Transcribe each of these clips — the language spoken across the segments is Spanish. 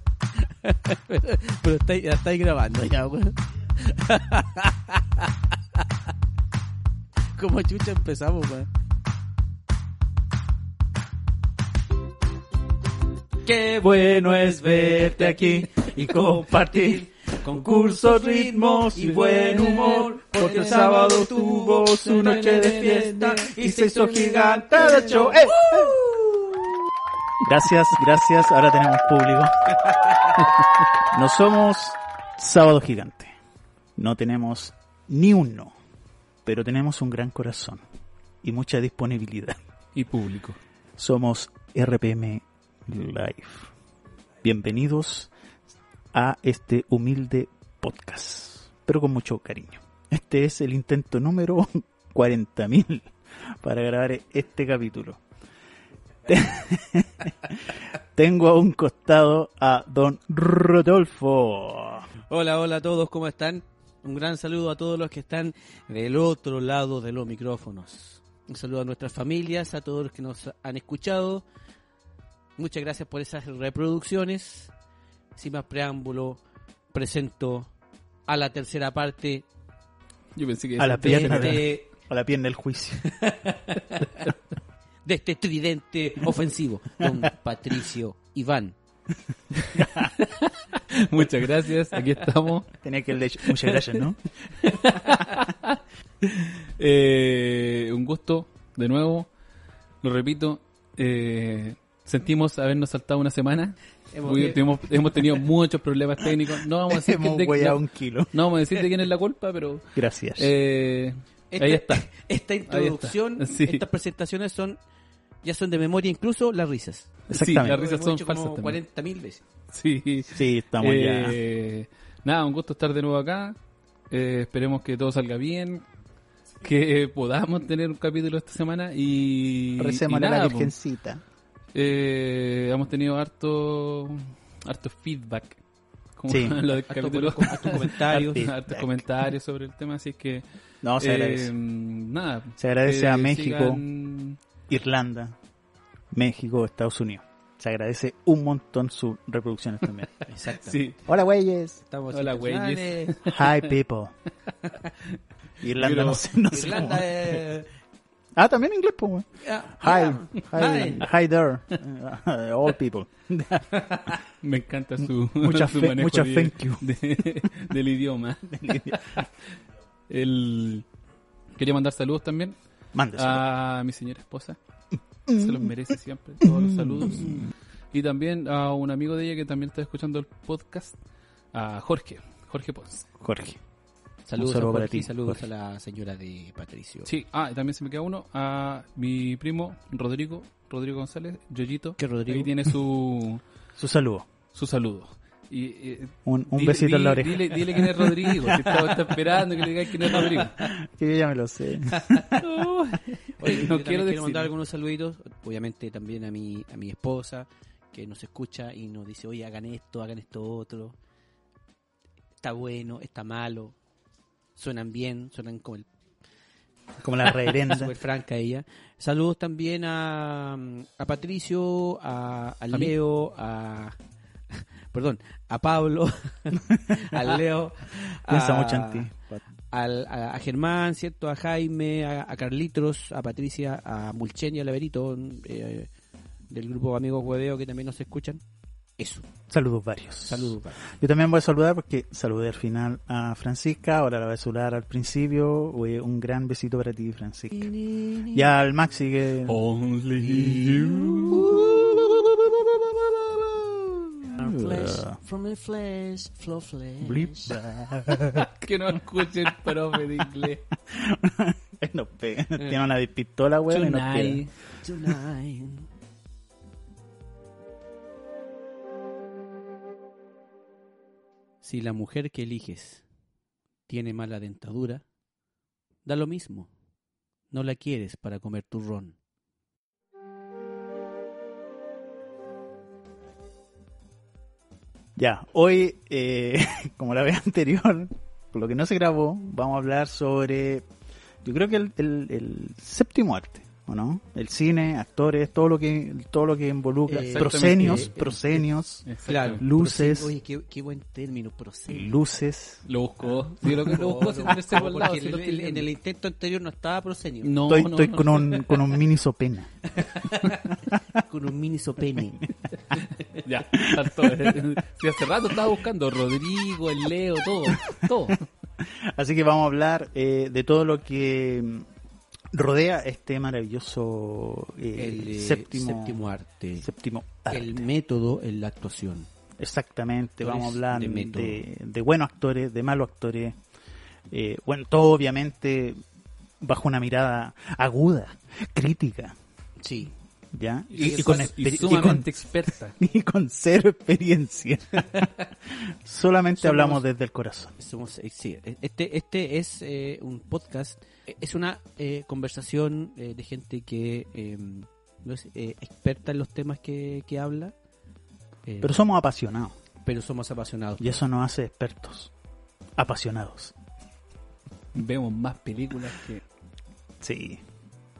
pero pero estáis, ya estáis grabando ya, weón. Como chucha empezamos, weón. Qué bueno es verte aquí y compartir concursos, ritmos y buen humor. Porque el sábado tuvo su noche de fiesta y se hizo gigante de show. ¡Eh! Gracias, gracias. Ahora tenemos público. No somos Sábado Gigante. No tenemos ni un no. Pero tenemos un gran corazón y mucha disponibilidad. Y público. Somos RPM Live. Bienvenidos a este humilde podcast, pero con mucho cariño. Este es el intento número 40.000 para grabar este capítulo. Tengo a un costado a don Rodolfo. Hola, hola a todos, ¿cómo están? Un gran saludo a todos los que están del otro lado de los micrófonos. Un saludo a nuestras familias, a todos los que nos han escuchado. Muchas gracias por esas reproducciones. Sin más preámbulo, presento a la tercera parte Yo pensé que A la de pierna, de- este, a la pierna del juicio. de este tridente ofensivo, don Patricio Iván. Muchas gracias, aquí estamos. Tenía que leer. Muchas gracias, ¿no? Eh, un gusto, de nuevo. Lo repito, eh, sentimos habernos saltado una semana. Hemos- Hubi- tuvimos- Hemos, tenido muchos problemas técnicos. No vamos a decir, Hemos que- hueado no, un kilo. no vamos a decir de quién es la culpa, pero Gracias. eh, Esta- ahí está. Esta introducción, Sí. estas presentaciones son ya son de memoria, incluso las risas. Sí, las Exactamente. risas Hemos son hecho falsas como también. 40.000 veces. Sí. sí, estamos ya. Eh, Nada, un gusto estar de nuevo acá. Eh, esperemos que todo salga bien. Que podamos tener un capítulo esta semana y. Recemos y a la nada, pues. po. virgencita. Eh, hemos tenido harto, harto feedback. Como Sí. lo del Harto capítulo. com- harto comentarios. Harto- hartos Feedback. comentarios sobre el tema, así es que. No, se eh, agradece. Nada. Se agradece que a México. sigan- Irlanda, México, Estados Unidos. Se agradece un montón sus reproducciones también. Exacto. Sí. Hola, güeyes. Estamos Hola, internacionales. Hi, people. Irlanda Pero- no sé, no sé Irlanda cómo. eh, Ah, también inglés, pues. güey. ah, Hi, hi, Hi. hi there, eh, all people. Me encanta su, Mucha su fe- manejo mucha de- thank you. de- del idioma. El- Quería mandar saludos también Mándeselo. a mi señora esposa. Se los merece siempre, todos los saludos. Y también a un amigo de ella que también está escuchando el podcast, a Jorge, Jorge Pons. Jorge. Saludos, Un saludo a para Jorge, ti, saludos Jorge. a la señora de Patricio. Sí, ah, y también se me queda uno, a mi primo Rodrigo, Rodrigo González, Yoyito. ¿Qué Rodrigo? Ahí tiene su, Su saludo. su saludo. Y, eh, Un, un dile- besito en la dile- oreja. Dile, dile quién es Rodrigo, que está, está esperando que le digas quién es Rodrigo. Que yo ya me lo sé. Oye, yo No también quiero quiero, decir. mandar algunos saluditos, obviamente también a mi, a mi esposa, que nos escucha y nos dice, oye, hagan esto, hagan esto otro. Está bueno, está malo. Suenan bien, suenan como el Como la reverenda. súper franca ella. Saludos también a, a Patricio, a, a mí? Leo, a... Perdón, a Pablo, a Leo, a, Piensa mucho en ti. al- a, a Germán, ¿cierto? A Jaime, a, a Carlitos, a Patricia, a Mulchen y a Laverito, eh, del grupo Amigos Hueveo, que también nos escuchan. Eso, Saludos varios. saludos. para- Yo también voy a saludar porque saludé al final a Francisca, ahora la voy a saludar al principio. Oye, un gran besito para ti, Francisca. Y al Maxi que... Only you. From the flesh, flow flesh. Blip. Que no escuchen profe de inglés. No pega. Tiene una pistola, weón, y no pega. Tonight. Tonight. Si la mujer que eliges tiene mala dentadura, da lo mismo. No la quieres para comer turrón. Ya, hoy, eh, como la vez anterior, por lo que no se grabó, vamos a hablar sobre, yo creo que el, el- el séptimo arte, ¿o ¿o no? El cine, actores, todo lo que todo lo que involucra, Eh, proscenios, exactamente. proscenios, eh, Claro. luces, Oye, qué, qué buen término, proscenios. luces. Lo buscó. Sí, lo, lo buscó sin darse por lado, Porque el- sí, este lo el- estoy en viendo. el intento anterior no estaba proscenio, No, Estoy, no, estoy no. con un con un mini sopena. con un mini sopene. Ya, tanto. Si hace rato estaba buscando Rodrigo, el Leo, todo. Todo. Así que vamos a hablar eh, de todo lo que mm, rodea este maravilloso eh, El eh, séptimo arte. séptimo arte. El método en la actuación. Exactamente, vamos a Actores hablar de de, método. de buenos actores, de malos actores. Eh, bueno, todo obviamente bajo una mirada aguda, crítica, Sí. ¿ya? Y, con y exper- y con- sumamente experta. y con cero experiencia. Solamente Somos- hablamos desde el corazón. Somos, eh, sí, eh, este, este es eh, un podcast, eh, es una eh, conversación eh, de gente que eh, no es eh, experta en los temas que, que habla, eh, Pero somos apasionados pero somos apasionados. y eso nos hace expertos. Apasionados. Vemos más películas que. Sí,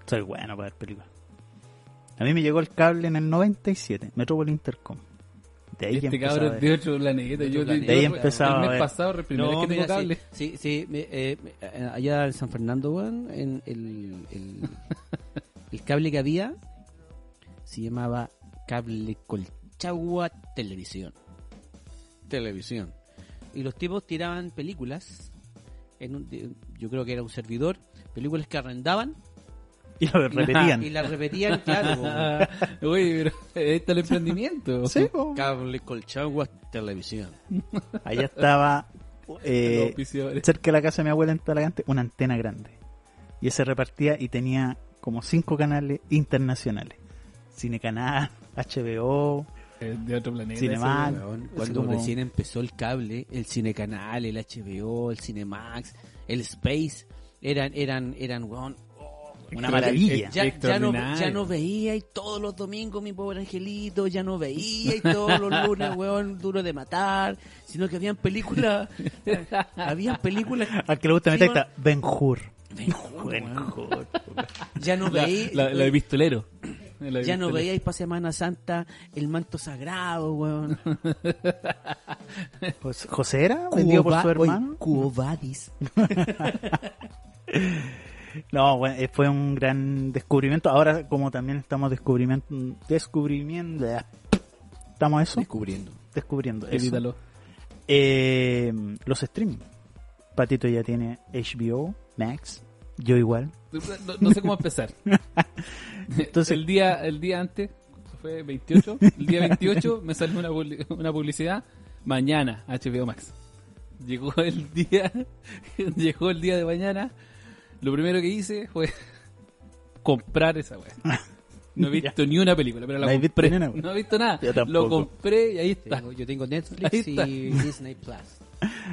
soy bueno para ver películas. A mí me llegó el cable en el 97, me tuvo el intercom. De ahí Y este empezó a cabrón ver. de otro planeta. De Yo, otro le- planeta. De yo ahí re- empezaba El a mes ver. pasado, la No, primera vez que tengo mira, cable. Sí, sí, sí, me- eh, me- eh, allá en San Fernando, weón, en el, el, el cable que había se llamaba Cable Colchagua Televisión. Televisión. Y los tipos tiraban películas, en un- de- yo creo que era un servidor, películas que arrendaban Y lo repetían. y las repetían, claro. weón. Ah, Oye, pero eh, ahí está el emprendimiento. Sí, po. Cable Colchagua Televisión. Allá estaba Los eh, auspiciadores. cerca de la casa de mi abuela en Talagante una antena grande. Y ese repartía y tenía como cinco canales internacionales. Cinecanal, HBO, Eh, de otro planeta. Cineman. ese, Weón, Es cuando como- recién empezó el cable, el Cinecanal, el HBO, el Cinemax, el Space, eran, eran, eran, weón, oh, una ya, ya maravilla. no, ya Extraordinario. no veía y todos los domingos mi pobre angelito, ya no veía y todos los lunes, weón, duro de matar, sino que habían películas, habían películas, Al que le gusta meter Sí, está Ben Hur. Ben Ben Hur. ya no La, veía, la- la de pistolero. La de ya no pistolero. veíais para Semana Santa el manto sagrado, weón. José- Pues, José era vendido por Cuoba- su oye, hermano. Cuobadis. No, bueno, eh, fue un gran descubrimiento. Ahora como también estamos descubrimiento, descubrimiento, estamos eso, Descubriendo. descubriendo eso. Edítalo. Eh, los streaming. Patito ya tiene HBO, Max, yo igual. No, no sé cómo empezar. Entonces- el día el día antes, eso fue 28, el día 28 me salió una, publi- una publicidad, mañana HBO Max. Llegó el día, llegó el día de mañana, lo primero que hice fue comprar esa weá. No he visto ni una película, pero la No he visto compré. ni una, weá. no he visto nada. Yo tampoco. Lo compré y ahí está. Tengo- yo tengo Netflix Ahí está. y Disney Plus.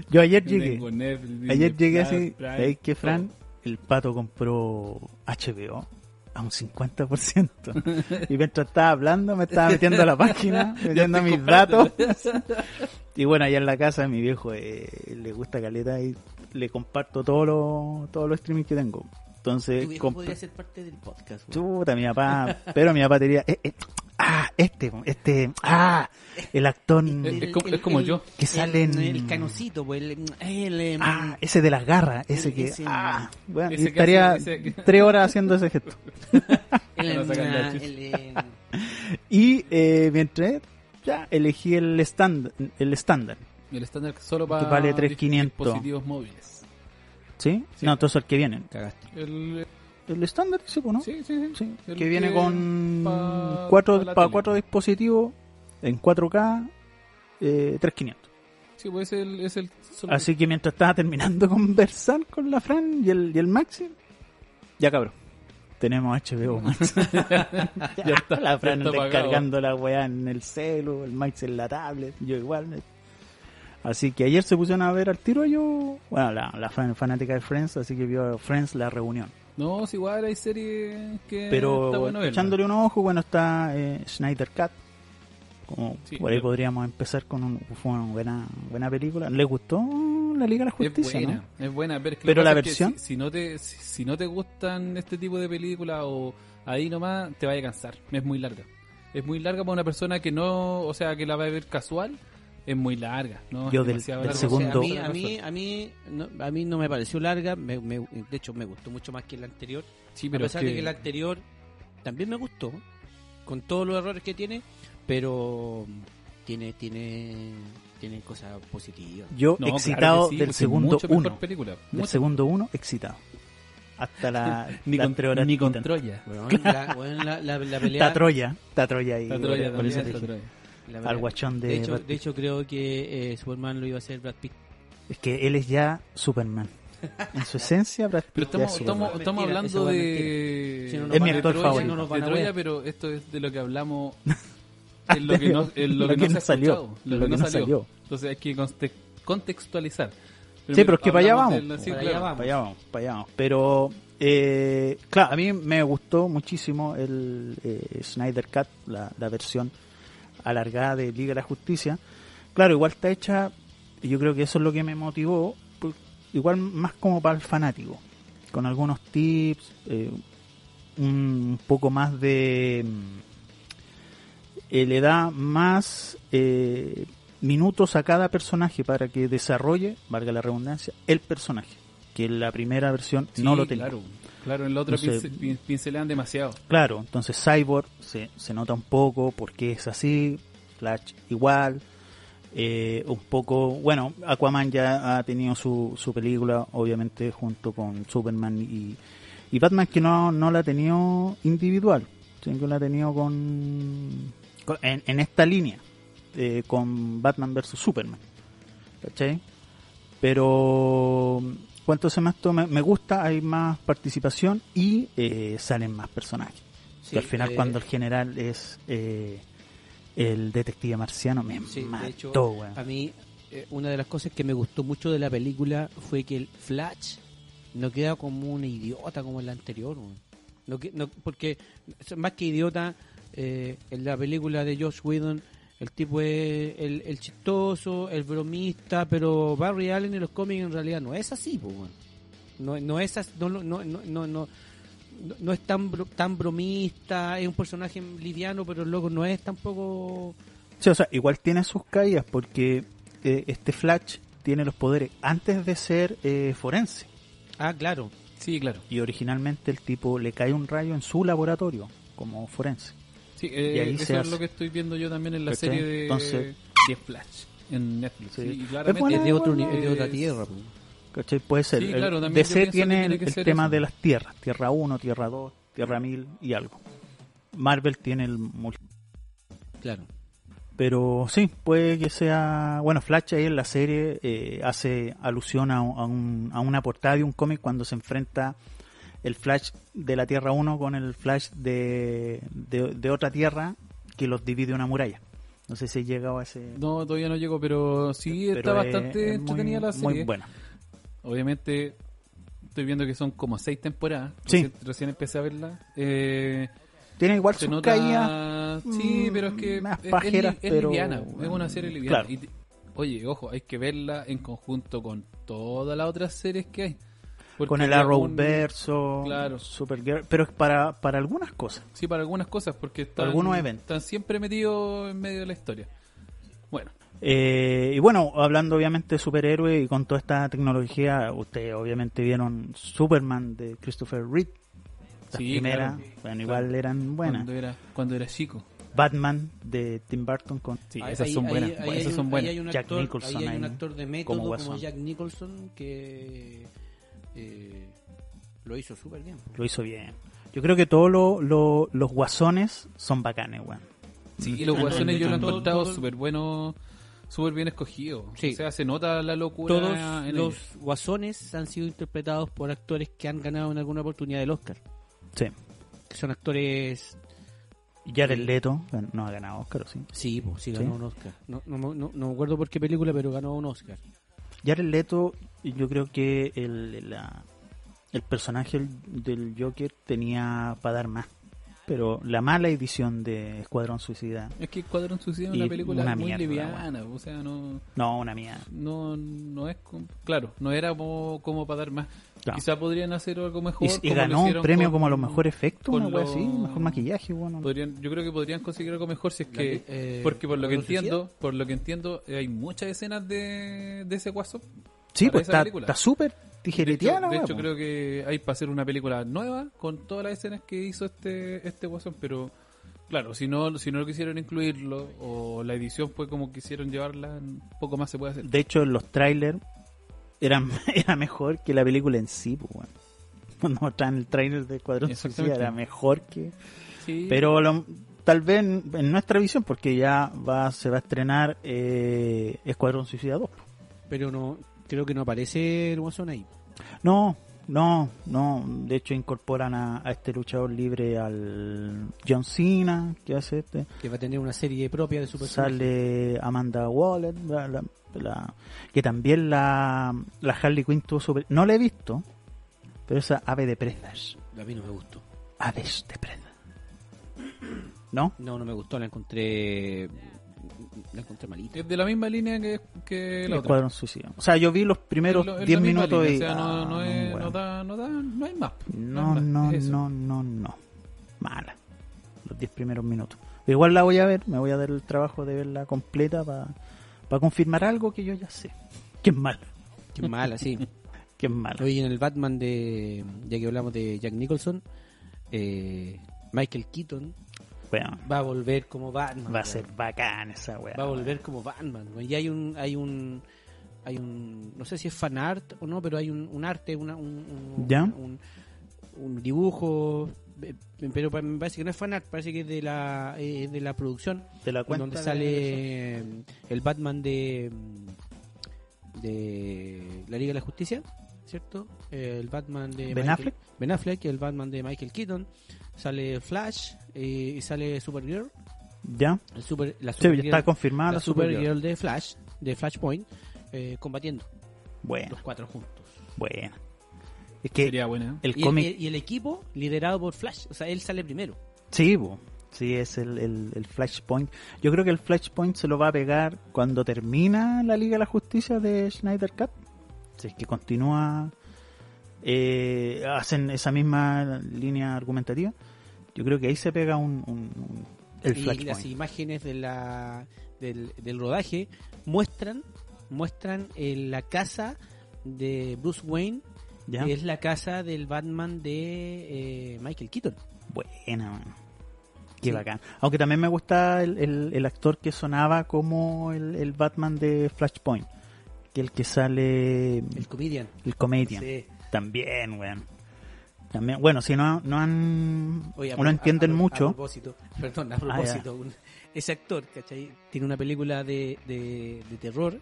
Yo ayer Yo llegué, tengo Netflix, ayer Disney llegué Plus, así, Prime, ¿sabéis que Fran? todo. El pato compró HBO a un 50%. Y mientras estaba hablando, me estaba metiendo a la página, metiendo mis datos. Y bueno, allá en la casa mi viejo eh, le gusta caleta y le comparto todos los todos los streaming que tengo. Entonces, Tu viejo compré- podría ser parte del podcast. güey. Chuta, mi papá. Pero mi papá te diría, eh, eh, ah, este, este, ah, el actor, Es- es como- es como yo. Que salen- El, canocito, güey, el, el, em, ah, ese de las garras, ese que, Ese- ah, bueno, ese y que estaría hace- ese que- tres horas haciendo ese gesto. este el, Para em, sacar la chucha. el, em, Y eh, mientras, ya, elegí el estándar, el estándar, El estándar solo para vale 3.500. dispositivos móviles. ¿sí? Sí. No, todos los que vienen. cagaste. El, eh, El estándar, sí, pues, ¿no? Sí, sí, sí. Sí, El que viene con pa- cuatro, pa la para tele. cuatro dispositivos en 4K, eh, 3500. Sí, pues es el. Es el solo- Así que mientras estaba terminando de conversar con la Fran y el, y el Maxi, ya cabrón. Tenemos HBO Max. ya, está, la Fran ya está descargando la weá en el celu, el Maxi en la tablet, yo igual. Así que ayer se pusieron a ver al tiro yo, bueno, la, la fan- fanática de Friends, así que vio Friends la reunión. No, es igual, hay series que. Pero verlas. echándole un ojo, bueno, está eh, Snyder Cat. Como Sí, por ahí yo- podríamos empezar con un- fue una buena, buena película. ¿Les gustó la Liga de la Justicia? es buena, no? es buena. Pero, es que lo Pero que la pasa es que versión- si, si no te, si, si no te gustan este tipo de películas o ahí nomás te vaya a cansar. Es muy larga. Es muy larga para una persona que no, o sea, que la va a ver casual. Es muy larga, ¿no? Yo Es del- demasiado del larga. segundo- O sea, a mí, a mí, a mí, no, a mí no me pareció larga. me- me- de hecho, me gustó mucho más que la anterior. Sí, a pero es pesar de que que- la anterior también me gustó, con todos los errores que tiene, pero tiene, tiene, tiene cosas positivas. Yo No, claro excitado que sí, del pues es segundo mucho mejor uno. película. Del Mucho. segundo uno, excitado. Hasta la, Ni la con, tres horas ni con titan. Troya. Weón, la, weón, la- la- la pelea. Está Troya. Está Troya ahí. Está Troya por también, eso te está dije. Troya. la pelea- Al guachón de, de, hecho, Brad de Pitt. hecho, creo que eh, Superman lo iba a hacer Brad Pitt. Es que él es ya Superman. En su esencia, Brad Pitt Pero ya estamos, es Superman. estamos, estamos Mentira, esa hablando hueá es de. Si no nos Es mi de actor Troya, favorito. no nos van de a Troya, ver. pero esto es de lo que hablamos. Es lo que no, en lo Lo que que no no se salió, salió. Lo que no salió. Entonces hay que conte- contextualizar. Sí, pero es que para allá hablamos vamos. del- sí, Para claro. allá vamos. Para allá vamos, para allá vamos. Pero, eh, claro, a mí me gustó muchísimo el eh, Snyder Cut, la, la versión alargada de Liga de la Justicia. Claro, igual está hecha, y yo creo que eso es lo que me motivó, por- igual más como para el fanático, con algunos tips, eh, un poco más de... mm, eh, le da más eh, minutos a cada personaje para que desarrolle, valga la redundancia, el personaje. Que en la primera versión Sí, no lo tenía. Claro, claro en la otra No sé. pincel- pin- pincelean demasiado. Claro, entonces Cyborg se, se nota un poco porque es así, Flash igual, eh, un poco, bueno, Aquaman ya ha tenido su, su película, obviamente junto con Superman y, y Batman que no, no la ha tenido individual, sino que la ha tenido con, con- en, en esta línea, eh, con Batman versus Superman, ¿cachai? Pero cuánto se más toma? me gusta, hay más participación y eh, salen más personajes. Sí, Que al final eh, cuando el general es eh, el detective marciano me Sí, de mató, hecho, weón. A mí, eh, una de las cosas que me gustó mucho de la película fue que el Flash no queda como un idiota como el anterior. weón. No, que- no- porque, más que idiota, eh, en la película de Josh Whedon, el tipo es el, el chistoso, el bromista, pero Barry Allen en los cómics en realidad no es así, po, weón. No, no es as- no, no, no, no, no, no- no es tan, bro- tan bromista, es un personaje liviano, pero el loco no es tampoco... Sí, o sea, igual tiene sus caídas porque eh, este Flash tiene los poderes antes de ser eh, forense. Ah, claro. Sí, claro. Y originalmente el tipo le cae un rayo en su laboratorio como forense. Sí, eh, Y ahí eso se es hace. lo que estoy viendo yo también en la ¿Cachai? serie de, Entonces- de Flash en Netflix. Sí. Sí, y Es claramente- buena, Es de, otro, uni- bueno, es de otra es- tierra. pues. po. ¿Cachai? Puede ser. Sí, El claro, también yo DC pienso que tiene tiene el, que el ser tema eso. de las tierras. Tierra 1, Tierra 2, Tierra 1000 y algo. Marvel tiene el multi. Claro. Pero sí, puede que sea... Bueno, Flash ahí en la serie eh, hace alusión a, a un- a una portada de un cómic cuando se enfrenta el Flash de la Tierra 1 con el Flash de, de, de otra Tierra que los divide una muralla. No sé si he llegado a ese... No, todavía no llegó, pero sí pero está es- bastante es muy- entretenida la serie. Muy buena. Obviamente, estoy viendo que son como seis temporadas. Sí. Recién, recién empecé a verla. Eh, Tiene igual se sus nota. caídas. Sí, mm, pero es que. más es- es pajeras, li- es, pero- liviana, es una serie liviana. Claro. Y te- oye, ojo, hay que verla en conjunto con todas las otras series que hay. Porque con el hay Arrow algún- verso, Claro. Supergirl, pero es para, para algunas cosas. Sí, para algunas cosas, porque están, algunos eventos. están siempre metidos en medio de la historia. Bueno, Eh, y bueno, hablando obviamente de superhéroes y con toda esta tecnología, ustedes obviamente vieron Superman de Christopher Reeve. Las Sí, primeras, claro. bueno, igual Claro. eran buenas. cuando era, cuando era chico. Batman de Tim Burton con... Sí, Ahí- esas ahí- son buenas. ahí- bueno, ahí esas hay son un- buenas. ahí hay un Jack actor- Nicholson ahí hay un ahí, actor de como método como, Watson. Jack Nicholson que eh, lo hizo súper bien. Lo hizo bien. Yo creo que todos lo- lo- los guasones son bacanes, weón. Sí, y Ah, los guasones yo lo he Todo- encontrado todo- súper bueno, súper bien escogido. Sí. O sea, se nota la locura. Todos en los ellos. guasones han sido interpretados por actores que han ganado en alguna oportunidad el Oscar. Sí. Que son actores... Jared Leto, bueno, no ha ganado Oscar, ¿o sí. Sí, po, sí, Sí. ganó un Oscar. No, no, me- no- no me acuerdo por qué película, pero ganó un Oscar. Jared Leto, yo creo que el, la- el personaje del Joker tenía para dar más. Pero la mala edición de Escuadrón Suicida, Es que Cuadrón Suicida es Y una película una muy mierda, liviana. O sea, no, no, una mía. no, no es. com- Claro, no era como, como para dar más. Claro. Quizá podrían hacer algo mejor. Y, como y lo ganó un hicieron premio con- como a los mejor efectos, con pues, una wea lo- así, mejor maquillaje, bueno. Podrían, yo creo que podrían conseguir algo mejor si es que, eh, porque por lo que ¿Los entiendo, por lo que entiendo, eh, hay muchas escenas de, de ese guaso. Sí, para pues esa está película. está súper De hecho, tijereteada la de wea, hecho, po. creo que hay para hacer una película nueva con todas las escenas que hizo este este guasón, pero claro, si no si no quisieron incluirlo o la edición fue como quisieron llevarla, poco más se puede hacer. De hecho, los trailers eran era mejor que la película en sí, pues, weón. Cuando mostraban el trailer de Escuadrón Suicida Exactamente. era mejor que... Sí, Pero lo- tal vez en, en nuestra visión, porque ya va se va a estrenar eh, Escuadrón Suicida 2. Pero no, creo que no aparece el Guasón ahí. No, no, no. De hecho, incorporan a, a este luchador libre al John Cena, que hace este. Que va a tener una serie propia de su personaje. Sale Amanda Waller, la- la- la- que también la, la Harley Quinn tuvo su... No la he visto, pero esa ave de presas. A mí no me gustó. Aves de presas. ¿No? No, no me gustó, la encontré. La encontré malita. es de la misma línea que, que la otra. Escuadrón Suicida. O sea, yo vi los primeros Es lo- es la 10 misma minutos línea, y... o sea, no, ah, no es- bueno. no da- no da- no hay más. No, hay más, no, es eso. no, no, no. Mala. Los 10 primeros minutos. Pero igual la voy a ver, me voy a dar el trabajo de verla completa para confirmar algo que yo ya sé. Que es malo, Qué mala, sí. que es malo. Hoy en el Batman de. Ya que hablamos de Jack Nicholson, eh, Michael Keaton Bueno, va a volver como Batman. va a weón. ser bacán esa weá. Va a volver como Batman. weón. Y hay un. Hay un hay un, no sé si es fan art o no, pero hay un, un arte, una- un, un- ¿Ya? un, un dibujo, eh, pero pa- me parece que no es fan art, parece que es de la, eh, de la producción, Te la cuento. donde sale eh, el Batman de mm, de la Liga de la Justicia, ¿cierto? Eh, El Batman de ¿Ben Michael- Affleck? Ben Affleck, el Batman de Michael Keaton, sale Flash eh, y sale Supergirl, ¿Ya? el super, la Sí, Supergirl, ya está confirmada la la Supergirl. Supergirl de Flash, de Flashpoint, eh, combatiendo Bueno, los cuatro juntos. bueno. Es que Sería buena. ¿eh? el Y cómic... el, y el equipo liderado por Flash, o sea, él sale primero. Sí, bo. sí, es el, el, el Flashpoint. Yo creo que el Flashpoint se lo va a pegar cuando termina la Liga de la Justicia de Schneider Cut. Si es que continúa, eh, hacen esa misma línea argumentativa. Yo creo que ahí se pega un, un- un- el y las Flashpoint. imágenes de la, del, del rodaje muestran muestran eh, la casa de Bruce Wayne ¿Ya? que es la casa del Batman de eh, Michael Keaton Buena, mano. Qué Sí. bacán. Aunque también me gusta el, el- el actor que sonaba como el, el Batman de Flashpoint. Que el que sale el comedian el comedian. Sí. También, weón. También, bueno, si no, no han. Oye, a no pro- entienden a- a- A mucho. Ah, propósito, perdón, a propósito, un- ese actor, ¿cachai? Tiene una película de, de, de terror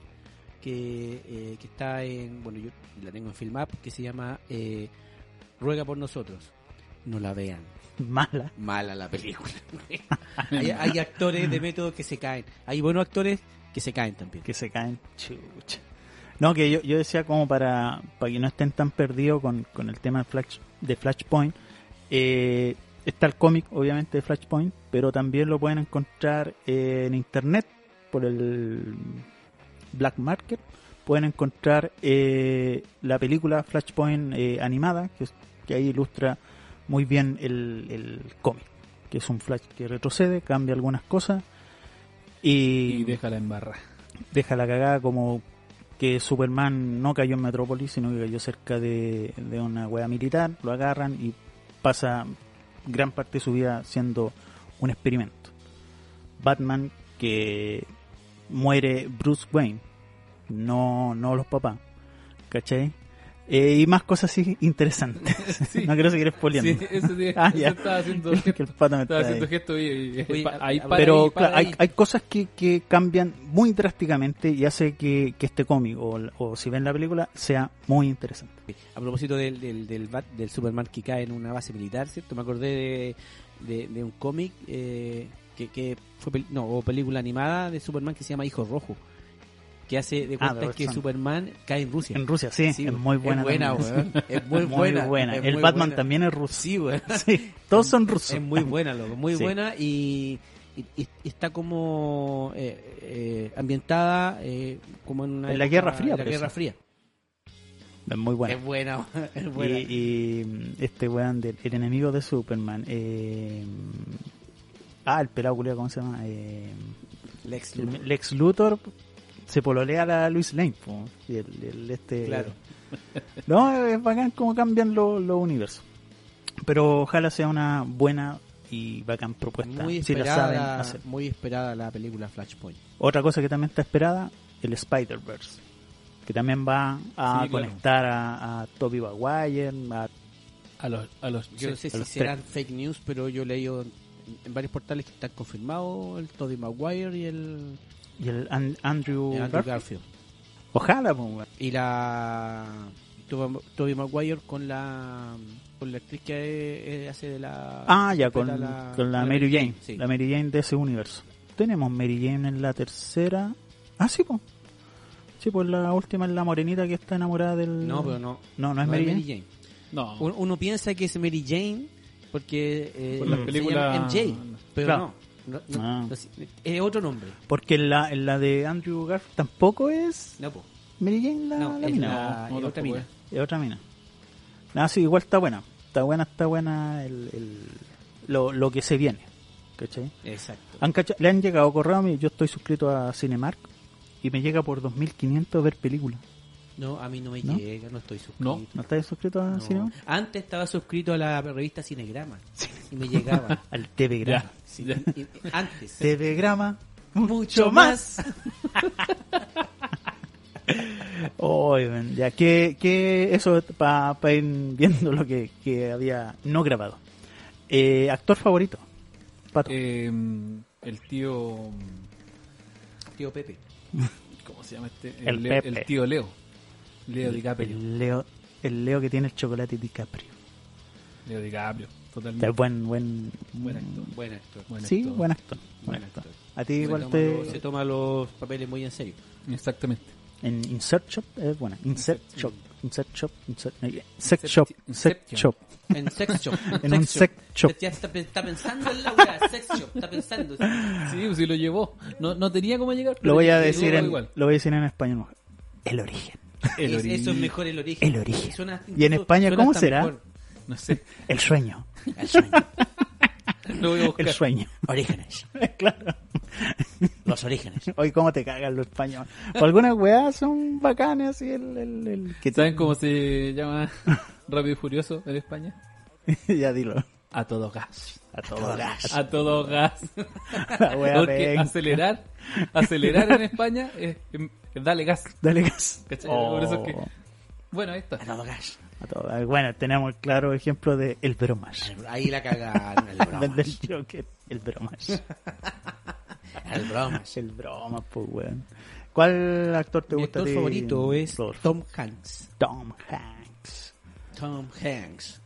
que, eh, que está en. Bueno, yo la tengo en FilmApp, que se llama eh, Ruega por nosotros. No la vean. Mala. Mala la película. hay, hay actores de método que se caen. Hay buenos actores que se caen también. Que se caen. Chucha. No, que yo, yo decía como para, para que no estén tan perdidos con, con el tema de, Flash, de Flashpoint. eh, está el cómic, obviamente, de Flashpoint, pero también lo pueden encontrar eh, en internet por el Black Market. Pueden encontrar eh, la película Flashpoint eh, animada, que, es- que ahí ilustra muy bien el, el cómic, que es un Flash que retrocede, cambia algunas cosas Y déjala en barra. deja la cagada como que Superman no cayó en Metrópolis, sino que cayó cerca de, de una hueá militar, lo agarran y pasa gran parte de su vida siendo un experimento. Batman que muere Bruce Wayne, no, no los papás, ¿cachai? Eh, y más cosas así interesantes. Sí. no quiero seguir spoileando. Sí, ese día Ah, ya. estaba haciendo que el pato Estaba me está ahí. haciendo gesto y, y- Oye, pa- ahí a- para pero ahí, para claro, hay, ahí. hay cosas que, que cambian muy drásticamente y hace que, que este cómic o, o si ven la película sea muy interesante. A propósito del, del, del, Bat- del Superman que cae en una base militar, ¿cierto? Me acordé de, de- de un cómic eh, que, que fue pel- no, o película animada de Superman que se llama Hijo Rojo, que hace de Ah, cuenta de que Roxanne. Superman cae en Rusia. En Rusia, sí, Sí, es muy buena. también. weón. Es muy Muy buena. es El muy Batman buena. también es ruso. Sí, weón. Sí, todos son rusos. Es muy buena, loco, muy Sí. buena y, y- y está como eh, eh, ambientada eh, como en una En la época- Guerra Fría, en la parece. Guerra Fría. Es muy buena. Es buena, es Y, buena. y, este weón del el enemigo de Superman. eh, ah, el pelado culiao, ¿cómo se llama? Eh, Lex Luthor. el Lex Luthor se pololea a la Luis Lane. po, y el- el este, Claro. No, es bacán cómo cambian los los universos. Pero ojalá sea una buena y bacán propuesta. Muy si la saben esperada, hacer. muy esperada la película Flashpoint. Otra cosa que también está esperada, el Spider-Verse. Que también va a Sí, claro. conectar a, a Tobey Maguire, a A los, a los Yo no sé si los serán fake news, pero yo he leído en, en varios portales que están confirmados el Tobey Maguire y el, y el An- Andrew, el Andrew Garfield. Garfield. Ojalá, po, weón. Y la Tob- Tobey Maguire con la con la actriz que eh, hace de la Ah, ya, con, interpreta con la, Mary Jane. sí. La Mary Jane de ese universo. Tenemos Mary Jane en la tercera. Ah, sí, pues. Sí, pues la última es la morenita que está enamorada del. No, pero no. No, no no es Mary Jane. No, Uno, uno piensa que es Mary Jane porque eh, Por las se películas- llama MJ, pero Claro. no. no, no, Ah. no, sí, es otro nombre. Porque en la, en la de Andrew Garfield tampoco es No, po. Mary Jane la, No, la es mina. la- no, es otra tampoco mina. es. Es otra mina. Nada, sí, igual está buena. Está buena, está buena el, el- lo, lo que se viene. ¿Cachai? Exacto. Han cacha- le han llegado correo a mí. Yo estoy suscrito a Cinemark y me llega por 2.500 ver películas. No, a mí no me ¿No? ¿Ah, llega, no estoy suscrito. No. ¿No estás suscrito a No. Cinemark? Antes estaba suscrito a la revista Cinegrama y me llegaba. Al TV Grama. ya, ya. Y- y- antes. TV Grama. Mucho más. Oh, ya que, que eso para ir viendo lo que, que había no grabado. Eh, actor favorito. Pato. Eh, el tío. Tío Pepe. ¿Cómo se llama este? El Leo- Pepe. el tío Leo. Leo DiCaprio. el Leo, el Leo que tiene el chocolate DiCaprio. Leo DiCaprio, Ya, totalmente. buen, buen, Mm. Buen actor. Mm, Buen actor. Buen Sí, actor. buen actor. Buen Buen actor. actor. A ti igual Se toma los- te... Oh, se toma los papeles muy en serio. Exactamente. En Insert Shop es buena. Insert Insert Shop. Insert Shop. Insert, no, Sex Shop. Sex Inception. Shop. En sex shop. En un sex shop. Ya está, pe- está pensando en la weá, sex shop. Está pensando. Sí, pues sí lo llevó. No, no tenía cómo llegar. pero Lo voy a llegó decir en, igual. lo voy a decir en español. El origen. El Es- origen. eso es mejor el origen. El origen. Suena- Y en España, suena ¿cómo hasta será? mejor. No sé. El sueño. El sueño. Lo voy a buscar. El sueño. Orígenes. claro. Los orígenes. Hoy cómo te cagan los españoles. Por algunas weas son bacanas así el, el, el que ¿Saben cómo se llama Rápido y Furioso en España? ya dilo. A todo gas. A todo gas. A todo gas. La wea Porque venga. acelerar, acelerar en España es, es darle gas. Dale gas. ¿Cachai? Por eso es que- Oh. Bueno, ahí está. Todo gas. A todo gas. Bueno, tenemos el claro ejemplo de el bromas. Ahí la cagaron. El Del, bromas. del Joker. El bromas. El bromas. El bromas, pues weón. ¿Cuál actor te Mi gusta? a actor ti, favorito es Rodolfo? Tom Hanks. Tom Hanks. Tom Hanks.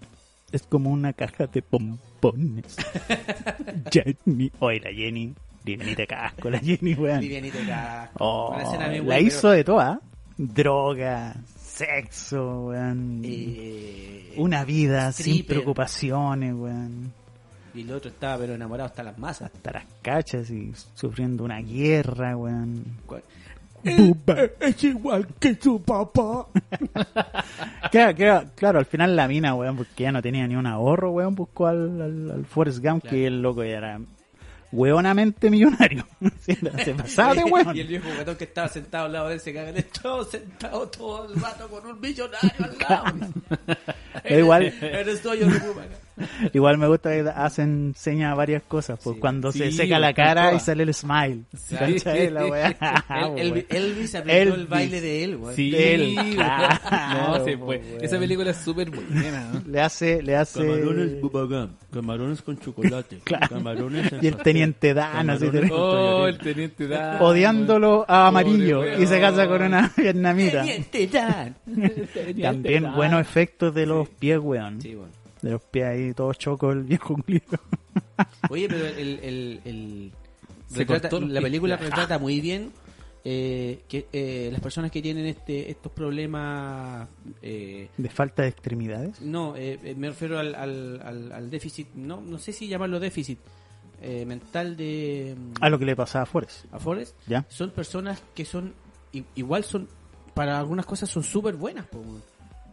Es como una caja de pompones. Jenny. Oye, la Jenny. Divinita casco, la Jenny, weón. Vivianita acá. Oh, Una escena bien la buena, hizo pero, de toda. Droga, sexo, weón. eh, Una vida sin stripper. preocupaciones, weón. Y el otro estaba pero enamorado hasta las masas. Hasta las cachas y sufriendo una guerra, weón. Cu- Eh, es igual que tu papá. claro, claro, claro, al final la mina, weón, porque ya no tenía ni un ahorro, weón, buscó al, al, al Forrest Gump, que el loco ya era weonamente millonario. Sí, se pasaba de weón. Y el viejo gatón que estaba sentado al lado de él se caga en el estado sentado todo el rato con un millonario al lado. Da igual, Eres yo de Cuba. igual me gusta que hacen señas a varias cosas, pues Sí. cuando se Sí, seca la weón, cara toda. y sale el smile. Sí. ¿Cachai? La weá. El- el- Elvis aprendió Ah, Elvis. el baile de él, güey. Sí, Del- weón. Claro, no, se po, fue. weón. Esa película es súper buena. ¿no? Le hace, le hace. Camarones bubagam, camarones con chocolate, camarones en Y el teniente Dan, así Camarones te- Oh, el teniente Dan. odiándolo a amarillo Pobre y se casa weón. con una vietnamita. Teniente Dan. También buenos efectos de los pies, weón. Ah. Sí, bueno. De los pies ahí, todos chocos, el viejo culido. Oye, pero el, el- el- Se retrata- cortó los la pies. película retrata muy bien eh, que eh, las personas que tienen este estos problemas eh, De falta de extremidades. no eh, eh, me refiero al, al- al- al déficit no no sé si llamarlo déficit eh, mental de mm, A lo que le pasaba a Forrest. a Forrest ¿Ya? son personas que son i- igual son para algunas cosas son súper buenas po, weón.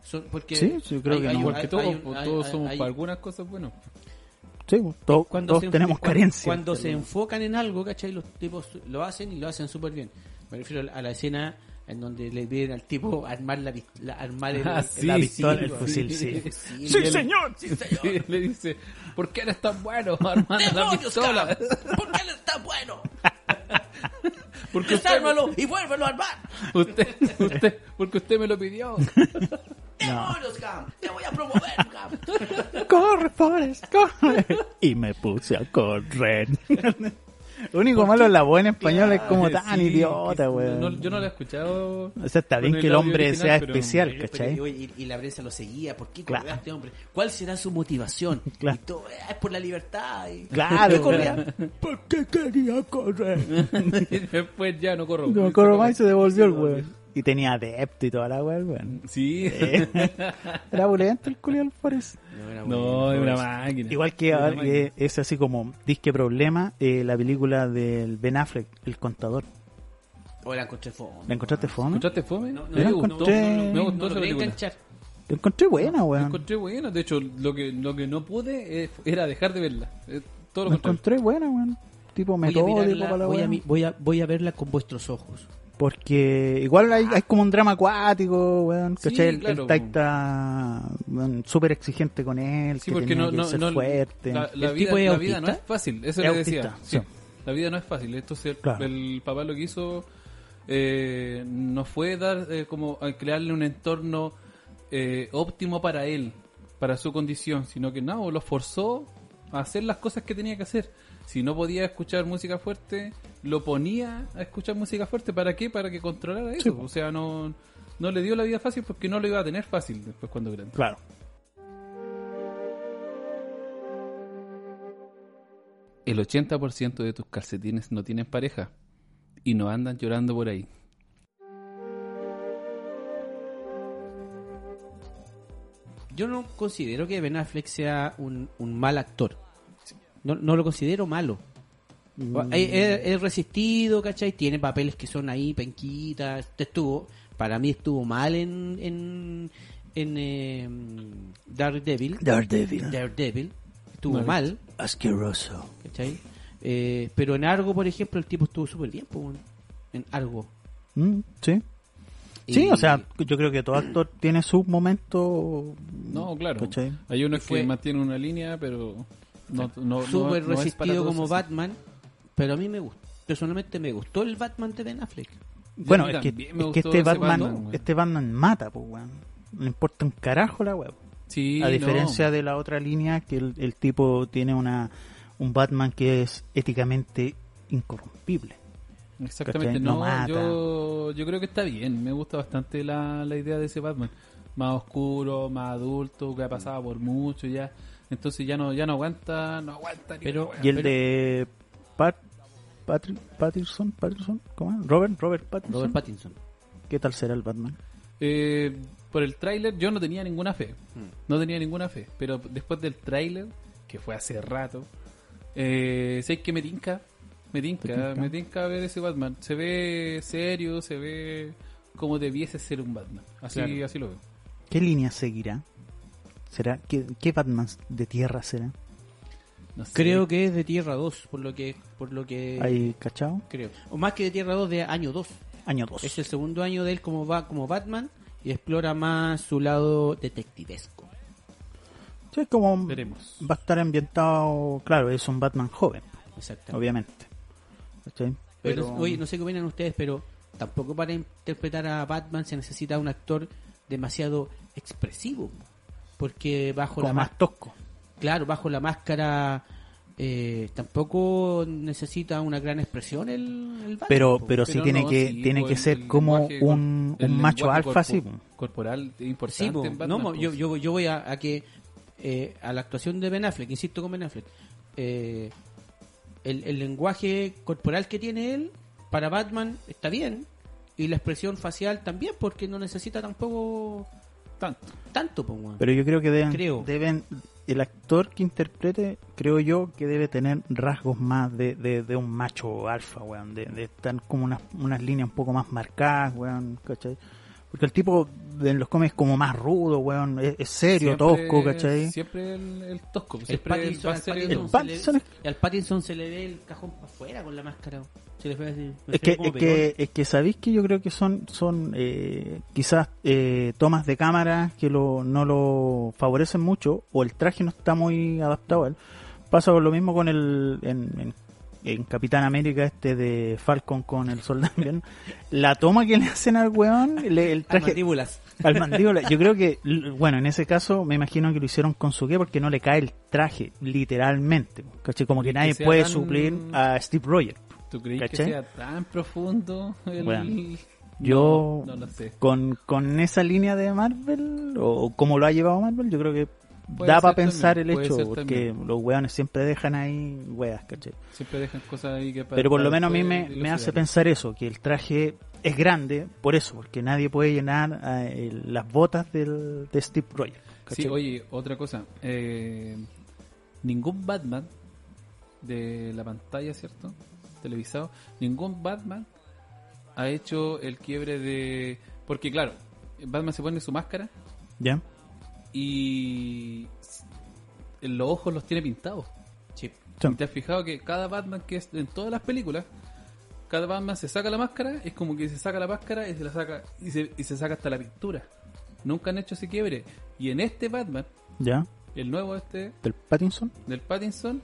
Son- porque Sí, yo creo que no. un- Porque todos, hay un- pues, hay- todos hay- somos hay- para algunas cosas buenas. Sí, pues, to- cuando todos se enf- tenemos cuan- carencias. Cuando se enfocan en algo, ¿cachai? Los tipos lo hacen y lo hacen súper bien. Me refiero a la escena en donde le piden al tipo armar la, pist- la- armar el, Ah, la sí, la sí, pistola, el sí. fusil, sí. Sí, y él- señor! Sí, le dice, ¿por qué eres tan bueno armando la pistola? ¿Por qué él está bueno? Porque usted, Desármalo y vuélvelo a armar. usted, usted- porque usted me lo pidió. ¡Demonios, Cam! ¡Te voy a promover, Cam! ¡Corre, Forrest, corre! Y me puse a correr. Lo único malo de la buena española es como tan Sí, idiota, que- weón. no, yo no la he escuchado. O sea, está con bien que el audio hombre original, sea pero- especial, Pero, ¿cachai? pero, y, y la prensa lo seguía. ¿Por qué Claro. corrió a este hombre? ¿Cuál será su motivación? Claro. Y todo, "Ah, es por la libertad. y- Claro. Yo corría. ¿Por qué quería correr? Y después ya no corro. No corro más y se devolvió el weón. Y tenía adepto y toda la weón, weón. Sí. Eh, Era bulento el culio del Forrest. No, es una máquina. Igual que ahora que es así como disque problema eh, la película del Ben Affleck, El Contador. O la encontré fondo. ¿La encontraste fome? ¿Encontraste fome? No, no, Me no, gustó, encontré- me No gustó esa lo quería película. enganchar. La encontré buena, La weón. encontré buena. De hecho, lo que, lo que no pude eh, era dejar de verla. Eh, todo lo contrario. La encontré buena, weón. Tipo Voy a metódico mirarla, para la voy, a, weón. mi- voy, a, voy a verla con vuestros ojos. Porque igual hay, hay como un drama acuático, weón. Sí, ¿Cachai? El- claro, el Taita weón, súper exigente con él, Sí, que porque tenía no, que no, ser no- fuerte. La, la ¿El vida, tipo es la vida no autista? es fácil, eso Es le decía. autista, sí. sí. La vida no es fácil. Entonces, el- Claro. el papá lo que hizo eh, no fue dar eh, como a crearle un entorno eh, óptimo para él, para su condición, sino que no, lo forzó a hacer las cosas que tenía que hacer. Si no podía escuchar música fuerte, lo ponía a escuchar música fuerte. ¿Para qué? Para que controlara eso. O sea, no, no le dio la vida fácil porque no lo iba a tener fácil después cuando grande. Claro. El 80% de tus calcetines no tienen pareja y no andan llorando por ahí. Yo no considero que Ben Affleck sea un, un mal actor. No, no lo considero malo. Mm. Es- Es es resistido, ¿cachai? Tiene papeles que son ahí, penquitas. Estuvo, para mí estuvo mal en, en, en eh, Daredevil. Daredevil. Daredevil. Estuvo mal, Asqueroso. ¿cachai? Eh, pero en Argo, por ejemplo, el tipo estuvo súper bien. po, weón. en Argo. Mm, sí. Sí, o sea, yo creo que todo actor tiene sus momentos. No, claro. Mm, ¿Cachai? Hay uno fue- que mantiene una línea, pero no, no, no- súper no es para resistido todos como así. Batman, pero a mí me gusta. Personalmente me gustó el Batman de Ben Affleck. Bueno, a mí es que, también me es que gustó este ese Batman, Batman, weón. este Batman mata, pues, weón. No importa un carajo la weón. Sí, A no. diferencia de la otra línea, que el, el tipo tiene una un Batman que es éticamente incorrompible. Exactamente, ¿cachai? No no, mata. yo, yo creo que está bien. Me gusta bastante la, la idea de ese Batman. Más oscuro, más adulto, que ha pasado por mucho ya. Entonces ya no ya no aguanta, no aguanta. ni Pero- una wea. Y el de Pat, Patri- Patterson, Patterson, ¿cómo es? Robert, Robert Patterson. Robert Pattinson. ¿Qué tal será el Batman? Eh, por el tráiler yo no tenía ninguna fe. Hmm. No tenía ninguna fe. Pero después del tráiler, que fue hace rato, eh, sé que me tinca. Me tinca, me tinca ver ese Batman. Se ve serio, se ve como debiese ser un Batman. Así, Claro. así lo veo. ¿Qué línea seguirá? ¿Será qué, qué Batman de tierra será? No sé. Creo que es de Tierra 2, por lo que por lo que ¿Hay cachao? creo. O más que de Tierra 2 de año 2. Año 2. Es el segundo año de él como va como Batman y explora más su lado detectivesco. Sí, es como Veremos. va a estar ambientado, claro, es un Batman joven, Exactamente. obviamente. ¿Cachai? Pero, oye, no sé qué opinan ustedes, pero tampoco para interpretar a Batman se necesita un actor demasiado expresivo, porque bajo la como más más tosco. claro, bajo la máscara eh, tampoco necesita una gran expresión el, el Batman, Pero, po. pero sí Pero tiene no, que sí, tiene pues, que el ser como lenguaje cor- un, el un macho lenguaje alfa, corpo- sí. po. Corporal es importante Sí, po. en Batman, No, mo- pues. yo, yo, yo voy a, a que eh, a la actuación de Ben Affleck, insisto con Ben Affleck, eh, el, el lenguaje corporal que tiene él para Batman está bien y la expresión facial también porque no necesita tampoco Tanto. tanto, po, weón. Pero yo creo que deben, Creo. deben el actor que interprete, creo yo, que debe tener rasgos más de, de, de un macho alfa, weón. De, de estar como unas, unas líneas un poco más marcadas, weón, ¿cachai? Porque el tipo de los cómics es como más rudo, weón. Es, es serio, tosco, ¿cachai? Siempre el, el tosco. El Siempre el Pattinson, va a al ser Pattinson se le, el- el Pattinson es- y al Pattinson se le ve el cajón para afuera con la máscara. Se le ve así, me Es se ve que, como es, que, es que sabéis que yo creo que son, son eh, quizás eh, tomas de cámara que lo, no lo favorecen mucho o el traje no está muy adaptado a él. Pasa lo mismo con el en, en- en Capitán América este de Falcon con el soldado. invierno. La toma que le hacen al weón, le- pelón. el Ah, traje mandíbulas. al mandíbula. Yo creo que, l- bueno, en ese caso me imagino que lo hicieron con su qué porque no le cae el traje, literalmente. ¿Cachai? Como que Y que nadie sea puede tan- suplir a Steve Rogers. ¿Tú crees ¿Cachai? que sea tan profundo el... Bueno, No, yo- No, lo sé. Con, con esa línea de Marvel, o como lo ha llevado Marvel, yo creo que Puede da ser para pensar también, el puede hecho, ser porque también. los weones siempre dejan ahí weas, ¿cachai? Siempre dejan cosas ahí que... para- Pero por lo para menos a mí me, después me hace dilucidar. pensar eso, que el traje es grande, por eso, porque nadie puede llenar eh, el- las botas del, de Steve Rogers. ¿cachai? Sí, oye, otra cosa. eh, ningún Batman de la pantalla, ¿cierto? Televisado. Ningún Batman ha hecho el quiebre de... Porque claro, Batman se pone su máscara ¿Ya? y s- los ojos los tiene pintados. Sí. Sí. ¿Y ¿Te has fijado que cada Batman que es en todas las películas, cada Batman se saca la máscara, es como que se saca la máscara y se la saca y se, y se saca hasta la pintura. Nunca han hecho ese quiebre. Y en este Batman, ¿Ya? el nuevo este ¿Del Pattinson? del Pattinson,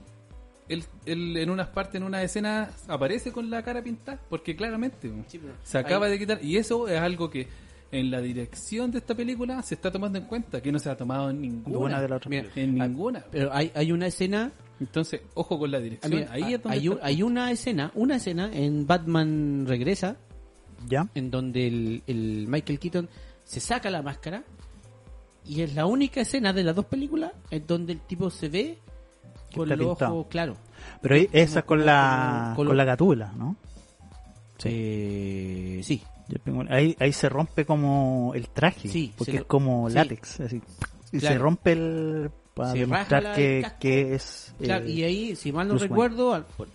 él, él en unas partes, en unas escenas, aparece con la cara pintada, porque claramente Sí, pero se acaba de quitar. Y eso es algo que en la dirección de esta película se está tomando en cuenta, que no se ha tomado en ninguna. Buena de la otra. Mira, En ah, ninguna. Pero hay, hay una escena Entonces, ojo con la Ah, dirección. mira, Ahí hay, es donde un- está- hay una escena, una escena en Batman Regresa, ¿Ya? en donde el, el Michael Keaton se saca la máscara y es la única escena de las dos películas en donde el tipo se ve Que con está los pintado. ojos claros. Pero ahí- esa es con como- la, como- con con- la gatula, ¿no? Sí. Eh, sí, Yo tengo- Ahí, ahí se rompe como el traje, Sí, porque se lo- es como sí. látex, así. Y Claro. se rompe el... Para Se demostrar rasga la- el que, casco. que es... eh, Claro, y ahí, si mal no Bruce Wayne. recuerdo, al- por-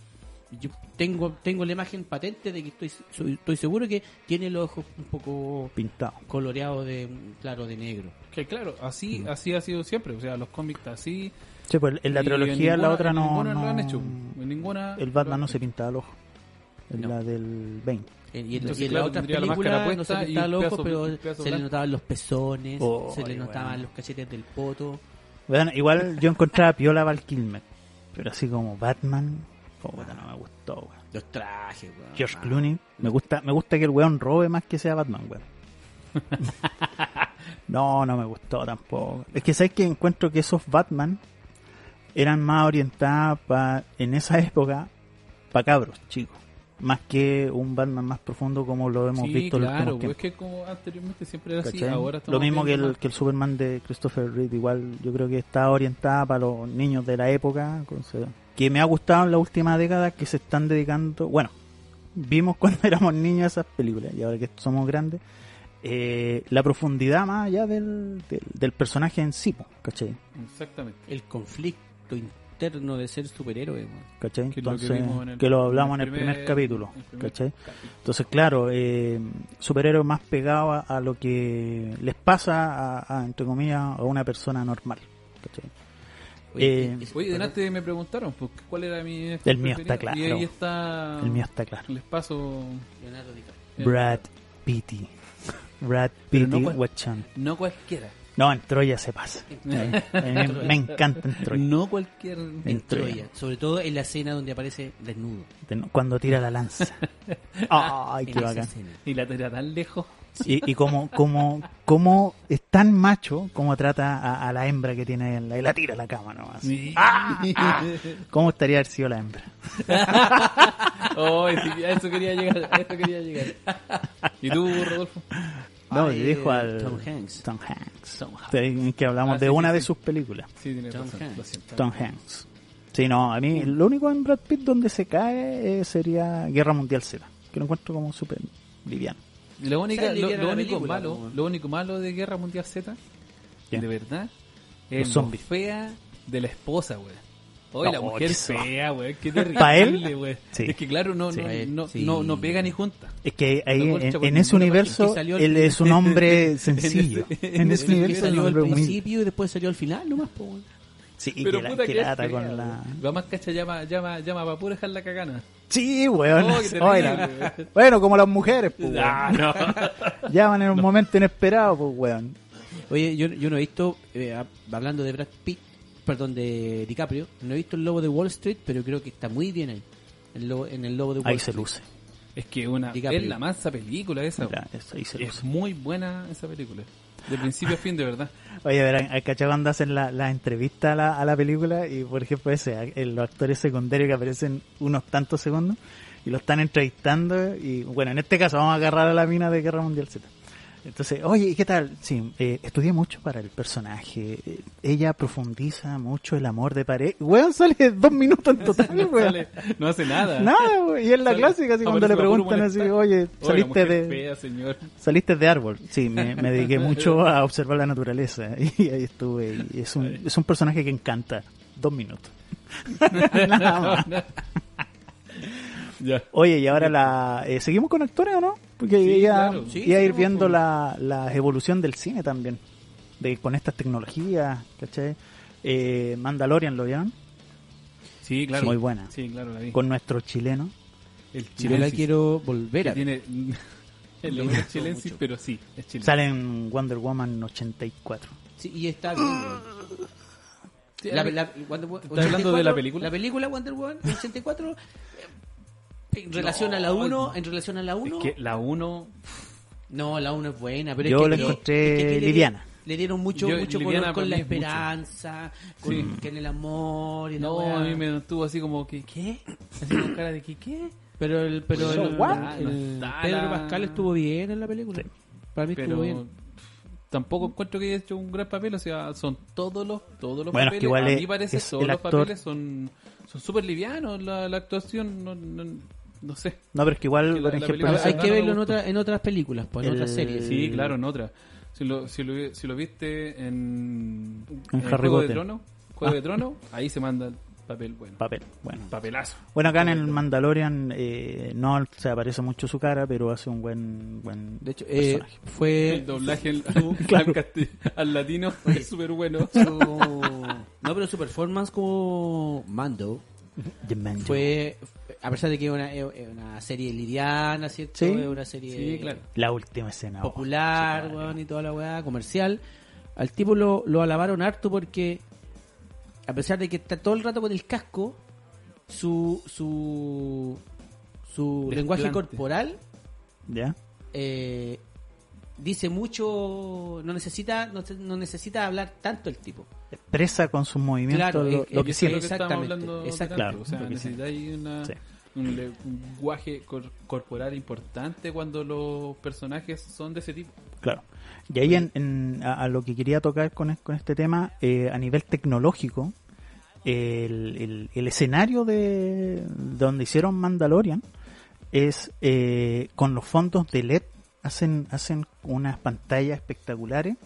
yo tengo, tengo la imagen patente de que estoy, soy- estoy seguro que tiene los ojos un poco pintado. coloreados de, claro, de negro. Que claro, así, así ha sido siempre. O sea, los cómics así. Sí, pues Mm. en la y trilogía en la ninguna- otra en no... Ninguna no- lo han hecho. En ninguna. El Batman lo- no se pintaba el ojo. En No. la del 20. Eh, Y en, Entonces, y en claro, la otra tendría la película máscara no se puesta y pintaba un los ojos, pedazo- pero un pedazo se le blanco. notaban los pezones, Oh, se le bueno. notaban los cachetes del poto. Bueno, igual yo encontraba piola Val Kilmer, pero así como Batman... oh, puta, no me gustó, weón. Los trajes, weón. George Clooney. Me gusta, me gusta que el weón robe más que sea Batman, weón. no, no me gustó tampoco. Es que sabes que encuentro que esos Batman eran más orientados pa- en esa época para cabros, chicos. Más que un Batman más profundo como lo hemos sí, visto en los claro, últimos pues, es tiempos. que como anteriormente siempre era así, ¿cachai? ahora lo estamos mismo que viendo el, más. que el Superman de Christopher Reeve, igual yo creo que está orientada para los niños de la época, entonces, que me ha gustado en la última década que se están dedicando, bueno, vimos cuando éramos niños esas películas y ahora que somos grandes, eh, la profundidad más allá del, del, del personaje en sí, po, ¿cachai? Exactamente. El conflicto interno de ser superhéroe, weón. ¿cachai? Que es lo que Entonces, vimos en el- que lo hablamos en en el el primer, primer- capítulo, el primer ¿cachai? Entonces, claro, eh, superhéroe más pegado a, a lo que les pasa, a, a, entre comillas, a una persona normal, ¿cachai? Eh, es- Oye, perdón. delante me preguntaron pues, cuál era mi. El mío está preferida, claro. Y ahí está. El mío está claro. Les paso. Leonardo DiCaprio. el- Brad Pitt. Brad Pero Pitt, no cual- Guachán. No cualquiera. No, en Troya se pasa. A mí me, me encanta en Troya. No cualquier. En Troya. Troya, sobre todo en la escena donde aparece desnudo. De- Cuando tira la lanza. Ay, En qué esa bacán. escena. Y la tira tan lejos. Y, y como, como, como es tan macho como trata a, a la hembra que tiene él. Ahí la tira a la cama nomás. ¡Ah! ¡Ah! ¿Cómo estaría haber sido la hembra? Oh, sí, a eso quería llegar. A eso quería llegar. ¿Y tú, Rodolfo? No, Ay, eh, le dijo al Tom Hanks. Tom Hanks. Tom Hanks. Sí, Que hablamos Ah, de sí, una sí, de sí. sus películas. Sí, tienes Tom razón. Hanks. Lo siento. Tom Hanks. Sí, no, a mí lo único en Brad Pitt donde se cae eh, sería Guerra Mundial Z, que lo encuentro como súper liviano. Lo única- Sale lo, bien lo la único película, malo, como- lo único malo de Guerra Mundial Z, Ya. de verdad, Los es lo zombies. fea de la esposa, güey. Oye, la No, mujer qué feo. fea, güey. Qué terrible, ¿Pa él? güey. Sí. Es que claro, no, no, Pa' él, no, sí. no, no pega ni junta. Es que ahí, Lo en, concha en con ese ninguna universo, parte. Y salió el- él es un hombre sencillo. En ese Que universo, es un salió al hombre humilde. principio y después salió al final nomás, po, weón. Sí, Pero que la, puta que que es lata fea, con güey. la... La más cacha llama, llama, llama para puro dejar la cagana. Sí, weón. Oh, qué terrible, Oye, la- weón. Ah, Bueno, como las mujeres, pues, weón. no. Llaman en un momento inesperado, pues, weón. Oye, yo, yo no he visto, eh, hab- hablando de Brad Pitt, perdón, de DiCaprio, no he visto el lobo de Wall Street, pero creo que está muy bien ahí. El lobo- en el lobo de Wall Ahí se Street. luce. Es que una, DiCaprio. es la mansa película esa. güey. Ya, es- ahí se Es luce. muy buena esa película. De principio a fin, de verdad. Oye, verán, hay cachado cuando hacen la, la entrevista a la, a la película y, por ejemplo, ese, a- el- los actores secundarios que aparecen unos tantos segundos y lo están entrevistando y, bueno, en este caso vamos a agarrar a la mina de Guerra Mundial Z. Entonces, oye, ¿y qué tal? Sí, eh, estudié mucho para el personaje. Eh, Ella profundiza mucho el amor de pared. Weón, sale dos minutos en total, weón. Sale, no hace nada. Nada, güey. Y es la Sale- clásica, así cuando le aparece para puro preguntan así, molestar. oye, Oye, saliste mujer de... fea, señor. Saliste de árbol, sí, me, me dediqué mucho a observar la naturaleza y ahí estuve. y es, un, es un personaje que encanta. Dos minutos. Nada más. Ya. Oye, y ahora la eh, seguimos con actores o no? Porque Sí, ya claro. Sí, iba a ir sí, viendo pues. la, la evolución del cine también, de con estas tecnologías, ¿cachai? Eh, Mandalorian lo vieron, Sí, claro. Muy buena. Sí, claro, la vi. con nuestro chileno. El Yo la chilensis. quiero volver Que a ver. tiene es lo menos chilensis, pero sí, es chilensis. Sale en Wonder Woman 84. Sí, y está bien, weón. Sí, La- hay- la- Wonder Woman ¿Estás hablando de la 84, película? La película Wonder Woman 84 eh, en relación a la 1, en relación a la 1. es que la 1 No, la 1 es buena, pero Yo es que la le- encontré es que le- liviana. Le dieron mucho, Yo- mucho color liviana para con mí la es mucho. esperanza, con, Sí. con el amor y la no, weá. a mí me estuvo así como que ¿qué? Así con cara de que ¿qué? Pero el, pero So el- ah, what? Pues, el- No está Pedro la- Pascal estuvo bien en la película. Para mí estuvo Pero bien. pff, tampoco encuentro que haya hecho un gran papel, o sea, son todos los todos los Bueno, es que papeles, igual a es- mí parece es todos el los actor- papeles son son súper livianos, la, la actuación no, no, no sé. No, pero es que igual, Que la- por la ejemplo, película- no sé- Hay que no me verlo en, gustó. otra, en otras películas, pues, en El- otras series. Sí, claro, en otra. Si lo, si lo, si lo viste en, En Harry Juego Potter. Ah. de Trono, Juego de Trono, ahí se manda el papel bueno. papel. Bueno. Papelazo. Bueno, acá en el Mandalorian eh, no se aparece mucho su cara, pero hace un buen, buen De hecho, eh, personaje. fue El doblaje al, al casti- al latino es súper bueno. su... No, pero su performance como Mando The Mandalorian. eh, fue, a pesar de que es una, es una serie liviana, ¿cierto? Sí. Es una serie Sí, claro. La última escena. ojo. popular, weón, y toda la weá comercial. Al tipo lo, lo alabaron harto porque, a pesar de que está todo el rato con el casco, su, su, su Desplante. lenguaje corporal ¿Ya? eh, dice mucho, no necesita, no, se- no necesita hablar tanto el tipo. Expresa con sus movimientos Claro, lo, es- lo es que que Eso es siente. lo que estábamos exactamente, hablando exacto. delante, Claro, o sea, lo que necesitáis una- Sí. un lenguaje cor- corporal importante cuando los personajes son de ese tipo. Claro. Y ahí en, en- a, a lo que quería tocar con, es- con este tema, eh, a nivel tecnológico, el, el- el escenario de donde hicieron Mandalorian es eh, con los fondos de LED, hacen, hacen unas pantallas espectaculares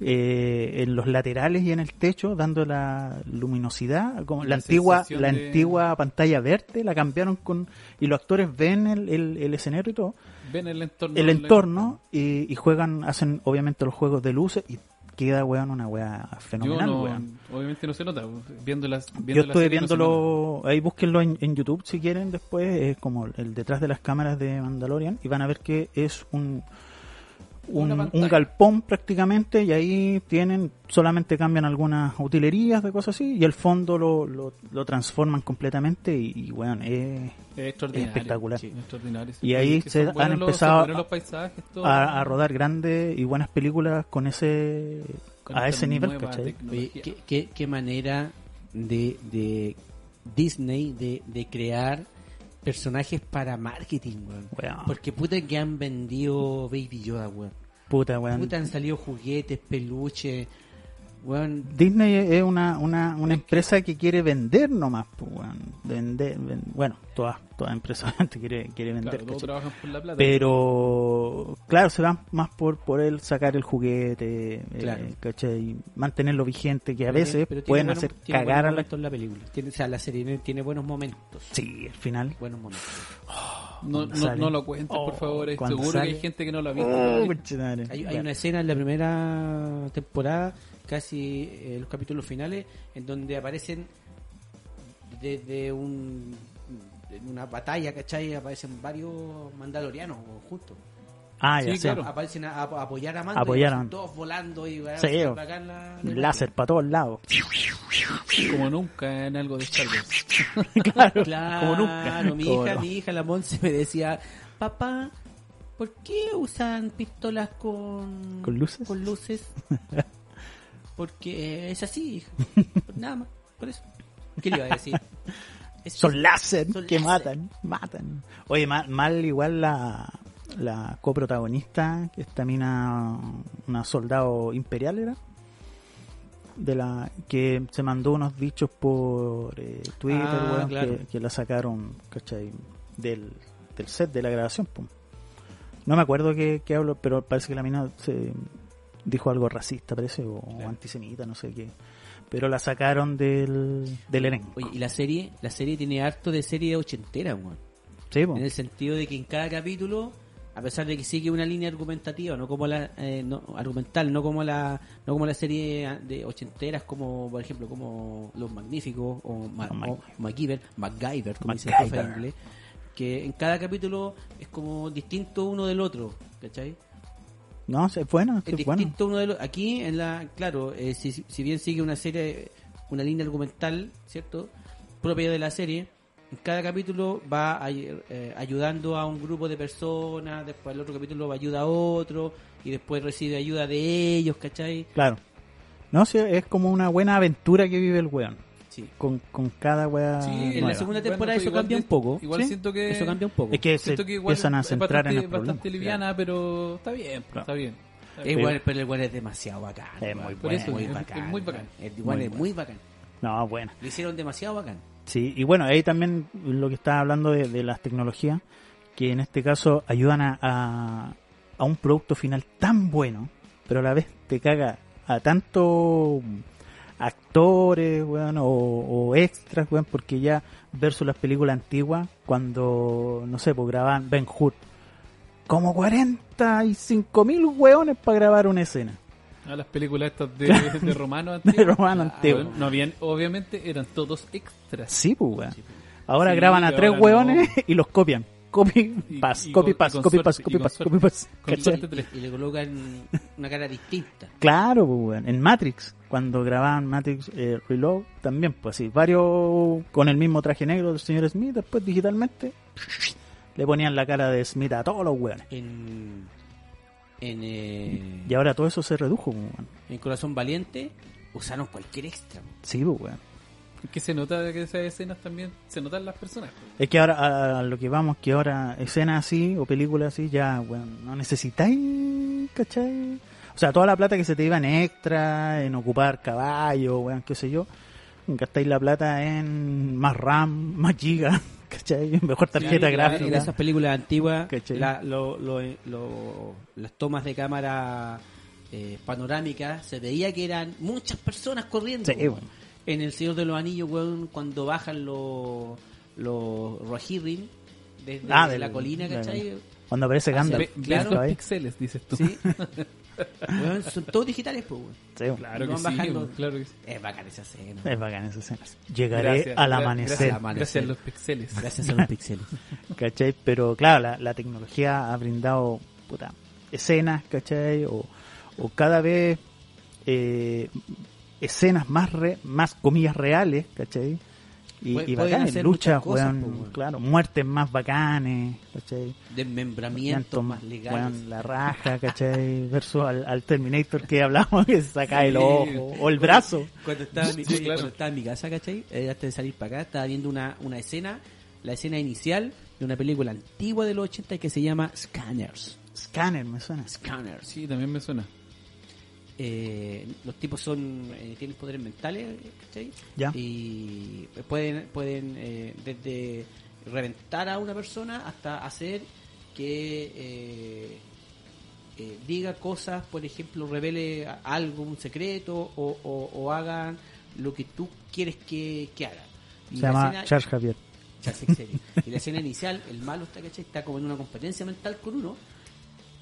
eh, en los laterales y en el techo, dando la luminosidad, como la, La antigua, sensación la de- antigua pantalla verde, la cambiaron con, y los actores ven el, el- el escenario y todo Ven el entorno. el entorno y, y juegan, hacen obviamente los juegos de luces y queda, weón, una weá Yo fenomenal, no, weón. obviamente no se nota. Viendo las, viendo Yo la estuve serie no se nota. viéndolo, ahí búsquenlo en, en YouTube si quieren después, es como el detrás de las cámaras de Mandalorian y van a ver que es un, un, Una un pantalla. galpón prácticamente y ahí tienen, solamente cambian algunas utilerías de cosas así y el fondo lo, lo, lo transforman completamente y, y weón, es Es extraordinario. espectacular. sí, extraordinario, sí. Y ahí Es que se son buenos han los- empezado son buenos a- los paisajes, todo. a, a rodar grandes y buenas películas con ese Con a esta ese nivel, nueva ¿cachai? Oye, tecnología. ¿qué, qué, qué manera de, de Disney de, de crear personajes para marketing, weón. Weón. Porque puta que han vendido Baby Yoda, weón. Puta, weón. Puta han salido juguetes, peluches. Weón, Disney es una, una, una empresa que quiere vender nomás, pues, weón. Vender, ven- bueno, todas toda empresa quiere, quiere vender. Claro, todos ¿cachai? trabajan por la plata. Pero, claro, se van más por, por el sacar el juguete, eh, Claro. ¿cachai? Mantenerlo vigente, que pero a tiene- veces pero tiene pueden buenos- hacer tiene buenos cagar a la... momentos la película. Tiene, o sea, la serie tiene- tiene buenos momentos. Sí, al final. Buenos momentos. no, no, sale. Oh, no lo cuentes, por favor. es cuando Seguro que sale. hay gente que no lo ha visto. Oh, conchetumare. Hay, hay Bueno. una escena en la primera temporada, casi eh, los capítulos finales, en donde aparecen desde un, en una batalla, ¿cachai? Aparecen varios mandalorianos juntos. Ah, Sí, ya, sí, claro. Aparecen a, a- a apoyar a Mando. y Apoyar a aparecen Mando. Todos volando y weón, Sí, súper o- bacán la- Un láser para todos lados. Como nunca en algo de Star Wars. claro, Claro, como nunca. mi Como hija, no. mi hija, la Monse me decía, papá, ¿por qué usan pistolas con, ¿Con luces? Con luces. Porque es así, hija. Nada más, por eso. ¿Qué le iba a decir? Es- Son láser Son que láser. matan, matan. Oye, mal, mal igual la, la coprotagonista, que es también una, una soldado imperial era, de la que se mandó unos bichos por eh, Twitter, Ah, weón, claro. que, que la sacaron, ¿cachai? Del, del set, de la grabación. pum. No me acuerdo qué, qué hablo, pero parece que la mina se dijo algo racista, parece, o antisemita, no sé qué. Pero la sacaron del, del elenco. Oye, y la serie, la serie tiene harto de serie ochentera, weón. Sí, po. En el sentido de que en cada capítulo, a pesar de que sigue una línea argumentativa, no como la eh, no, argumental, no como la no como la serie de ochenteras, como por ejemplo como Los Magníficos o, Ma- O Mag- o MacGyver, MacGyver, como dice el MacGyver. profe en inglés, que en cada capítulo es como distinto uno del otro, ¿cachai? No, sí, es bueno, sí, es es bueno. distinto uno de los aquí en la claro eh, si, si bien sigue una serie una línea argumental cierto propia de la serie en cada capítulo va ay- eh, ayudando a un grupo de personas después el otro capítulo ayuda a otro y después recibe ayuda de ellos ¿cachai? Claro. No, sí, es como una buena aventura que vive el weón. sí Con, con cada weá. Sí, en en la la Ah, nueva. segunda Bueno, temporada pero eso igual cambia de- un poco Igual Sí. siento que. eso cambia un poco Es que se siento que igual empiezan a es centrar bastante, en el problema. bastante liviana, pero está bien, Claro. está bien. Eh, igual, pero el weón es demasiado bacán Es weón. muy Por bueno, eso es- es muy bacán. weón. el igual Muy es muy bacán No, buena. lo hicieron demasiado bacán Sí, y bueno, ahí también lo que estaba hablando de, de las tecnologías, que en este caso ayudan a, a, a un producto final tan bueno, pero a la vez te caga a tanto actores, weón, o, o extras, weón, porque ya versus las películas antiguas, cuando, no sé, pues grababan Ben Hur, como 45 mil weones para grabar una escena A las películas estas de, de romano de antiguo. Ah, romano claro. antiguo. Bueno, no habían, obviamente eran todos extras. Sí, pues, weón. Ahora Sí, graban a y tres ahora hueones y los copian. Copy, Y- pas, y copy, con- pas, y con copy, pas, suerte, copy, y pas, con copy, pas. Con y, suerte tres. y le colocan una cara distinta Claro, pues, weón. En Matrix, cuando grababan Matrix eh, Reload, también, pues así, varios con el mismo traje negro del señor Smith, después digitalmente le ponían la cara de Smith a todos los hueones. en en, eh, Y ahora todo eso se redujo, pues, weón. en Corazón Valiente usaron cualquier extra. po. Sí, pues, weón. Que se nota de que esas escenas también se notan las personas. Es que ahora a lo que vamos, que ahora escenas así o películas así, ya, weón, no necesitáis, ¿cachai? O sea, toda la plata que se te iba en extra, en ocupar caballo, weón, qué sé yo, gastáis la plata en más RAM, más giga, ¿cachai? Mejor tarjeta claro, En gráfica. esas películas antiguas, ¿Cachai? la- lo- lo- lo- las tomas de cámara eh, panorámicas se veía que eran muchas personas corriendo. Sí, po. bueno. En El Señor de los Anillos, weón, cuando bajan los los Rohirrim desde Ah, de del- la colina, del- ¿cachai? Cuando aparece Gandalf, Ve, vean claro, los ahí. pixeles, dices tú. Sí. Weón, son todos digitales, pues. weón. Sí, weón. Claro, Lo que van sí, pues, bajando. claro que sí. Es bacán esa escena. Es bacán esas escenas. Llegaré al gra- amanecer, Gracias, gracias a los pixeles. Gracias a los pixeles. ¿cachai? Pero claro, la, la tecnología ha brindado puta, escenas, ¿cachai? O, o cada vez eh, escenas más, re- más comillas reales, ¿cachai? Y, Pue- y pueden bacanes, hacer luchas, muchas cosas, weón, po, weón. claro, muertes más bacanes, ¿cachai? Desmembramientos más Weón, legales. la raja, ¿cachai? Versus al, al Terminator que hablamos que se saca el ojo o el brazo. Cuando estaba, en mi, Sí, oye, claro. cuando estaba en mi casa, ¿cachai? Eh, antes de salir para acá, estaba viendo una, una escena, la escena inicial de una película antigua de los 80 que se llama Scanners. Scanner, me suena. Scanners. Sí, también me suena. eh, los tipos son eh, tienen poderes mentales, ¿cachai? Ya. Y pueden, pueden eh, desde reventar a una persona hasta hacer que eh, eh, diga cosas, por ejemplo, revele a- algo, un secreto, o, o- o hagan lo que tú quieres que, que hagan. Y Se la llama escena- Charles Javier. Charles Xavier. Y la escena inicial, el malo está, ¿cachai? Está como en una competencia mental con uno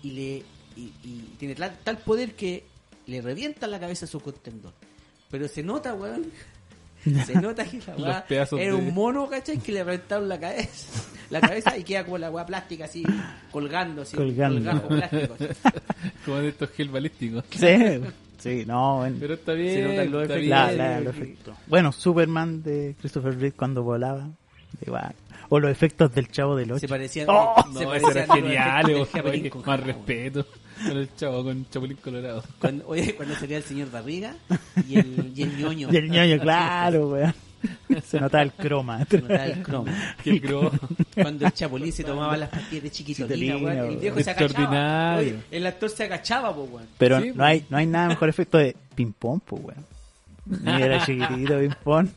y le y, y tiene tal, tal poder que le revienta la cabeza a su contendor. Pero se nota, weón. Se nota que la Los weá pedazos era de- un mono, ¿cachai? Que le reventaron la cabeza, la cabeza y queda como la weá plástica así, colgando, así, Colgando. colgajo plástico. así. Como de estos gel balísticos. Sí, sí, no, bueno. Pero está bien. Se notan los está efectos. bien. La- la- y- los efectos. Bueno, Superman de Christopher Reeve cuando volaba. igual. O los efectos del Chavo del Se Ocho. parecían. ¡Oh! se No, eso parecían a era los efectos genial, del oye, Chapulín con más Colorado, weón. respeto. Con el chavo, con Chapulín Colorado. Cuando, oye, cuando salía el señor Barriga y el, y el ñoño. Y el ñoño, claro, weón. Se notaba el croma. Se notaba el croma. Que el gro- Cuando el Chapulín se tomaba las pastillas de chiquitolina, Chiquitolina, weón, el weón. viejo se agachaba. Extraordinario. Oye, el actor se agachaba, po, weón. Pero Sí, pues. no, hay, no hay nada mejor efecto de ping-pong, pues, weón. Mira, chiquitito, ping-pong.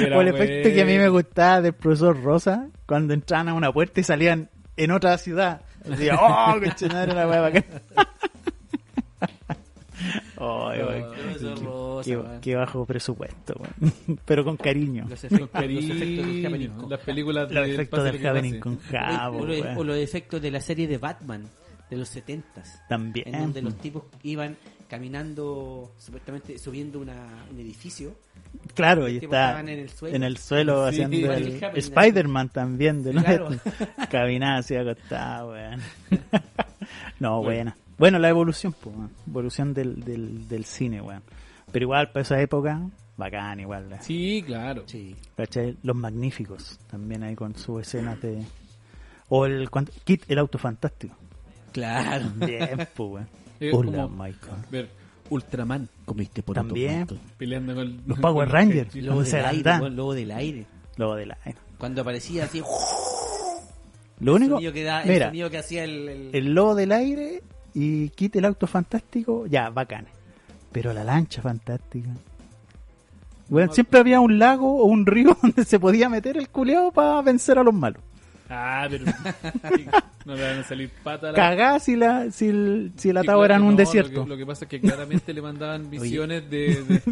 Era O el efecto que a mí me bueno. gustaba del profesor Rosa, cuando entraban a una puerta y salían en otra ciudad. Decía, oh, cochenar una hueá bacán. Ay, weón, Pero eso es qué- rosa, qué, weón. qué bajo presupuesto, weón. pero con cariño. Los Con Ah, efectos, los efectos del Javelin cariño, Con- Las películas Los del efectos pase del lo que Javelin pase. con Jabo, o, los- o weón. los efectos de la serie de Batman de los 70s. También. En donde los tipos iban caminando, supuestamente subiendo una, un edificio. Claro, y tipos está estaban en el suelo. en el suelo Sí, haciendo igual que el el Javelin. Spider-Man también, de Claro. nuevo. Caminaba así acostado, weón. No, buena. Bueno, la evolución, pues, weón. Evolución del, del, del cine, weón. Pero igual, para esa época, bacán, igual. weón. Sí, claro. Sí. ¿Cachai? Los magníficos, también ahí con sus escenas de. O el. ¿cuánto? Kit, el auto fantástico. Claro. Bien, pues, weón. Eh, Hola, como- Michael. Ver Ultraman Comiste por También, peleando con Los con Power Rangers. cachitos. Lobo Como del, aire, Sarandá. weón, lobo del aire. lo de la. Cuando aparecía así, Lo el, único. sonido que, da, el mira, sonido que hacía el, el- el lobo del aire y quite el auto fantástico, ya, bacán. Pero la lancha fantástica. Bueno, siempre había un lago o un río donde se podía meter el culeado para vencer a los malos. Ah, pero. no le van a salir patas a la- Cagá si, la, si, el, si el Sí, atado claro era en que un no, Lo desierto. que, lo que pasa es que claramente le mandaban visiones de, de-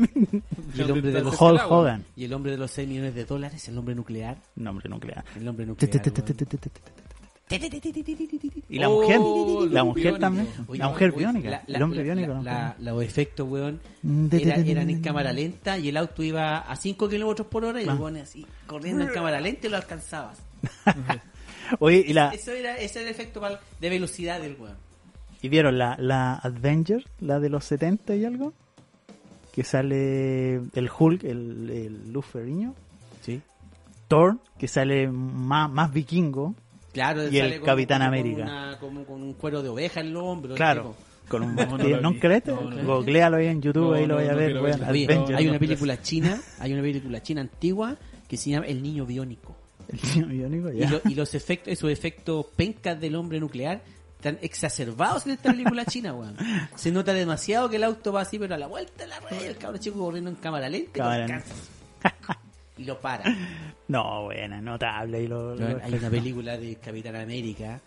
Y el hombre de los Hulk Hogan. y el hombre de los 6 millones de dólares, el hombre nuclear. Nombre nuclear. El hombre nuclear. weón. Y la Oh, mujer, los la mujer biónicos. también. Oye, La mujer oye, biónica, la- la- el hombre la- biónico. la- ¿no? la- Los efectos, weón, Mm, de- era- de- de- eran en de- cámara lenta y el auto iba a 5 kilómetros por hora y Ah. lo pones así, corriendo en cámara lenta y lo alcanzabas. Oye, y, la, Eso era, ese era el efecto pal- de velocidad del weón. ¿Y vieron la, la Avenger, la de los 70 y algo? Que sale el Hulk, el, el Luferiño. Sí. Thor, que sale más, más vikingo. Claro, Y el Capitán América. Con una- como con un cuero de oveja en el hombro. tipo. Claro. Con un No, no vestido- lo ¿No vi. creíste? No, no. Googlealo ahí en YouTube, No, ahí no, lo voy a no ver. quiero weón. verlo. Oye, Avenger. hay no, una no, película china, hay una película china antigua que se llama El Niño Biónico. El niño biónico, Y, ya. lo- y los efectos, esos efectos pencas del hombre nuclear están exacerbados en esta película china, weón. Se nota demasiado que el auto va así, pero a la vuelta de la rueda, el cabrón chico corriendo en cámara lenta y lo Cámara alcanza. y lo para. No, buena, notable. Y lo, lo- Hay una película de Capitán América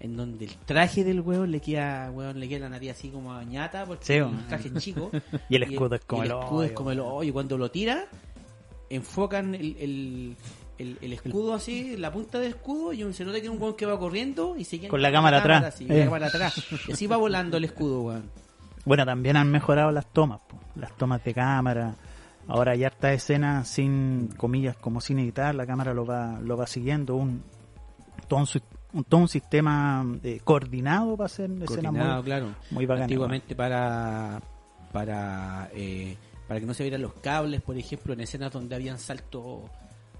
en donde el traje del weón le queda, weón, le queda la nariz así como a ñata, porque Sí, weón. el traje es chico. Y el escudo es como y el el escudo es hoyo, como el hoyo. Y cuando lo tira, enfocan el, el, el- el escudo así, la punta del escudo, y un- se nota que es un weón que va corriendo y se queda Con la cámara atrás. así, con la Eh. cámara atrás. Y así va volando el escudo, weón. Bueno, también han mejorado las tomas, po. las tomas de cámara. Ahora ya esta escena sin comillas, como sin editar, la cámara lo va, lo va siguiendo, un todo un, sis- un- todo un sistema eh, coordinado para hacer escenas Coordinado, muy, claro. muy bacanas, Antiguamente para para eh, para que no se vieran los cables, por ejemplo, en escenas donde habían salto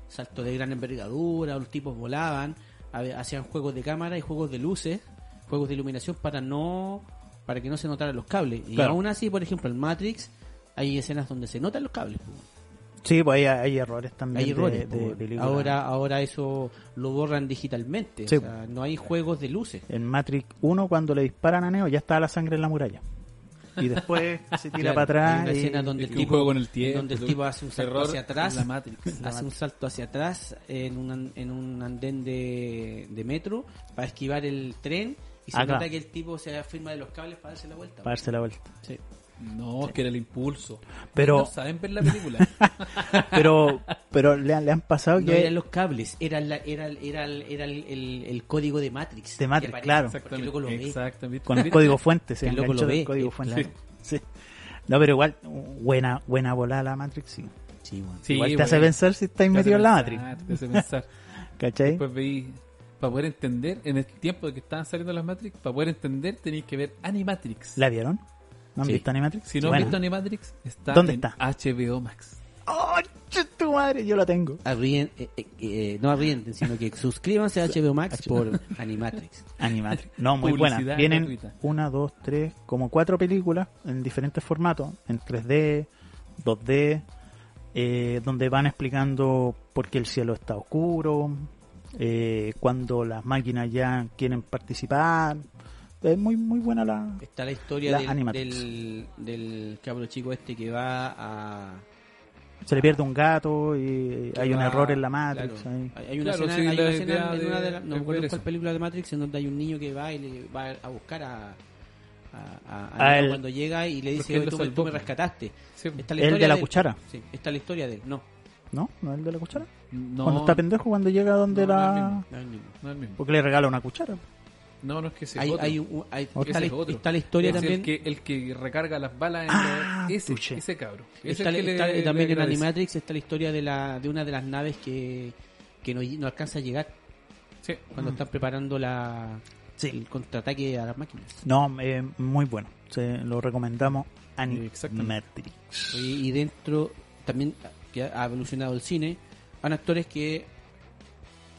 salto de gran envergadura, o los tipos volaban, hab- hacían juegos de cámara y juegos de luces, juegos de iluminación para no para que no se notaran los cables. Y Claro. aún así, por ejemplo, en Matrix hay escenas donde se notan los cables. pues. weón. Sí, pues hay, hay errores también. Hay de- errores. de po. película. ahora, ahora eso lo borran digitalmente. Sí. O sea, no hay juegos de luces. En Matrix 1, cuando le disparan a Neo, ya está la sangre en la muralla. Y después se tira Claro, para hay una atrás. y- escena donde Es el que un tipo, juego con el tiempo. donde el tú- tipo hace un salto Terror hacia atrás. en La Matrix. hace un salto hacia atrás en un, an- en un andén de, de metro para esquivar el tren y se Acá. nota que el tipo se afirma de los cables para darse la vuelta. Para darse la vuelta. Sí. No, es que era el impulso. Pero, No saben ver la película. pero, pero le, han- le han pasado No que. eran los cables, era, la- era, el- era, el- era el, el- el código de Matrix. De Matrix, que aparece, claro. porque luego lo ve. Exactamente. con el código fuente, se El loco enganchó lo del ve, código eh, fuente. claro. Sí. No, pero igual, buena, buena volada la Matrix, sí. Sí, bueno. Sí, igual te bueno, hace pensar si estáis te hace metido en la pensar, Matrix. Te hace pensar. ¿Cachai? Después veí, para poder entender, en el tiempo de que estaban saliendo las Matrix, para poder entender tenéis que ver Animatrix. ¿La vieron? ¿No han Sí. visto Animatrix? Si no Buena. has visto Animatrix, está ¿Dónde en está? HBO Max. ¡Oh, chu- tu madre! Yo la tengo. Arrien- eh, eh, eh, no arrienten, sino que suscríbanse a HBO Max por Animatrix. Animatrix. No, muy Publicidad buena. Vienen gratuita. una, dos, tres, como cuatro películas en diferentes formatos, en 3D, 2D, eh, donde van explicando por qué el cielo está oscuro, eh, cuando las máquinas ya quieren participar. Es muy, muy buena la... Está la historia La del, Animatrix. del, del cabro chico este que va a... Se le pierde un gato y hay un Ah, error en la Matrix. claro. ahí. Hay hay una Claro, escena, sí, hay la una escena idea en una de- de las- no de me acuerdo ver cuál eso. película de Matrix en donde hay un niño que va y le va a buscar a a- a- a Ah, Neo el- cuando llega y le dice que él "Oye, lo tú, me- salvó, tú me pues. rescataste Sí. está El de la él. cuchara. sí, está la historia de él no ¿No? ¿No es el de la cuchara? No, Cuando está pendejo, cuando llega No, donde no es la... el mismo. no, hay ningún- no es el mismo. Porque le regala una cuchara. No, no es que ese hay, otro. hay un- hay- Otro. está, la, Ese es otro. está la historia Es también El que, el que recarga las balas en Ah, la- ese, puche. ese cabro. Ese está, es el que está- le- también le en agradece. Animatrix está la historia de la de una de las naves que que no, no alcanza a llegar Sí. cuando están preparando la Sí. el contraataque a las máquinas No, eh, muy bueno. Se lo recomendamos Exactamente. Animatrix. Y, y dentro también que ha evolucionado el cine, han actores que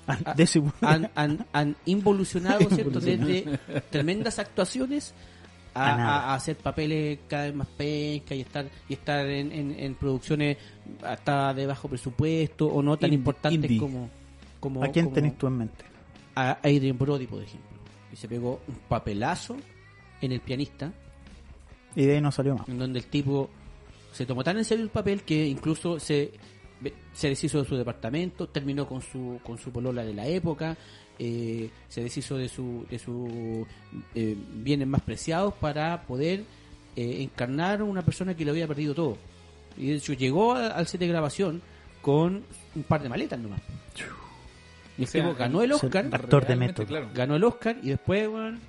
Ah, de ese- han, han, han involucionado, ¿cierto? Desde tremendas actuaciones a, A nada. a- a hacer papeles cada vez más penca y estar y estar en, en- en producciones hasta de bajo presupuesto o no tan Indie. importantes Indie. como, como ¿A quién como tenés tú en mente? a Adrien Brody, por ejemplo, y se pegó un papelazo en El pianista, Y de ahí no salió más. en donde el tipo se tomó tan en serio el papel que incluso se, se deshizo de su departamento, terminó con su, con su polola de la época, eh, se deshizo de sus de su, eh, bienes más preciados para poder eh, encarnar una persona que lo había perdido todo. Y de hecho llegó a- al set de grabación con un par de maletas nomás. Y el O sea, tipo ganó el se- Oscar Actor de Realmente, método. claro. ganó el Oscar y después, weón,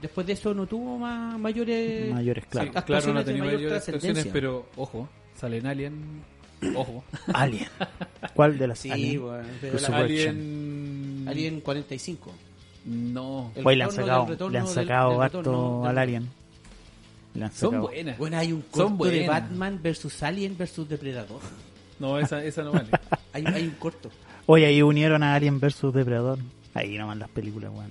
después de eso no tuvo más mayores, Mayores, claro. actuaciones Claro, no de tenía mayor mayores actuaciones, trascendencia. pero ojo, salen Alien. Ojo. Alien. ¿Cuál de las Sí, Alien? weón, pero Por la- supuesto. Alien. Alien 45. No. El Hoy le han retorno sacado, del retorno le han del- sacado del harto retorno del- al Alien. Le han Son sacado. buenas. Bueno, hay un Son corto de buenas. Batman versus Alien versus Depredador. No, esa, esa no vale. Hay, hay un corto. Hoy ahí unieron a Alien versus Depredador. Ahí nomás las películas, weón.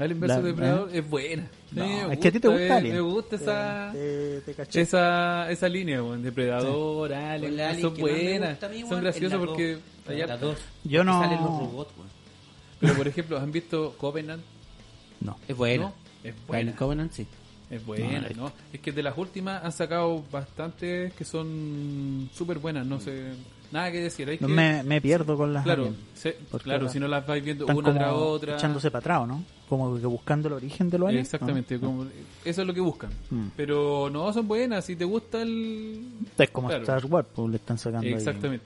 Alien vs La- Depredador es buena. No, Sí, me es que a ti te gusta eh, Alien. Me gusta esa, Te, te caché. esa, esa línea, weón. Depredador, Alien, Con la Alien son que más me buenas. gusta a mí, weón, son es graciosas la porque... dos. hay La hartas. dos. Yo no- Que Salen los robots, weón. Pero, por ejemplo, ¿han visto Covenant? No. Es bueno. No, es Alien buena. Covenant, sí. Es No, buena, no la he ¿no? Es que de las últimas han sacado bastantes que son súper buenas, no sé... Nada que decir. Hay No, que- me, me pierdo con las Claro, Alien. se- Porque claro ahora si no las vais viendo Están una tras como otra... echándose para atrás, ¿o ¿no? Como que buscando el origen de los aliens. ¿no? Exactamente, como- ah. eso es lo que buscan. Mm. Pero no, son buenas, si te gusta el... Es como Claro. Star Wars, pues le están sacando ahí. Exactamente.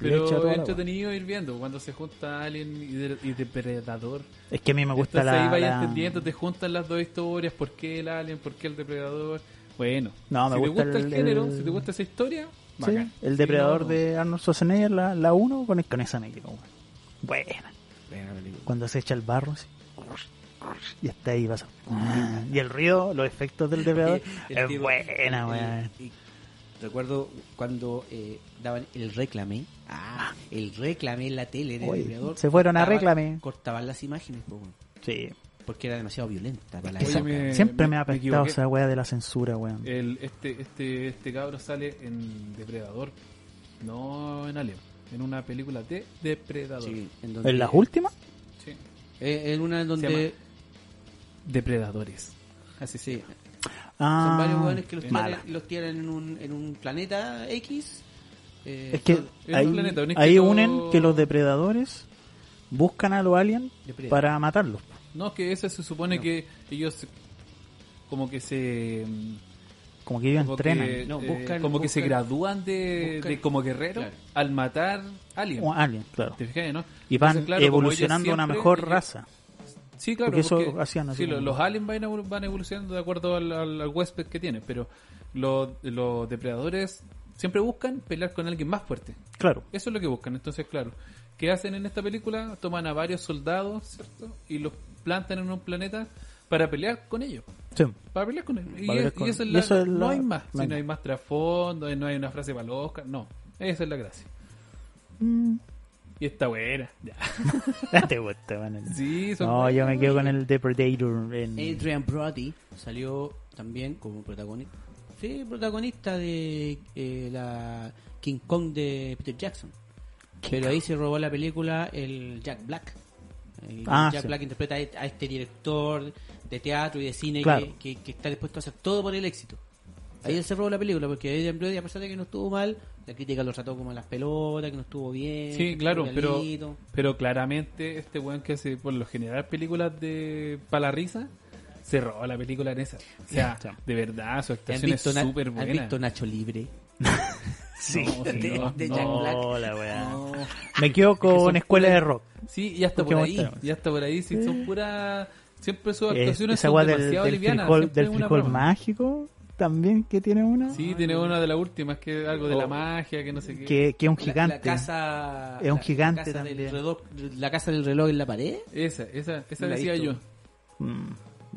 Le echa toda Pero la es entretenido ir viendo cuando se junta Alien y, de- y Depredador. Es que a mí me gusta Entonces la, ahí vayas la- entendiendo, te juntan las dos historias, por qué el Alien, por qué el Depredador. Bueno, No, me si gusta te gusta el, el- género, el- si te gusta esa historia, Sí, bacán. el Si depredador no, no. de Arnold Schwarzenegger, la, la 1, con, con esa me quedo, weón. Buena. Cuando se echa el barro, así. Y está ahí, pasa. Y el ruido, los efectos del depredador, El es tipo- buena, el- weón. el- y- Recuerdo cuando eh, daban el reclame. Ah, el reclame en la tele en el Oye, Depredador. se fueron a Cortaba- Réclame. Cortaban las imágenes, po, weón, Sí. porque era demasiado violenta para la Oye, época. me- Siempre Eh, me- me ha me apestado equivoqué. Eh, esa weá de la censura, weón. El, este, este, este cabro sale en Depredador. No en Alien, en una película de Depredador. Sí, en, donde- eh, ¿En las últimas? Sí. eh, en una en donde. llama- Depredadores. Así sí. Ah, Son varios hueones que los mala. tienen, los tienen en, un, en un planeta X. eh, Es que un ahí, planeta, un ahí esqueleto- unen que los depredadores buscan a los aliens Depredador. para matarlos. No, que eso se supone que ellos se- como que se mm, Como que ellos como entrenan. que, No, eh, buscan- como que se buscan- gradúan de, buscan- de como guerreros Claro. al matar aliens. O aliens, claro. ¿Te fijas, no? Y van Entonces, claro, como evolucionando a ellos una siempre- mejor ellos- raza. Sí, claro. Porque eso porque- hacían así sí, lo- como- los aliens van, evol- van evolucionando de acuerdo al, al- al huésped que tienen, pero los, los depredadores siempre buscan pelear con alguien más fuerte. Claro. Eso es lo que buscan. Entonces, claro, ¿qué hacen en esta película? Toman a varios soldados, ¿cierto? Y los plantan en un planeta para pelear con ellos. Sí. Para pelear con ellos. Y, Para es- pelear con y eso es ellos. la- Y eso es No la- hay más. no Si hay no hay más trasfondo, no hay una frase para los Oscar. No. Esa es la gracia. Y está buena. Ya. Te gusta, bueno. Sí, son Eh, No, yo me quedo con el Depredator. en- Adrian Brody salió también como protagonista. Sí, protagonista de eh, la King Kong de Peter Jackson. Pero ahí se robó la película el Jack Black. El Ah, Jack sí. Black interpreta a este director de teatro y de cine Claro. que, que- que está dispuesto a hacer todo por el éxito. Ahí él se robó la película porque Adrian Brody, a pesar de que no estuvo mal, la crítica lo trató como las pelotas, que no estuvo bien. que Sí, estuvo claro, pero, malito. pero claramente este weón que hace por lo general películas de para la risa se robó la película en esa. O sea, Sí. de verdad, su ¿Han actuación es visto, Na- súper ¿Han buena. visto Nacho Libre? Sí. No, señor, de no, Jack Black. Hola, weá. no. Me quedo con son Escuela de puras- Rock. Sí, y hasta Porque por ahí, mostraron. y hasta por ahí, sí, son puras siempre sus Es- actuaciones Eh, esa son weá del, demasiado del livianas, frijol, siempre del es una frijol broma. mágico también que tiene una. Sí, tiene una de las últimas que algo de la magia, que no sé qué. Oh, Que, que es un La- gigante. La, casa, Es un la- gigante la casa del también. reloj- la casa del reloj en la pared. Esa, esa, esa No la he decía yo. visto. Mm.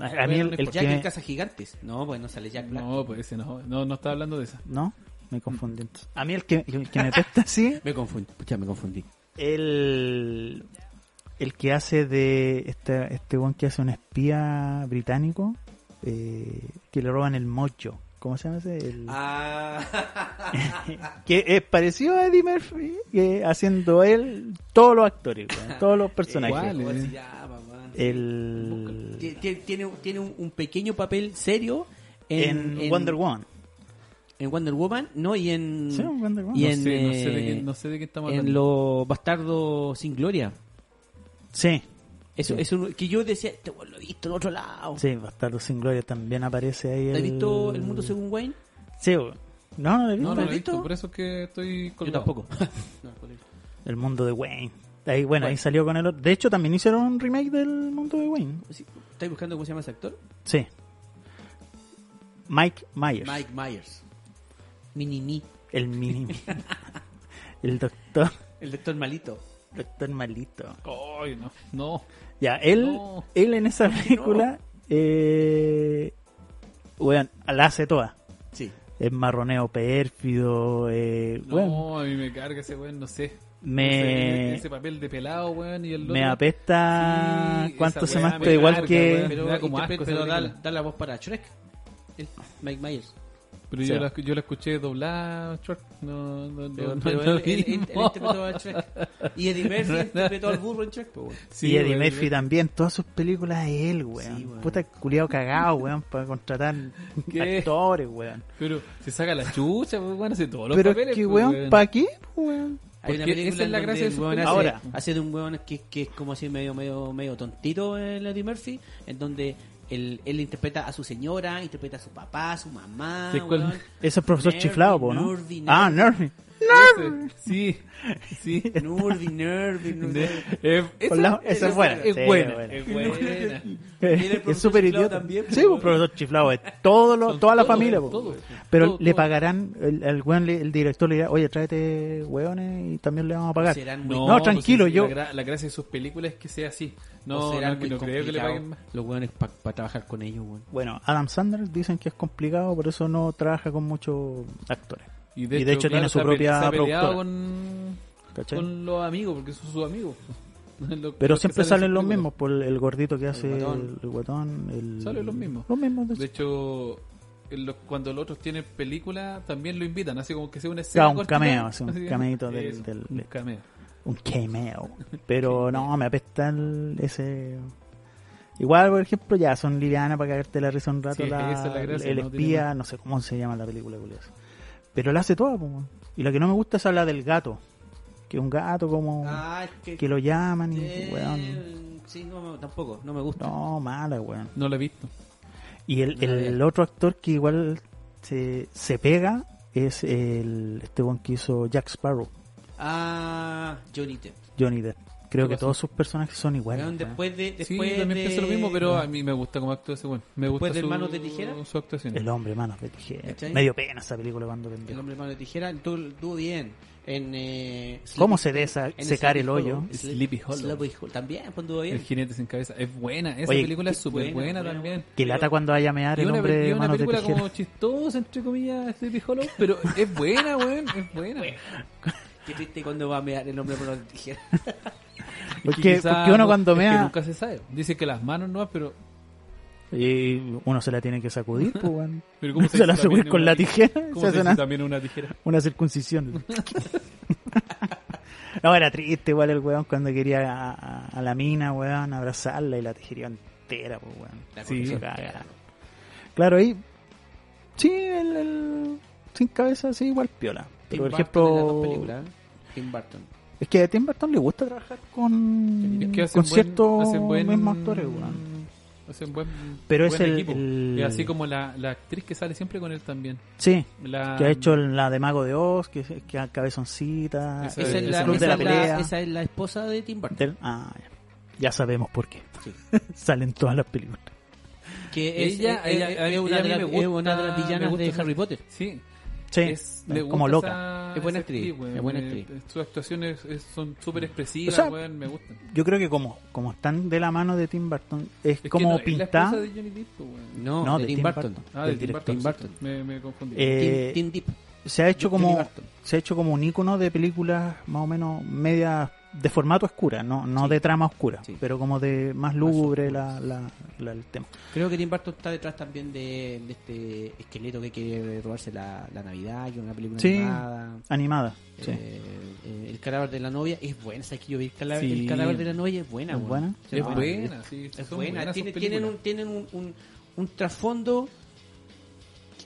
A a mí el, el Jack en que... casa gigantes. No, pues no sale Jack Black. No, pues ese no, no, no está hablando de esa. ¿No? Me Mm. confundí. entonces. A mí el que, el que me pesta así Me confundí. Pucha, me confundí. el el que hace de este este one que hace un espía británico eh, que le roban el mocho ¿cómo se llama ese? El- Ah. Ah. que es parecido a Eddie Murphy que haciendo él todos los actores weón, todos los personajes ¿Cuál, ¿Cómo eh? se llama, man? el Tie- tie- Tiene, tiene un, un pequeño papel serio en, en, Wonder Woman en Wonder Woman, no, y en, Sí, en Wonder Woman. y No en, sé, no sé de eh, qué, no sé de qué estamos hablando. en Los Bastardos Sin Gloria. sí Eso, Sí. es un- que yo decía, este weón lo he visto en otro lado. sí Bastardo sin Gloria también aparece ahí ¿Has el... visto El Mundo Según Wayne? sí weón. no no lo he visto No, no lo he visto? visto, por eso es que estoy Yo colgado. tampoco. No, por ahí. El mundo de Wayne. Ahí, bueno, ahí salió con el otro. De hecho, también hicieron un remake del mundo de Wayne. Sí, ¿Estáis buscando cómo se llama ese actor? Sí. Mike Myers. Mike Myers. Minimi. El mínimo. el doctor. El doctor malito. Doctor malito. Ay, no, no. Ya, él, No. él en esa película. Eh, bueno, la hace toda. Sí. Es marroneo pérfido. Eh, No, bueno, a mí me carga ese weón, no sé. me. Ese, ese papel de pelado, weón, y el me otro. apesta Sí, cuánto esa se weá más me pero igual carga, que weón. Pero, Me da como interpre- asco pero esa da, película. da la voz para Shrek. El Mike Myers. Pero yo, la, yo la escuché doblada, Shrek. No, no, no. Pero, no, pero no él, él- él- él mismo. interpretó a Shrek. Y Eddie Murphy interpretó al burro en Shrek. pues, po, weón. Sí, y Eddie weón, Murphy weón. también, todas sus películas es él, weón. Sí, weón. Puta culiado cagado, weón, para contratar ¿Qué? actores, weón. Pero se saca la chucha, pues, weón, hace todos los Pero papeles. es que, pues, weón, ¿para qué, pues, weón? Hay una Porque película esa es la en donde gracia de el su weón hace, película. Ahora. hace de un weón que, que es como así medio medio medio tontito el Eddie Murphy, en donde él, él interpreta a su señora, interpreta a su papá, a su mamá. Sí, ¿cuál? weón. Ese es profesor Nerdy, chiflado, po, ¿no? nerdy, Ah, Nerdy. Ese, Sí, sí. Nerdy, nerdy, nerdy. Eh, esa, Hola, esa es buena. Es Sí, buena. Eh, buena. Es buena. Es súper idiota. sí, pues, profesor chiflado, es todo lo, toda la todos, familia, po. todos, Pero todos, le todos. pagarán, el, el weón, le- el director le dirá, oye, tráete weones y también le vamos a pagar. Serán muy- No, pues, tranquilo, sí, yo. La, gra- la gracia de sus películas es que sea así. No, No, no, será que muy no creo que le complicado paguen más. Los weones para trabajar con ellos, weón. Bueno, Adam Sanders dicen que es complicado, por eso no trabaja con muchos actores. Y de hecho tiene se su ha pe- propia se ha peleado productora. con, ¿Cachai? con los amigos, porque son sus amigos. pues, Los- Pero los que siempre en salen sus los mismos, películas. por el gordito que hace el guatón. el guatón. el- Salen los mismos. Los mismos, de De hecho. hecho, en los- cuando los otros tienen película, también lo invitan, así como que sea una escena. Claro, un cortita, cameo, así, un así que- cameíto del- Eso, del- un del- cameo. Un cameo. Pero no, me apesta el- ese. Igual, por ejemplo, ya son livianas para cagarte la risa un rato. Sí, es que la- esa es la gracia, el no tiene espía, más. no sé cómo se llama la película, curioso. Pero la hace toda, po, weón. Y la que no me gusta es la del gato. Que un gato como. Ah, que, que lo llaman y, eh, weón. Sí, no, me- tampoco, no me gusta. No, mala, weón. No lo he visto. Y el, el otro actor que igual se, se pega es el este weón que hizo Jack Sparrow, Ah, Johnny Depp. Johnny Depp. Creo ¿Qué que pasó? todos sus personajes son iguales. Weón, weón. después de. Después Sí, yo también de- pienso lo mismo, pero a mí me gusta cómo actúa ese bueno. Me gusta Después de su, Manos de Tijera. su actuación. El hombre, manos de tijera. ¿Cachai? Me dio pena esa película cuando El vendió. hombre mano de tijera tú- estuvo bien. En, eh, ¿Cómo Sleepy- se ve esa- en secar el Sleepy hoyo? Hollow. Sleepy Hollow. Sleepy Hollow. También, pues, estuvo El bien. jinete sin cabeza. Es buena, esa Oye, película es súper buena, buena, buena, también. Que lata cuando vaya a mear Y el una, hombre y de una manos de película tijera. como chistosa, entre comillas, Sleepy Hollow, pero es buena, weón, es buena. Qué triste cuando va a mear el hombre mano de tijera. Porque, Quizá porque uno no- cuando es que mea, nunca se sabe. Dice que las manos no, pero... y uno se la tiene que sacudir, pues, weón. pero ¿cómo se, dice la también sacudir en con una la tijera. ¿Cómo Se hace se una, dice también una tijera? una circuncisión. no, era triste igual el weón cuando quería a, a- a la mina, weón, abrazarla y la tijería entera, pues, weón. La Sí, corrección. caga. Claro, ahí. Sí, el, el- sin cabeza, sí, igual piola. Pero, por Tim Burton en las dos ejemplo, películas, ¿eh? Tim Burton. Es que a Tim Burton le gusta trabajar con, Es que hacen con buen- ciertos hacen buen- Mm, mismos actores, weón. Hacen buen, Pero buen es el- equipo. el- Y así como la, la actriz que sale siempre con él también. Sí, La, Ah. que ha hecho la de Mago de Oz, que, que a cabezoncita, Esa Esa Eh, es el la- club de esa la es la- pelea. esa es la esposa de Tim Burton. Del- ah, ya. Ya sabemos por qué. Sí. Salen todas las películas. Que es, eh, Ella- es- ella- es- a mí- es una ella a de mí las- me gusta- es una de las me villanas gusta de esa- Harry Potter. Sí. Sí, Es, le gusta como loca. esa- Es buena esa actriz, weón. es buena Eh, actriz. Sus actuaciones es- son súper expresivas, Mm. O sea, weón, me gustan. Yo creo que como, como están de la mano de Tim Burton, es, Es que como no, es la esposa pintada. de Johnny Depp, pues, weón. No, No, de, Tim, Burton. Ah, de del Tim director. Burton. Tim Burton. Me, me confundí. Eh, Tim, Tim Deep. se ha hecho Johnny como Burton. se ha hecho como un icono de películas más o menos medias de formato oscura, no, no de trama oscura, Sí. pero como de más lúgubre la, la- la- el tema. Creo que Tim Burton está detrás también de, de este esqueleto que quiere robarse la, la Navidad, que es una película Sí. animada. Animada, sí. Eh, eh, el cadáver de la novia es buena, ¿sabes que yo vi el cadáver, Sí. el cadáver de la novia? Es buena, ¿Es weón. buena? Sí, es no, buena, sí. Es son buena, buenas sus tiene- tienen, un, películas. tienen un, un, un trasfondo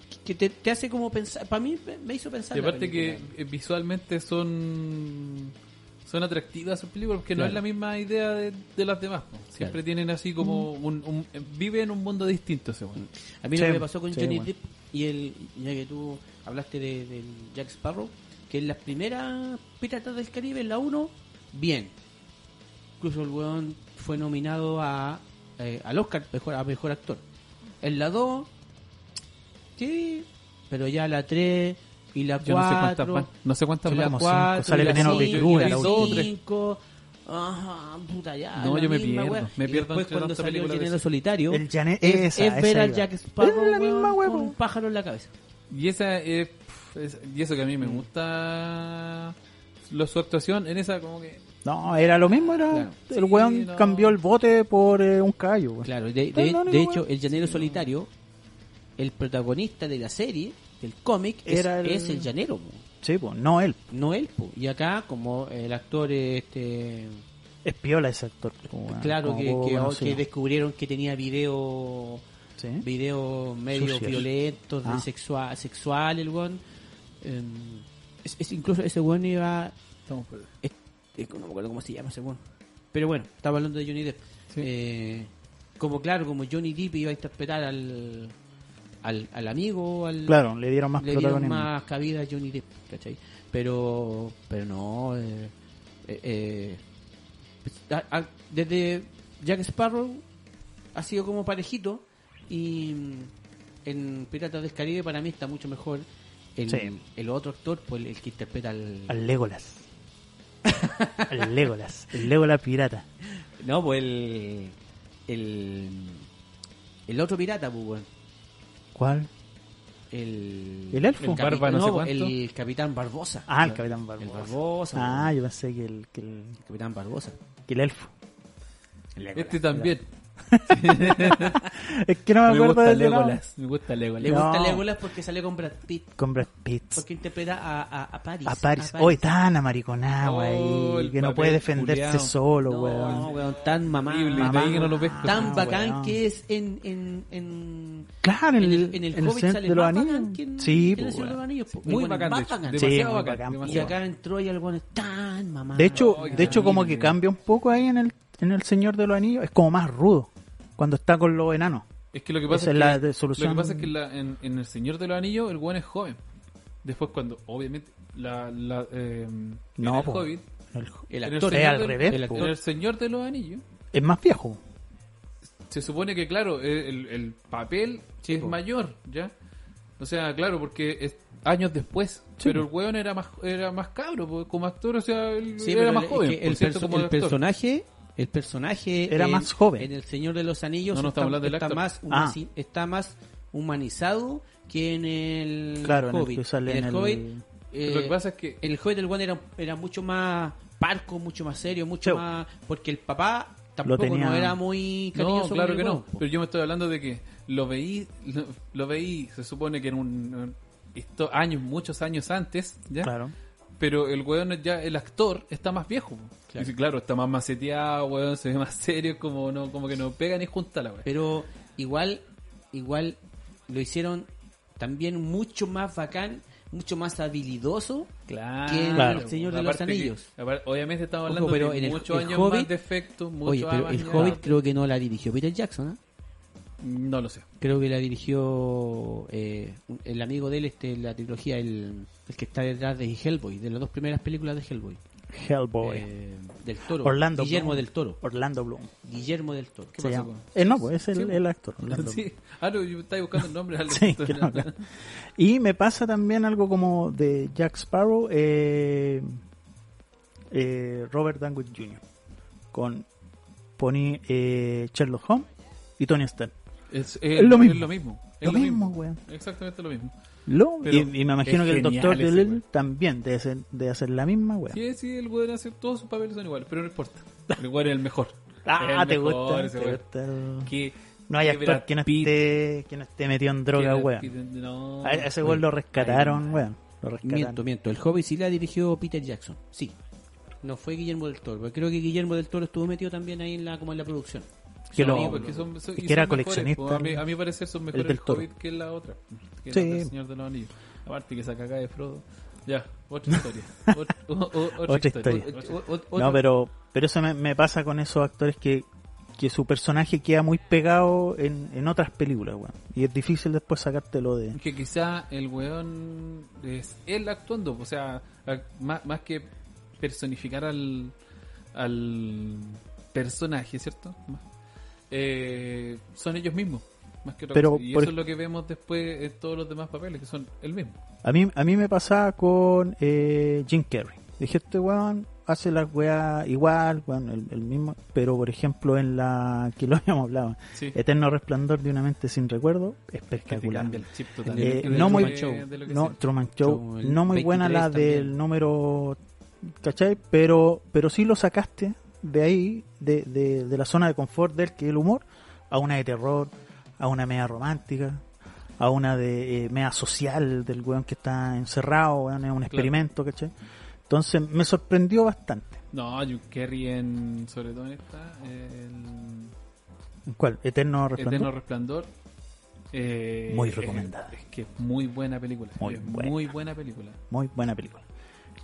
que- que te, te hace como pensar, para mí me- me hizo pensar. Y la aparte que película. eh, visualmente son son atractivas sus películas porque no Claro. es la misma idea de, de las demás. po. Siempre tienen así como un, un- eh, vive en un mundo distinto, según. A mí Sí, lo que me pasó con sí, Johnny bueno. Depp y el, ya que tú hablaste de- del Jack Sparrow, que en las primeras Piratas del Caribe, en la 1, bien. Incluso el weón fue nominado a, eh, al Oscar mejor, a mejor actor. En la 2, sí, pero ya la 3 y la Yo no sé cuántas 4. más, no sé cuántas Son la más. como cuatro, cinco, sale y la Veneno cinco, Verduga, y la la última. cinco. Ajá, puta ya. No, la yo me misma pierdo, wea. me Y pierdo después entre cuando tanta salió el película de dinero esas. solitario El Janet- es, esa, es ver esa al iba. Jack Sparrow Es la weón, misma wea, con po. un pájaro en la cabeza. Y esa eh, pf, es- y eso que a mí me gusta lo- su actuación en esa como que No, era lo mismo, era Claro. el weón no. cambió el bote por eh, un caballo. weón. Claro, de, Pues de- no, no, de no, hecho, el llanero solitario, el protagonista de la serie, del cómic, es, Era el- es el llanero, po, Sí, pues, no él. no él. po. Y acá, como el actor, este, Es piola ese actor. pues, weón, claro como que, poco que- conocido. que descubrieron que tenía video, Sí. video medio Sucios. violentos, de ¿Eh? Ah. sexua- sexual, el weón. Em, es- es- incluso ese weón iba estamos perdidos. es- es que no me acuerdo cómo se llama ese weón. Pero bueno, estaba hablando de Johnny Depp. Sí. Eh, como claro, como Johnny Depp iba a interpretar al, al, al amigo, al, Claro, le dieron más le dieron protagonismo. más cabida a Johnny Depp, ¿cachai? Pero, pero no, eh, eh, eh, pues, a- a- desde Jack Sparrow ha sido como parejito y mm, en Piratas del Caribe para mí está mucho mejor el, Sí. el otro actor, pues el, el que interpreta al, Al Legolas. al Legolas. El Legolas pirata. No, pues el. El. El otro pirata, pues, weón. ¿Cuál? El. ¿El elfo? capitán- Barba no sé cuánto. el capitán Barbosa. Ah, el Capitán Barbosa. El Barbosa. pues, Ah, weón. yo pensé que el, que el, El capitán Barbosa. que el elfo. Este también. es que no me, acuerdo de ese nombre. Legolas. Ah, Me gusta Legolas. Le No. gusta Legolas porque sale con Brad Pitt. Con Brad Pitt. Porque interpreta a, a, a Paris. A Paris. Hoy tan amariconado Oh, ahí. el Que no papel puede defenderse culiao. solo, No, weón. weón, tan mamá. Horrible, Mamá. de ahí que no lo pesco. Tan No, bacán weón. que es en, en, en, Claro, en en el, en el en el Hobbit Señor sale de los más bacán Anillos. que en- Sí, que en el pues, Señor de los weón. Anillos, po. Muy Bueno, bacán, de hecho. bacán. Sí, Demasiado muy bacán. bacán, Y demasiado. acá en Troya el weón es tan mamá. De hecho, Oh, qué de hecho como que terrible. cambia un poco ahí en el, en el Señor de los Anillos. Es como más rudo. Cuando está con los enanos. Es que lo que pasa Esa es es la que- de- solución. Lo que pasa es que la- en, en El Señor de los Anillos el weón es joven. Después cuando, obviamente, la, la, eh, en No, el po. Hobbit, El- el en actor. es Señor al del- revés, pues. en po. El Señor de los Anillos es más viejo. se supone que, claro, eh, el, el papel es mayor, ¿ya? O sea, claro, porque es años después. pero el weón era más era más cabro, po, como actor, o sea, él Sí, era pero más es joven. que por el, cierto, perso- como el actor. personaje, el personaje Era en- más joven. En el Señor de los Anillos No, no está, estamos hablando del está actor. más Ah. humani- está más humanizado que en el Claro, en el Hobbit. que sale en el- Hobbit, Pero eh, lo que pasa es que el Hobbit del One era era mucho más parco, mucho más serio, mucho Sí. más porque el papá tampoco tenía- no era muy cariñoso No, con claro el que no. weón, po. Pero yo me estoy hablando de que lo veí, lo, lo veí, se supone que en un, en esto- años, muchos años antes, ¿ya? Claro. Pero el weón ya, el actor está más viejo. Claro, y, sí, claro está más maceteado, weón, se ve más serio, como no, como que no pega ni junta la weón. Eh, Pero igual, igual lo hicieron también mucho más bacán, mucho más habilidoso. Claro. que en Claro. El Señor de Aparte los que- Anillos. aparte- obviamente estamos Ojo, hablando pero de en el- muchos el años Hobbit- más defectos, muchos Oye, pero más el ya- Hobbit creo que no la dirigió Peter Jackson, ¿ah? No lo sé. Creo que la dirigió eh, un- el amigo de él, este, la trilogía, el, el que está detrás de Hellboy, de las dos primeras películas de Hellboy. Hellboy. Eh, del Toro. Orlando Guillermo Bloom. del Toro. Orlando Bloom. Guillermo del Toro. ¿Qué Se pasó llama. con- Eh, no, pues es el, Sí. el actor. Orlando Bloom. Sí. Ah, no, yo estaba buscando el nombre. al- Sí, quiero hablar. Y me pasa también algo como de Jack Sparrow, eh, eh, Robert Downey Jr. con Pony eh, Sherlock Holmes y Tony Stark. Es, Es lo mismo. Es lo mismo. Es Lo mismo, weón. Exactamente lo mismo. Lo- Pero y, y me imagino es que el genial doctor ese, Dolittle weón. también debe, ser- debe hacer la misma, weón. Sí, sí, el weón hace todos sus papeles son iguales, pero no importa. El weón es el mejor. Ah, Es te el mejor gusta, ese te weón. gusta el- Que- No hay que Brad actor que no, Pitt, esté, que no esté metido en que droga, Brad weón. Pitt, no. A a ese weón lo rescataron, weón. Miento, Lo rescataron. miento. El Hobbit sí la dirigió Peter Jackson. Sí. No fue Guillermo del Toro. Pero creo que Guillermo del Toro estuvo metido también ahí en la, como en la producción. Que lo- Sí, porque son- son- es y que era son mejores, coleccionista, po. A mí, el- a mi parecer son mejores del el Toro. Hobbit que la otra. Que Sí. la del Señor de los Anillos. Aparte que saca acá de Frodo. Ya, otra historia. Ot- o- o- Otra otra historia. historia. Otra- o- o- No, pero, pero eso me, me pasa con esos actores que, que su personaje queda muy pegado en, en otras películas, weón. Y es difícil después sacártelo de... Que quizá el weón es él actuando, o sea, a- más, más que personificar al, al personaje, ¿cierto? Más- eh, son ellos mismos, más que otra Pero, cosa. Y por eso es ej- lo que vemos después en todos los demás papeles, que son el mismo. A mí, a mí me pasaba con eh, Jim Carrey. Dije, este weón hace las weas igual, weón, el, el mismo... Pero, por ejemplo, en la que lo habíamos hablado, Sí. Eterno Resplandor de una mente sin recuerdo, Que te espectacular. cambia el chip Eh, totalmente. no de- muy de lo que no, sea. Truman Show, Como el no muy buena la 23 del también. número, ¿cachai? Pero, pero sí lo sacaste de ahí, de, de, de la zona de confort del que el humor, a una de terror, a una media romántica, a una de eh, media social del weón que está encerrado, weón, es un experimento, ¿cachai? Entonces me sorprendió bastante. No, Jim Carrey en, sobre todo en esta, el ¿Cuál? Eterno Resplandor. Eterno Resplandor. eh, Muy es- recomendada. Es, que es muy buena película. Muy es buena. muy buena película. Muy buena película.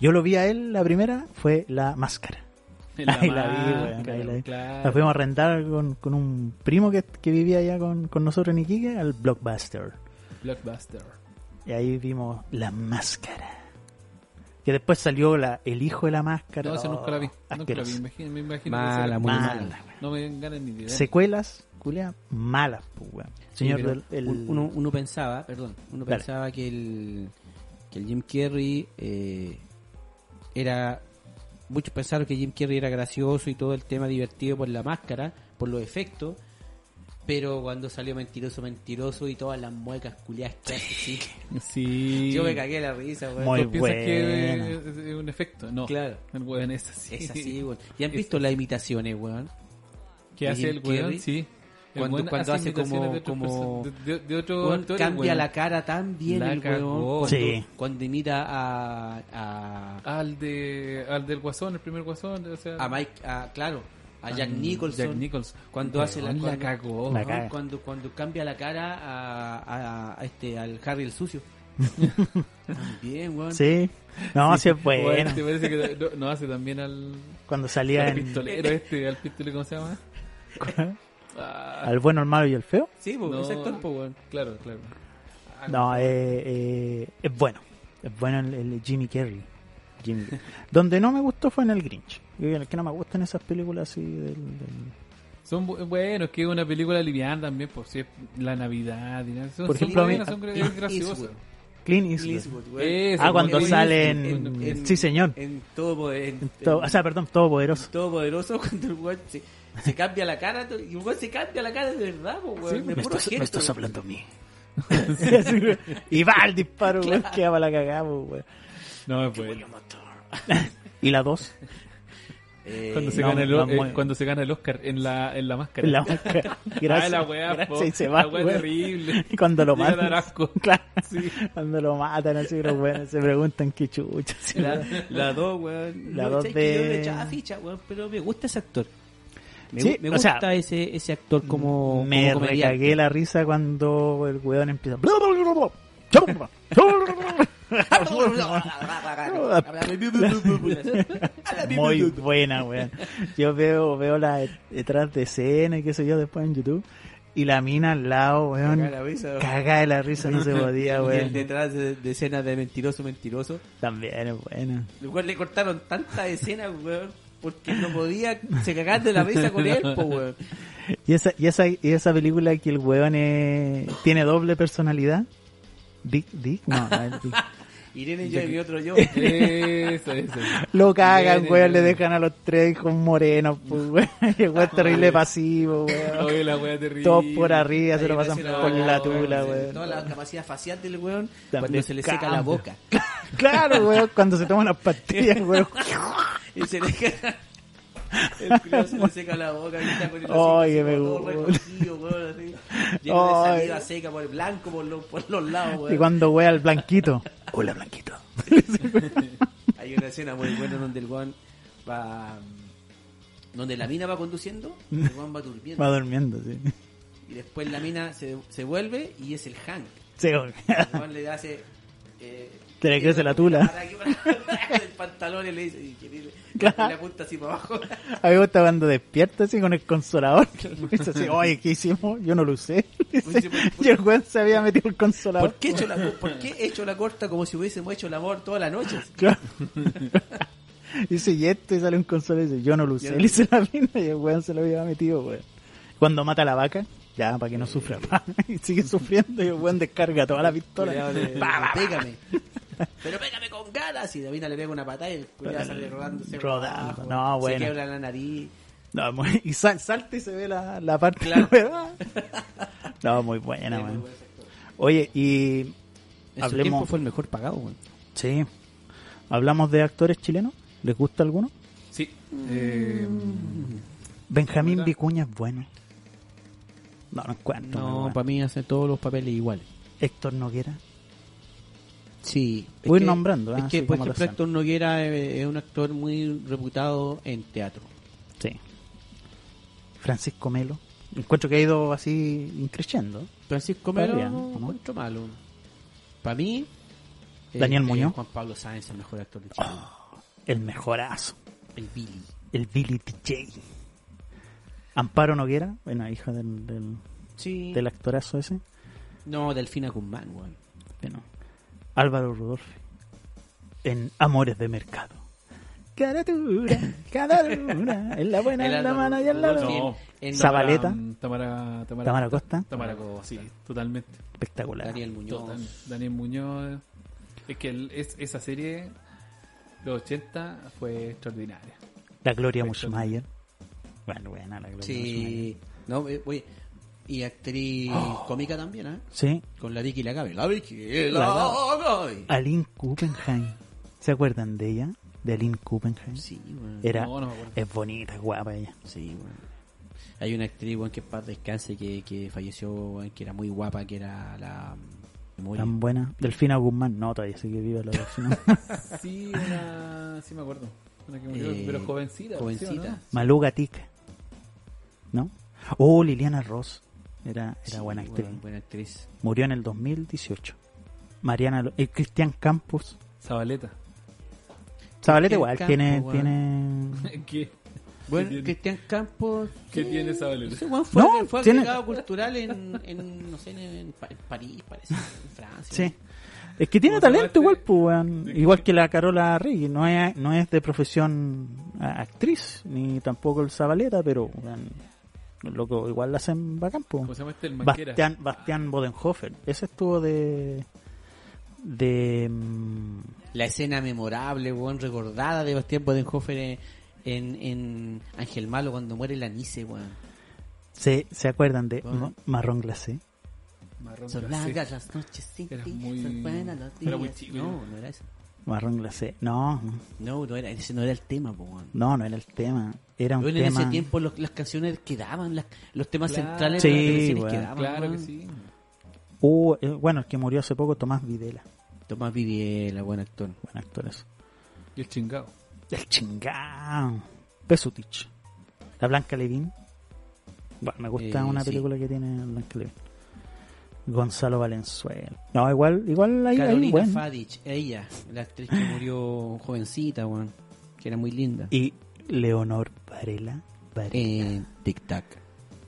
Yo lo vi a él, la primera fue La Máscara. Ahí la vi, máscara, weón, ahí la vi. claro. La fuimos a arrendar con, con un primo que, que vivía allá con, con nosotros en Iquique, al Blockbuster. Blockbuster. Y ahí vimos La Máscara. Que después salió la, El Hijo de la Máscara. No, esa nunca la vi. Nunca la Oh, vi. asqueroso. imagino- me imagino que Mala, será- muy Mala, mala. weón. No me ganan ni idea. Secuelas, culia, malas, pues, weón. Señor Sí, pero del... el- un- uno, uno pensaba, perdón, uno Dale. pensaba que el, que el Jim Carrey eh, era. Muchos pensaron que Jim Carrey era gracioso y todo el tema divertido por la máscara, por los efectos. Pero cuando salió mentiroso, mentiroso y todas las muecas culiadas que hace, sí. Sí. Yo me cagué la risa, weón. Muy ¿Tú piensas que buena. es, es un efecto? No. Claro. El weón es así. Es así, weón. ¿Ya han visto las imitaciones, weón? ¿Qué hace Jim el weón? Carrey. Sí. El Cuando, buen cuando hace imitaciones de como, otras como personas, de, de- de otros weón, actores, cambia weón. la cara tan bien La el cagó. weón, cuando, Sí. cuando imita a, a, al de al del guasón, el primer guasón, o sea, a Mike, a- claro, a Ah, Mm, Jack Nicholson. Jack Nicholson. Cuando hace la, Weón, cuando, la cagó. La weón, caga. cuando cuando cambia la cara a, a- a este al Harry el sucio. Bien, weón. Sí. No, sí, es Weón, bueno. te parece que no, no hace también al, Cuando al salía en- pistolero este, al pistolero, ¿cómo se llama? Ah, al bueno, al malo y al feo. Sí, po, No. ese actor, po, weón. claro, claro. Ah, No, eh, eh, es bueno. Es bueno el, el Jimmy Carrey. Jimmy Carrey. Donde no me gustó fue en el Grinch. Y el que no me gustan esas películas así del... del- Son bu- bueno, es que es una película liviana también, por si es la Navidad y nada. Son, Por son ejemplo, a mí- Ah, buenas, son gra- Clint graciosas. Eastwood. Clint Eastwood. Eastwood, weón. Eso, Ah, como cuando que- salen- en- en- Sí, señor. En todo poder- en- Todo- en- o sea, perdón, Todopoderoso. Todopoderoso cuando el weón se, se cambia la cara to- y el weón se cambia la cara de verdad, po, weón. de Me puro estás, me gesto, estás weón. hablando a mí. Así, güey. y va el disparo, güey, que va la cagada, güey. No, es bueno. Y la dos, Eh, Cuando se, No, gana el, no, eh, muy- cuando se gana el Oscar en la, en la máscara. la máscara. Gracias. Ah, la weá, gracias, po. y se va, La weá güey. terrible. Y Cuando lo Llega a matan. dar asco. Claro. Sí. Cuando lo matan, así, los buenos se preguntan qué chucha. así, güey. la, la dos, weón. La No, dos sé que yo de- le echaba ficha, weón, pero me gusta ese actor. Me, Sí, gu- me o gusta sea, ese, ese actor Mm, como. Me como comediante. recagué la risa cuando el weón empieza. Muy buena, weón. Yo veo, veo la detrás de escena y qué sé yo después en YouTube. Y la mina al lado, Cagá weón. la risa, weón. Caga de la risa, no se podía, Y el weón. detrás de, de escena de mentiroso, mentiroso. También es buena. El weón le cortaron tantas escenas, weón. Porque no podía, se cagaban de la risa con él, po, weón. Y esa, y esa, y esa película que el weón eh, tiene doble personalidad. Dick, Dick, no, no es Dick. Irene, yo y mi otro yo. Eso, eso. Lo cagan, Bien, weón, le bien. dejan a los tres hijos morenos, pues, weón. El weón terrible pasivo, weón. Oye, la wea terrible. Todos por arriba se Ahí lo pasan recién por la- la tula, Toda weón. la capacidad facial del weón También cuando se le seca cambia. la boca. Claro, weón, cuando se toman las pastillas, weón. Y se le cae- El culo se le seca la boca y está con el hocico Oye, así me como todo gusta. recogido, weón, así, lleno de Ay. saliva seca por el blanco, por los, por los lados, Y weón. cuando weón al blanquito. Hola, blanquito. Hay una escena muy buena donde el weón va... Donde la mina va conduciendo, el weón va durmiendo. Va durmiendo, sí. Y después la mina se, se vuelve y es el Hank. Sí, weón. El weón le hace... Eh, Te le crece la tula. Para aquí, para- el pantalón y le dice... Y, le- Claro. le apunta así para abajo. A mí me gusta cuando despierta así con el consolador. Dice así, oye, ¿qué hicimos? Yo no lo usé. Dice, y el weón se había metido el ¿Por consolador. qué, he hecho la, ¿Por qué he hecho la corta como si hubiésemos hecho el amor toda la noche? Claro. Dice, y esto, y sale un consolador y dice, yo no lo usé. Le dice la mina y el weón se lo había metido, weón. Cuando mata a la vaca, ya, para que no sufra. pa. Y sigue sufriendo y el weón descarga toda la pistola. Culeado, le- Pa, pa, pa. Pégame. Pero pégame con ganas. Y Davina le pega una patada y el culiado sale rodándose. Rodando. abajo. No, bueno. Se quebra la nariz. No, muy- y sal- salta y se ve la, la parte Claro. ¿verdad? No, muy buena, weón. Oye, y En su Hablemos- tiempo fue el mejor pagado, weón. Sí. ¿Hablamos de actores chilenos? ¿Les gusta alguno? Sí. Mm. Eh, Benjamín Mira. Vicuña es bueno. No, no encuentro. muy No, bueno. para mí hace todos los papeles iguales. Héctor Noguera. Sí. es Voy que- nombrando, Es ah, que, sí, por como lo ejemplo, hacen. Héctor Noguera eh, es un actor muy reputado en teatro. Sí. Francisco Melo. Encuentro que ha ido así creciendo. Francisco Está Melo bien, no ¿no? encuentro malo. Para mí... eh, Daniel eh, Muñoz. Ah. Juan Pablo Sáenz, el mejor actor de Chile. El mejorazo. El Billy. El Billy DJ. Amparo Noguera, bueno, hija del, del, Sí. del actorazo ese. No, Delfina Guzmán, weón. Bueno, Álvaro Rodolfo. En Amores de Mercado. Caratura, caratura. En la buena, en la Álvaro mala y en la Rodolfo mala. no. en- en Saba- Zabaleta. Tamara, Tamara, Tamara Costa. Tamara Costa, sí, totalmente. Espectacular. Daniel Muñoz. Total. Daniel Muñoz. Es que el- es, esa serie, los 80, fue extraordinaria. La Gloria Perfecto. Mushmayer. Bueno, buena la Gloria Mushmayer. Sí. No, eh, oye. Y actriz cómica también, ¿eh? Sí, Con la Vicky y la Gaby. La Vicky y La la Gaby. Aline Kuppenheim. ¿Se acuerdan de ella? De Aline Kuppenheim. Sí, weón. Era, No, no me acuerdo. es bonita, es guapa ella. Sí, weón. Hay una actriz, weón, que en paz descanse, que, que falleció, weón, que era muy guapa, que era la... Eh, Memoria. Tan buena. Delfina Guzmán, no, todavía sigue viva la Delfina. Sí, una. Sí, me acuerdo. Una que murió, Eh, pero jovencita. jovencita. ¿sí o no? Malú Gatica. ¿No? Oh, Liliana Ross. Era, era buena Sí, actriz. weón, buena actriz. Murió en el 2018. Mariana, Lo- el Cristian Campos. Zabaleta. Zabaleta Cristian igual, Campos, tiene, weón. tiene... ¿Qué, Bueno, tiene? Cristian Campos. qué tiene Ese Zabaleta? weón fue, No, fue tiene- agregado cultural en, en, no sé, en, en Pa- en París, parece, en Francia. Sí. Es que tiene Como talento igual, Zabaleta. pues, weón. Igual que la Carola Rey. No es, no es de profesión ah, actriz, ni tampoco el Zabaleta, pero, weón, el loco, igual la hacen bacán, pues. ¿Cómo se llama este? El Manquera. Bastián, Bastián Bodenhofer. Ese estuvo de... De... mm, La escena memorable, weón, recordada de Bastián Bodenhofer en, en, en Ángel Malo cuando muere la Nice, weón. ¿Se, ¿Se acuerdan de Bueno. Ma- Marrón Glacé? Marrón Son Garcés. largas las noches sin Era ti, muy- son buenas las era muy días. chico, No, yo. no era eso. Marrón Glacé. No, No, no era, ese no era el tema, po, weón. no, no era el tema. Era un Bueno, en tema... ese tiempo los- las canciones quedaban, las- los temas Claro. centrales Sí, de las canciones weón. quedaban. Claro que weón. sí. Uh, eh, bueno, el que murió hace poco, Tomás Videla. Tomás Viviela, buen actor. Buen actor eso. Y el chingado. El chingao. Pesutich. La Blanca Levin. Bueno, me gusta Eh, una sí. película que tiene Blanca Levin. Gonzalo Valenzuela. No, igual, igual ahí, ahí, Carolina bueno. Fadich, ella, la actriz que murió jovencita, weón, que era muy linda. Eh, Y Leonor Varela. Varela. En Tic Tac.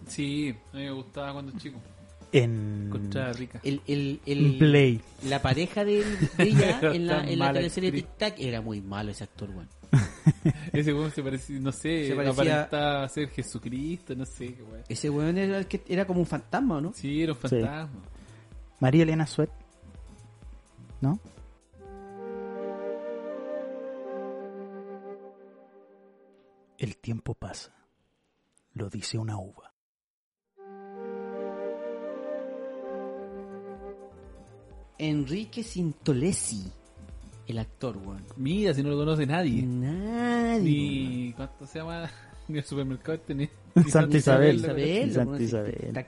Sí, a mí me gustaba cuando chico. Mm. en Encontraba rica. El, el, el- Blade. la pareja de, de ella en la, Tan en la mala teleserie actriz. Tic Tac era muy malo ese actor, weón. Ese weón se parecía, no sé, Se parecía- aparentaba ser Jesucristo, no sé qué weón. Ese weón era, el que, era como un fantasma, ¿no? Sí, era un fantasma. María Elena Suet. ¿No? El tiempo pasa, lo dice una uva. Enrique Sintolesi, el actor, weón. Mira, si no lo conoce nadie. Nadie. Ni. ¿Cuánto se llama? Ni el supermercado este, ni. Santa ni Isabel. lo conoce. Isabel, Santa weón, ese Isabel. tic-tac.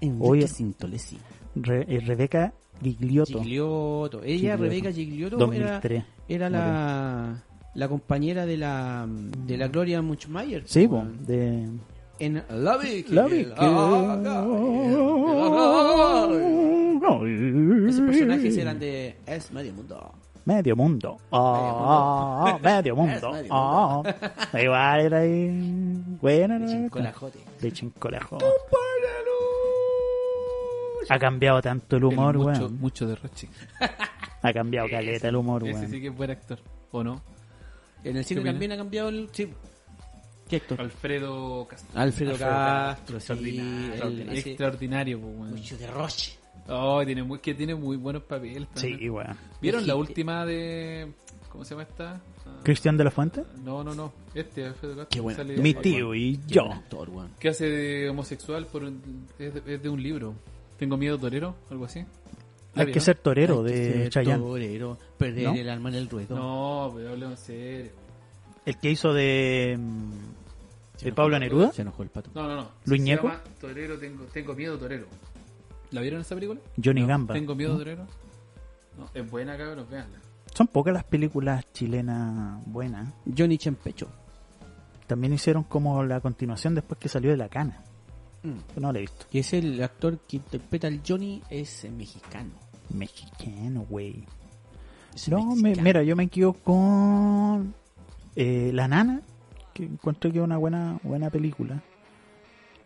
Enrique Oye. Sintolesi. Re- eh, Rebeca Gigliotto, Giglioto. Ella, Giglioto. Rebeca Giglioto, era, 2003. Era la, la compañera de la, de la Gloria Muchmeyer. Sí, po, po, weón. de... En Love It. La vi que- ah, Esos personajes eran de Es Medio Mundo. Medio mundo. Ah, medio mundo. Es medio Ah, igual era ahí. Buena, De ¿no? Chincolajote. De Chincolejo. Ha cambiado tanto el humor, El mucho, weón. mucho derroche. Ha cambiado caleta el humor, Ese sí weón. que es buen actor. ¿O no? En el cine ¿Qué opinas? también ha cambiado el. Sí. ¿Qué actor? Alfredo Castro. Alfredo Castro, sí, Extraordinario. él hace- extraordinario, pues, weón. Mucho de Roche. Oh, tiene muy, que tiene muy buenos papeles. también. Sí, weón. ¿Vieron la Dijiste- última de. ¿Cómo se llama esta? Ah, ¿Cristian de la Fuente? no, no, no. Este, Alfredo Castro. Qué bueno. sale- Mi tío y Qué yo. buen actor, weón. que hace de homosexual por un- es, de, es de un libro. Tengo miedo torero, algo así. ¿La Hay que vieron? ser torero Hay que de ser Chayanne. torero, perder ¿No? el alma en el ruedo. No, pero hablo en serio. El que hizo de. mm, Se de enojó Pablo el pato. Neruda. Se enojó el pato. No, no, no. ¿Luis Se Ñeco? llama Torero, tengo, tengo miedo torero. ¿La vieron esa película? Johnny Gamba. Tengo miedo torero. No, es buena, cabros, veanla. Son pocas las películas chilenas buenas. Johnny Champecho. También hicieron como la continuación después que salió de la cana. Mm. No la he visto. Que es el actor que interpreta al Johnny, es eh, mexicano. Mexicano, güey. Es No, me- mexicano. mira, yo me equivoco con eh, La Nana, que encuentro que es una buena, buena película.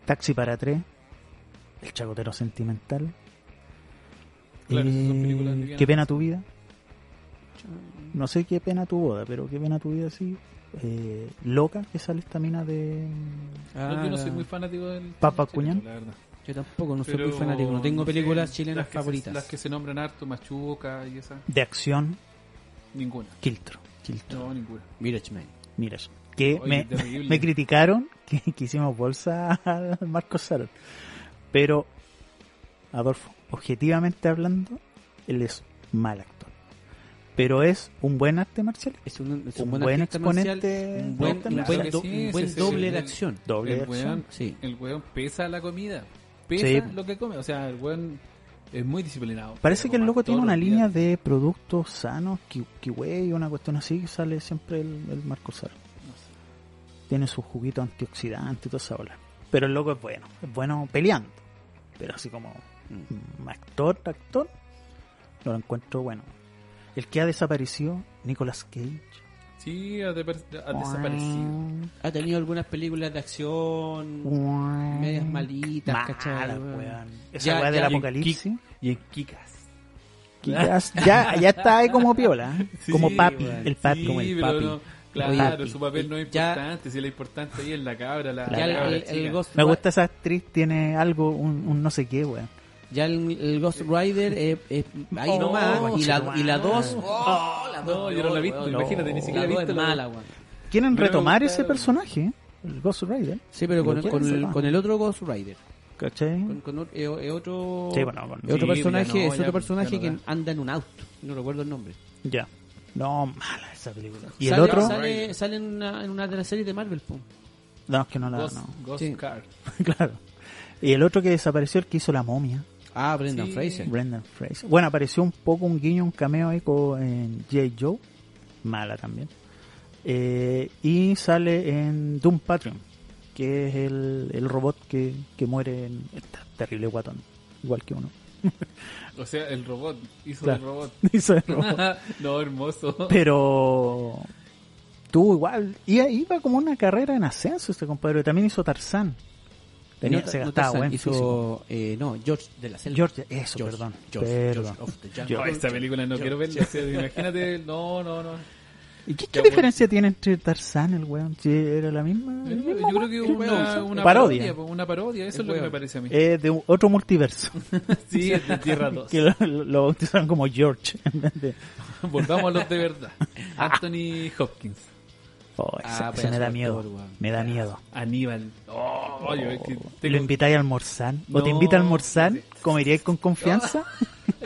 Taxi para tres. El chacotero sentimental. Claro, esas son Eh, películas livianas. qué pena tu vida. No sé qué pena tu boda, pero qué pena tu vida sí. Eh, loca, que sale esta mina de... Ah, No, yo no soy muy fanático del. Papa del chileno, Cuñán. la verdad. Yo tampoco, no soy Pero, muy fanático. No tengo sé, películas las chilenas que se- favoritas. las que se nombran harto, Machuca y esas. De acción, Ninguna. Kiltro. No, ninguna. Mirage Man. Mira, que Oye, me, qué terrible. me criticaron que, que hicimos bolsa al Marco Saro. Pero, Adolfo, objetivamente hablando, él es mal actor. Pero es un buen arte marcial. Es un, es Un un buen artista marcial, exponente un buen, norte un marcial. buen Claro do- que sí, un buen sí, sí, doble sí. de acción. Doble el versión. weón, Sí. el weón pesa la comida, pesa Sí. lo que come, o sea, el weón es muy disciplinado. Parece Pero que el como loco tiene todos una los línea días. de productos sanos, ki- kiwi, una cuestión así, que sale siempre el, el Marco Sar. Tiene su juguito antioxidante y toda esa ola. Pero el loco es bueno, es bueno peleando. Pero así como mm, actor, actor, no lo encuentro bueno. El que ha desaparecido, Nicolas Cage. Sí, ha, de- ha desaparecido. Ha tenido algunas películas de acción, medias malitas, Mala, ¿cachai? weón. Ya- Esa weá ya- del y en apocalipsis. Y en Kikas. Quizás ya, ya está ahí como piola. ¿eh? Sí, como papi, weón. el papi. Sí, como el pero papi. no, claro, papi. eh, su papel no es Ya- importante, si lo importante ahí es la cabra, la, Ya la el, cabra el- el chica. Ghost Me Ri- gusta esa actriz, tiene algo, un, un no sé qué, weón. Ya el, el Ghost Rider, eh, eh, ahí Oh, nomás. Y la, y la no. 2. No, yo no la he visto, imagínate, ni siquiera he la 2 visto es la- mala, weón. Quieren Pero me retomar gusta- ese personaje, ¿eh? el Ghost Rider. Sí, pero con, Lo con quieren el, salvar. con el otro Ghost Rider. ¿Cachai? Con, con ot- eh, eh, otro. Sí, bueno, con- eh, otro Sí, personaje, ya no, es ya- otro personaje ya no que anda en un auto. No recuerdo el nombre. Ya. No, mala esa película. ¿Y el Sale- otro? Sale, sale en, una, en una de las series de Marvel. po. No, es que no la. Ghost, No. Ghost Sí. Car. claro. Y el otro que desapareció, el que hizo la momia, Ah, Brendan Sí. Fraser. Brendan Fraser. Bueno, apareció un poco un guiño, un cameo ahí con- en J. Joe. Mala también. Eh, y sale en Doom Patrol, que es el, el robot que, que muere en. Está terrible guatón, igual que uno. O sea, el robot, hizo Claro. el robot. Hizo el Ah, robot. no, hermoso. Pero tuvo igual. Y ahí iba como una carrera en ascenso este compadre. También hizo Tarzán. Tenía, No, se no gastaba Tarzan, buen físico. hizo, eh, No, George de la selva. George, eso, George, perdón. George, perdón. George of the Jungle. No, esta película no quiero verla. o sea, imagínate, no, no, no. ¿Y qué, qué Ya, bueno. diferencia tiene entre Tarzán el weón? Si era la misma. el mismo Yo creo que weón, una, weón. una parodia. parodia. pues, Una parodia, eso es lo que me parece a mí. Eh, de un- otro multiverso. Sí, es de Tierra 2. que lo, lo- lo bautizaron como George. en vez de- Volvamos a los de verdad. Anthony Hopkins. Oh, ese- Ah, pues, ese pedazo me da de miedo. actor, weón. me da miedo. Aníbal. Oh, yo es que ¿Lo tengo- invitáis a almorzar? ¿O te No, invita a almorzar? sí. ¿Comeríais con confianza?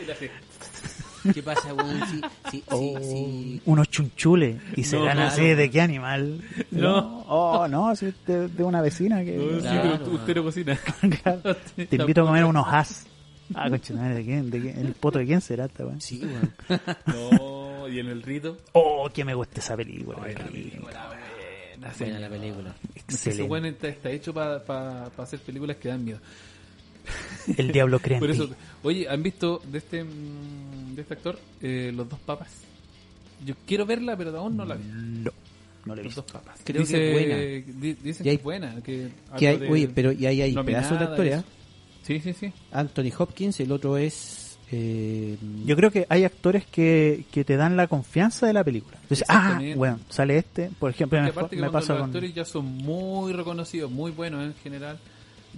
¿Qué pasa, weón? Sí, sí, sí, sí. Oh, unos chunchules y se No, dan claro. así de qué animal. No, oh, no, así de, de una vecina que No, sí, Claro, pero usted no cocina. Claro. te invito a comer unos has. Ah, conchetumare, ¿de quién? ¿De quién? ¿El poto de quién será esta weá? Sí, weón. No, y en el rito. Oh, que me gusta esa película. qué rico. Buena la película. Ese Excelente. bueno está, está hecho para hacer películas que dan miedo. El diablo cree en Por eso, ti. oye, ¿han visto de este mm, de este actor eh, Los dos papas? Yo quiero verla, pero aún no la vi. No, no le he Los visto. dos papas. Creo que es buena. Dicen Y hay- que es buena. Que Que hay, algo de- oye, pero y hay, hay nominada pedazos de y actores. eso. Sí, sí, sí. ¿eh? Anthony Hopkins, el otro es. Eh, Yo creo que hay actores que, que te dan la confianza de la película. Entonces, ah, Exactamente. bueno, sale este, por ejemplo, Y me, aparte que me cuando pasa los con... actores ya son muy reconocidos, muy buenos en general,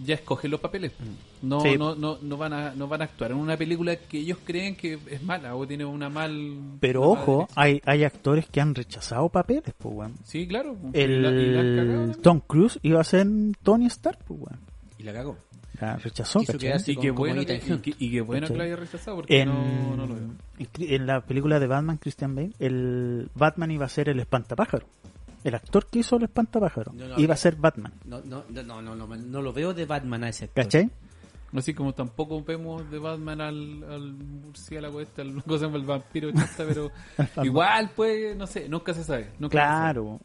ya escogen los papeles. Mm. No, Sí. no, no, no van a, no van a actuar en una película que ellos creen que es mala o tiene una mal. Pero una mala ojo, dirección. hay, hay actores que han rechazado papeles, pues, weón. Sí, claro. Y la- y la han cagado el también. Tom Cruise iba a ser Tony Stark, pues, weón. y la cagó. La rechazó, Quiso ¿cachai? quedarse Y con- qué como bueno que, Ethan y Hunt. qué- y qué bueno que ¿Cachai? lo haya rechazado porque En, no, no lo veo. en la película de Batman, Christian Bale, el Batman iba a ser el espantapájaro. El actor que hizo el espantapájaro No, no, iba no. a ser Batman, No, no, no, no, no, no, no lo veo de Batman a ese actor. ¿cachai? Así como tampoco vemos de Batman al, al murciélago este, al cosa como el vampiro chanta, pero igual pues, no sé, nunca se sabe. nunca Claro.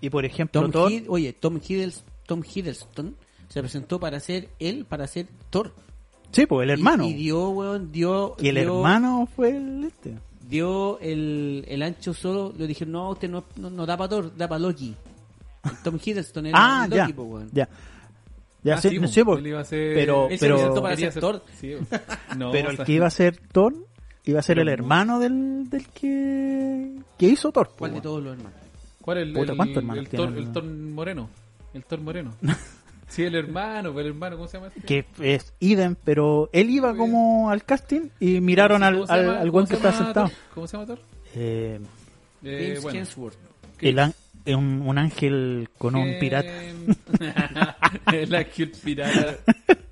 Y por ejemplo, Tom Thor, Hid- oye, Tom, Hiddles- Tom Hiddleston se presentó para ser él, para ser Thor. sí, pues el Y- hermano. Y, Y, dio, weón, dio. el dio- hermano fue el este. Dio el, el ancho solo. Le dijeron, no, usted no, no, no da para Thor, da para Loki. Tom Hiddleston era ah, Loki, ya, po, weón. ya. Ya Ah, sé, sí, no pues, sé, pues, él iba a ser- pero, Él se pero, presentó para quería ser Thor. Sí, o- no, pero o el sea, que iba a ser Thor iba a ser Pero el no. hermano del, del que, que hizo Thor. pues, ¿Cuál de weón. todos los hermanos? ¿Cuál es el, Puta, el- ¿cuántos hermanos el tiene Thor, el- el Thor Moreno? El Thor Moreno. sí, el hermano, el hermano, ¿cómo se llama? este? que es idem, pero él iba como al casting y miraron Sí, al, ¿cómo se al, llama- al cómo weón se que está llama sentado. Thor? ¿Cómo se llama Thor? Eh, Eh, James bueno, Hemsworth. el an- eh, un, un ángel con un pirata James- Eh, La que el pirata.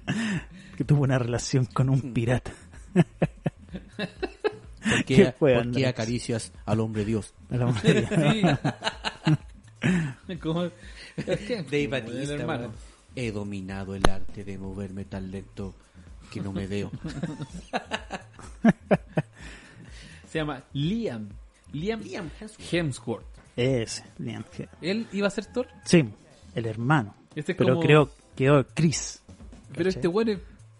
Mm. que tuvo una relación con un pirata. ¿Por Qué qué, fue, por qué Andrés. acaricias al hombre Dios? A la mujer. Sí. Como- Dave Bueno, Batista, hermano. weón. He dominado el arte de moverme tan lento que no me veo. Se llama Liam. Liam, Liam Hemsworth. Hemsworth. Ese, Liam Hemsworth. Él iba a ser Thor, Sí, el hermano. Este es pero como- creo que Chris. pero ¿Cachai? este bueno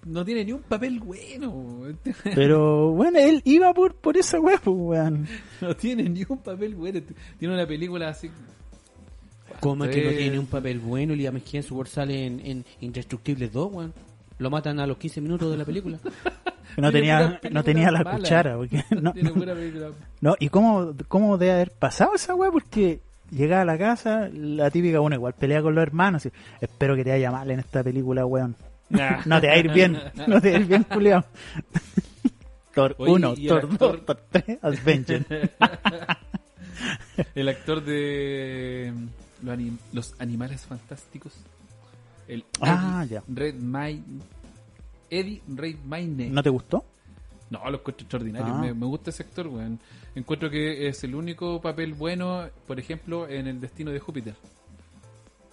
no tiene ni un papel bueno. Este- Pero bueno, él iba por, por esa wea, pues, weón. No tiene ni un papel bueno. Este- Tiene una película así. ¿Cómo es que no Eh. tiene un papel bueno? Liam Hemsworth sale en, en Indestructibles 2, weón. Lo matan a los 15 minutos de la película. No tenía, puras no tenía la películas malas. cuchara. Porque, no, Tiene buena película. no, ¿Y cómo, cómo debe haber pasado esa wea? Porque llegaba a la casa, la típica, bueno, igual pelea con los hermanos. y, Espero que te haya mal en esta película, weón. No te va a ir bien. No te va a ir bien, culiao. Thor Oye, 1, y el Thor 2, actor- Thor 3, Adventure. El actor de mm, los, anim- los animales fantásticos. El Ah, ya. Red Mine. Eddie Red Mine. ¿No te gustó? No, lo encuentro extraordinario. Ah. Me, me gusta ese actor, weón. Encuentro que es el único papel bueno, por ejemplo, en El Destino de Júpiter.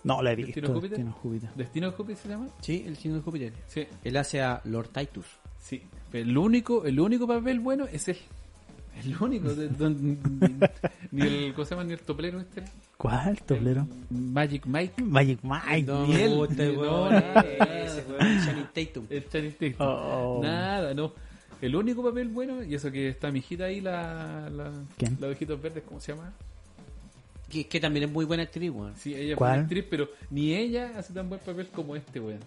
No, la he ¿Destino visto. Júpiter? Destino Júpiter. ¿Destino de Júpiter se llama? Sí, el signo de Júpiter. Sí, Él hace a Lord Titus. sí. El único, el único papel bueno es él. El único. de- don- ni el, ¿Cómo se llama? Ni el toplero este. ¿Cuál, toblero? Magic Mike. Magic Mike. No, bien. me gusta, Ni él, weón. ni nada. Ese, weón, Channing Tatum. El Channing Tatum. Oh. este Nada, no. El único papel bueno, y eso que está mi hijita ahí, la, la, ¿Quién? la de ojitos verdes, ¿cómo se llama? Que, que también es muy buena actriz, weón. Sí, ella fue ¿Cuál? una actriz, pero ni ella hace tan buen papel como este, weón.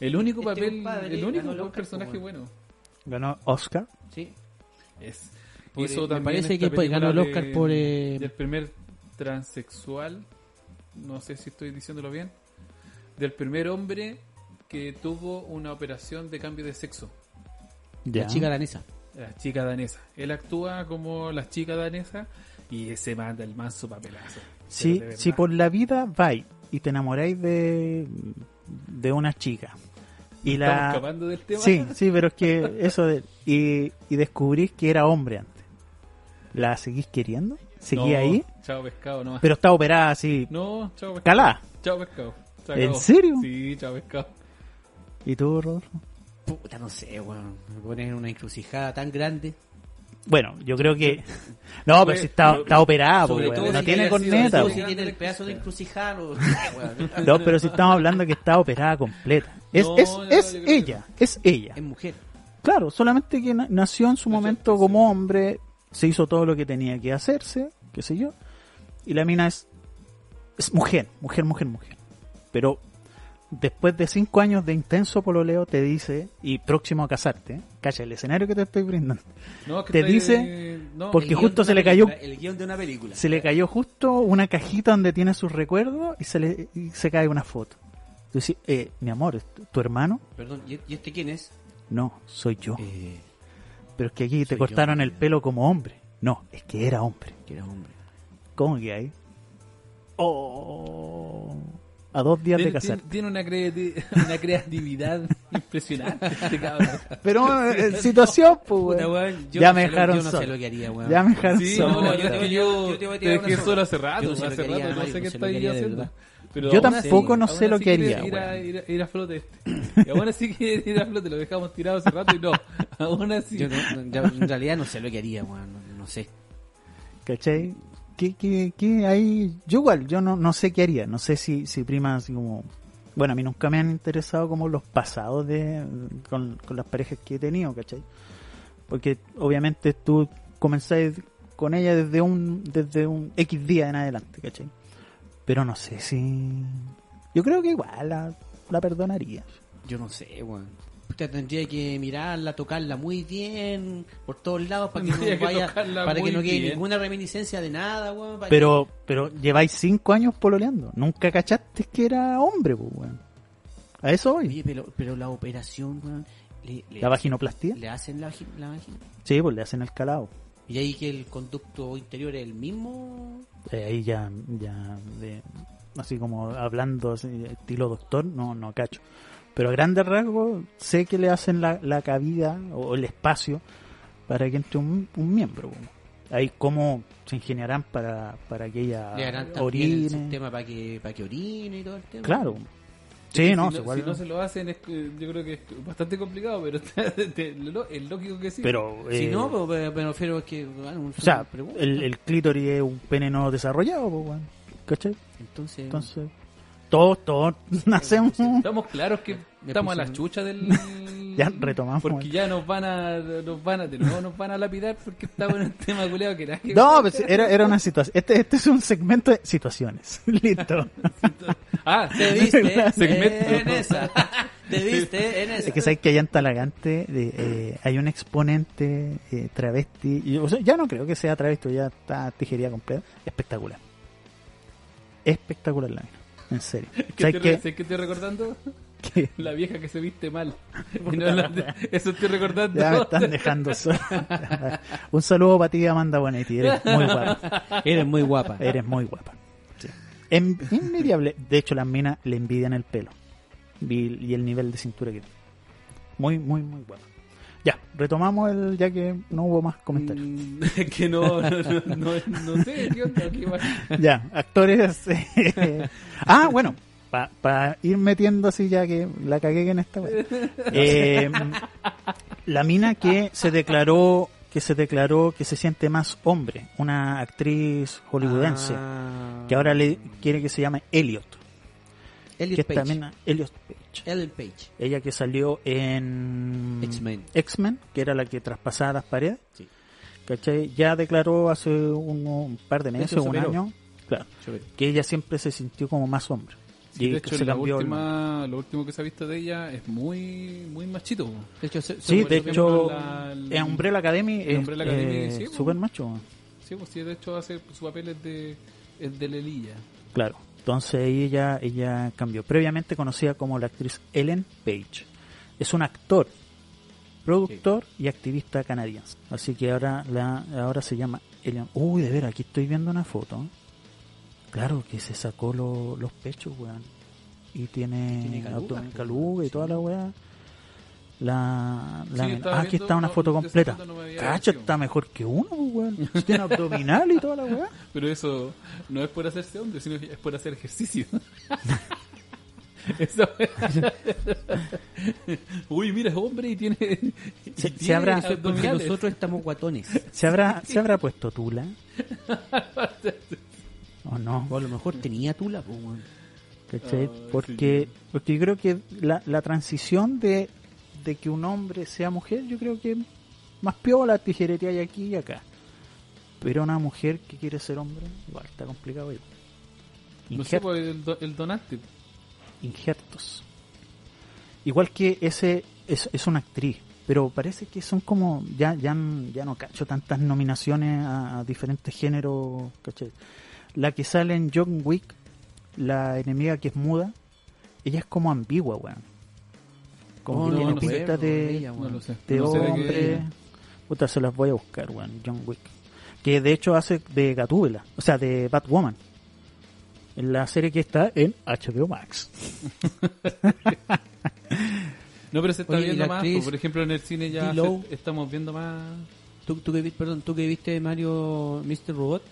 El único Este papel, compadre el único ganó el buen Oscar, personaje pues, bueno Ganó Oscar. Sí. es. Por, Hizo eh, me también parece esta que, pues, ganó el película Oscar por, eh, Del primer transexual, no sé si estoy diciéndolo bien, del primer hombre que tuvo una operación de cambio de sexo, La chica danesa. la chica danesa. Él actúa como la chica danesa y se manda el manso papelazo. Si, Pero de si verdad. por la vida vais y te enamoráis de, de una chica. Y Estamos la... escapando del tema. Sí, sí, pero es que eso de... Y, y descubrís que era hombre antes. ¿La seguís queriendo? ¿Seguí No, ahí? Chao pescado, no. Pero está operada así. No, chao pescado. Calá. Chao pescado. Se ¿En acabó. serio? Sí, chao pescado. ¿Y tú, Rodolfo? Puta, no sé, weón. Me ponen en una encrucijada tan grande. Bueno, yo creo que... No, pero si está, está operada, pues, Sobre weón. todo no si tiene haya sido- corneta. sobre todo pues. Si tiene el pedazo de encrucijada, no, weón. No, pero si estamos hablando que está operada completa. Es, No, es, no, es yo creo que ella, es ella. Es mujer. Claro, solamente que na- nació en su momento como hombre, se hizo todo lo que tenía que hacerse, qué sé yo. Y la mina es, es mujer, mujer, mujer, mujer. Pero después de cinco años de intenso pololeo te dice, y próximo a casarte, ¿eh? Cacha, el escenario que te estoy brindando. No, es que Te está ahí- eh, dice no, por- El Porque guión justo de se una le cayó- película, El guión de una película. Se le cayó justo una cajita donde tiene sus recuerdos y se le y se cae una foto. Tú dices, eh, mi amor, ¿es tu- ¿tu hermano? Perdón, ¿y y este quién es? No, soy yo. Eh, Pero es que aquí te soy yo, cortaron el mira. pelo como hombre. No, es que era hombre. que era hombre. ¿Cómo que hay? Oh, a dos días tiene, de casar. tiene- tiene una, creati- una creatividad impresionante este cabrón. Pero eh, situación, pues. Puta, weón. weón, yo ya no me sé lo- dejaron yo no sé solo. lo que haría, weón. Ya me dejaron Sí, solo. no, no, yo, Yo- yo, yo- yo te voy a te tirar dejé una solo sola. hace rato, Yo no sé lo hace que haría, rato, no Mario, sé no qué sé lo que estáis haría de haciendo. verdad. Pero Yo aún tampoco no aún sé lo así que quieres haría, Ir a, ir, a, ir a flote este. Y aún así quieres ir a flote, lo dejamos tirado hace rato y no. Aún así. Yo no- no- ya- en realidad no sé lo que haría, weón. No, no sé. ¿Cachai? ¿Qué, qué, qué hay? Yo igual, yo no, no sé qué haría. No sé si, si prima así como... Bueno, a mí nunca me han interesado como los pasados de con, con las parejas que he tenido, ¿cachai? Porque obviamente tú comenzáis con ella desde un desde un X día en adelante, ¿cachai? Pero no sé si... Yo creo que igual la, la perdonaría. Yo no sé, weón. Usted tendría que mirarla, tocarla muy bien, por todos lados, para que Tendría no que vaya, tocarla para que muy no quede bien. ninguna reminiscencia de nada, weón. para Pero pero lleváis cinco años pololeando. Nunca cachaste que era hombre, pues, weón. A eso que- voy. Oye, pero, pero la operación, weón, le, le La hacen- vaginoplastia. le hacen la, vagi- la vagina. Sí, pues le hacen el calado. Y ahí que el conducto interior es el mismo. Eh, ahí ya, ya de- así como hablando así, estilo doctor, no, no cacho. Pero a grandes rasgos sé que le hacen la, la cabida o el espacio para que entre un, un miembro. po. Ahí cómo se ingeniarán para, para que ella Le harán también el Ah, orine. sistema para que, para que orine y todo el tema. Claro. Sí, no, si, sí, lo- igual- si no se lo hacen, es que yo creo que es bastante complicado, pero te- te- lo- es lógico que sí. pero... Si eh, no, pues, me- me refiero a que. bueno, un- O sea, una pregunta. el, el clítoris es un pene no desarrollado, po, weón. ¿cachai? entonces, Entonces, todos, todos nacemos. estamos claros que estamos puse a la un- chucha del. Ya retomamos. Porque ya nos van a. Nos van a, de nuevo nos van a lapidar porque estamos en un tema culeado que nada que No, pues era, era una situación. Este, este es un segmento de situaciones. Listo. Ah, Te sí, viste Segmento. en esa. Te viste en esa. Es que sabes que allá en Talagante de, eh, hay un exponente eh, travesti. y, o sea, ya no creo que sea travesti, ya está tijería completa. Espectacular. Espectacular la mina. En serio. ¿Qué ¿Sabes te, qué? ¿sabes qué estoy recordando? Que La vieja que se viste mal. Y no la- eso estoy recordando. Ya me están dejando solo. un saludo para ti, Amanda Bonetti. Eres muy guapa. Eres muy guapa. Eres muy guapa. Sí. En- envidiable. De hecho, las minas le envidian el pelo. Y, y el nivel de cintura que tiene. Muy, muy, muy guapa. Ya, retomamos el ya que no hubo más comentarios. Mm, que no, no, no, no- no sé, ¿qué onda? ¿Qué va? Ya, actores. eh, ah, bueno, para ir metiendo así ya que la cagué en esta. wea. Eh, la mina que se declaró que se declaró que se siente más hombre, una actriz hollywoodense Ah. que ahora le quiere que se llame Elliot, que Elliot es Page. también Elliot Page. Ellen Page. Ella que salió en X-Men. X-Men, que era la que traspasaba las paredes. Sí. ¿Cachai? Ya declaró hace un, un par de meses, hecho, un superó. año, claro, que ella siempre se sintió como más hombre. Sí, de que hecho, se la cambió el nombre. última, lo último que se ha visto de ella es muy, muy machito. po. De hecho, se- Sí, se- de por hecho, ejemplo, la- en Umbrella Academy es Umbrella Academy, eh, sí, po. súper macho. Sí, pues sí, de hecho hace su papel es de, es de Lelilla. Claro. Entonces ahí ella, ella cambió. Previamente conocida como la actriz Ellen Page. Es un actor, productor y activista canadiense. Así que ahora la ahora se llama Ellen. Uy, de ver, aquí estoy viendo una foto. Claro que se sacó lo- los pechos, weón. Y tiene, tiene calugas, abdomen po, caluga y sí. toda la weá. La, la- Sí, estaba ah, aquí viendo, está una no, foto esa completa. foto no me había Cacha, visto. está mejor que uno, po, weón. Si Tiene abdominal y toda la weá. Pero eso no es por hacerse hombre, sino que es por hacer ejercicio. Eso- Uy, mira, es hombre y tiene. y Se- se tiene habrá- Eso es porque abdominales. nosotros estamos guatones. ¿Se habrá, ¿Se habrá puesto tula? ¿O no? O a lo mejor tenía tula, po, weón. ¿Cachai? Ay, Porque, porque yo creo que la, la transición de, de que un hombre sea mujer, yo creo que más piola tijerería hay aquí y acá. Pero una mujer que quiere ser hombre, igual está complicado. ahí. No sé, Injer- pues, el, do- el donante. injertos. Igual que ese es, es una actriz, pero parece que son como, ya, ya, n- ya no cacho tantas nominaciones a, a diferentes géneros, ¿cachai? La que sale en John Wick, la enemiga que es muda, ella es como ambigua, weón. Oh, Como que no, tiene no sé, pinta de, ella, No lo sé. de no sé de qué- hombre. Puta, se las voy a buscar, weón. John Wick. Que de hecho hace de Gatúbela, o sea, de Batwoman. En la serie que está en HBO Max. No, pero se está Oye, y viendo la más. actriz pues, por ejemplo, en el cine ya se- D-Lo. estamos viendo más. ¿Tú, tú que, vi- perdón, tú que viste Mario Mr. Robot,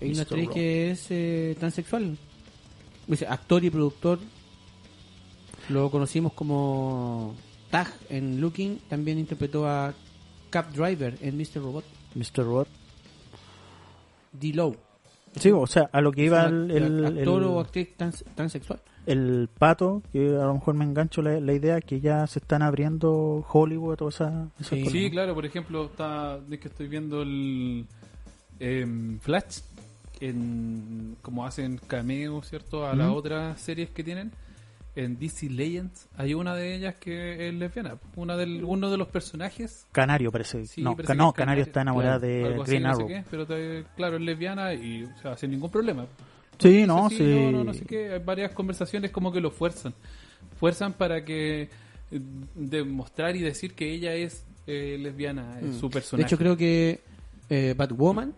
hay Mr. una actriz Robot. que es eh, transexual. Dice, Actor y productor. Lo conocimos como Tag en Looking. También interpretó a Cap Driver en Mr. Robot. Mr. Robot. D-Low. Sí, o sea, a lo que iba el, el, actor o el, actriz trans- transexual. el pato, que a lo mejor me engancho la, la idea que ya se están abriendo Hollywood, todas esas esas Sí. cosas. Sí, claro, por ejemplo, está, es que estoy viendo el em, Flash, en, como hacen cameo, ¿cierto? A las otras series que tienen. En DC Legends hay una de ellas que es lesbiana. Una del, uno de los personajes. Canario parece. sí, Mm. no, parece ca- que no, es Canario está enamorada claro, de algo así, Green no sé Arrow. qué, pero te- claro, es lesbiana y o sea, sin ningún problema. Sí, no, sí. No, no, no sé qué. Hay varias conversaciones como que lo fuerzan. Fuerzan para que eh, demostrar y decir que ella es eh, lesbiana, Mm. es su De personaje. hecho, creo que eh, Batwoman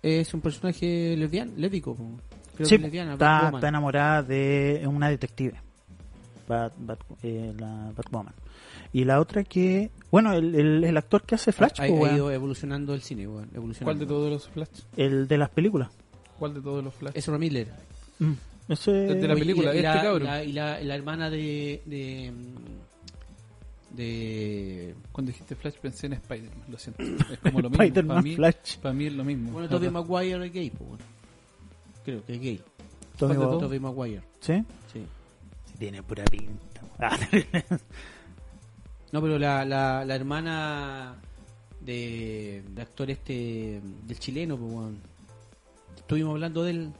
es un personaje lesbiano, lésbico. po. Creo Sí, que es lesbiana, está, Batwoman. está enamorada de una detective. Bat, Bat- eh, la Batwoman. Y la otra que, bueno, el, el- el actor que hace Flash, Ha, po, ha weón. ido evolucionando el cine, weón, ¿Cuál evolucionando. de todos los flash? el de las películas. ¿Cuál de todos los flash? Eh. Es una Miller. Ese- Mm. El de la- Oye, película, y y este cabrón. la- y la, la hermana de. de. de- Cuando dijiste flash pensé en Spider-Man, lo siento. Es como lo mismo. Spider-Man para mí, Flash. Para mí es lo mismo. bueno, Tobey Maguire es gay, po, bueno. Creo que es gay. ¿cuál Tommy de Bob- todos? Tobey Maguire, ¿Sí? sí. Sí, Tiene pura pinta. Ah, No, pero la, la, la hermana de, de actor este. del chileno, po, weón. Estuvimos hablando del.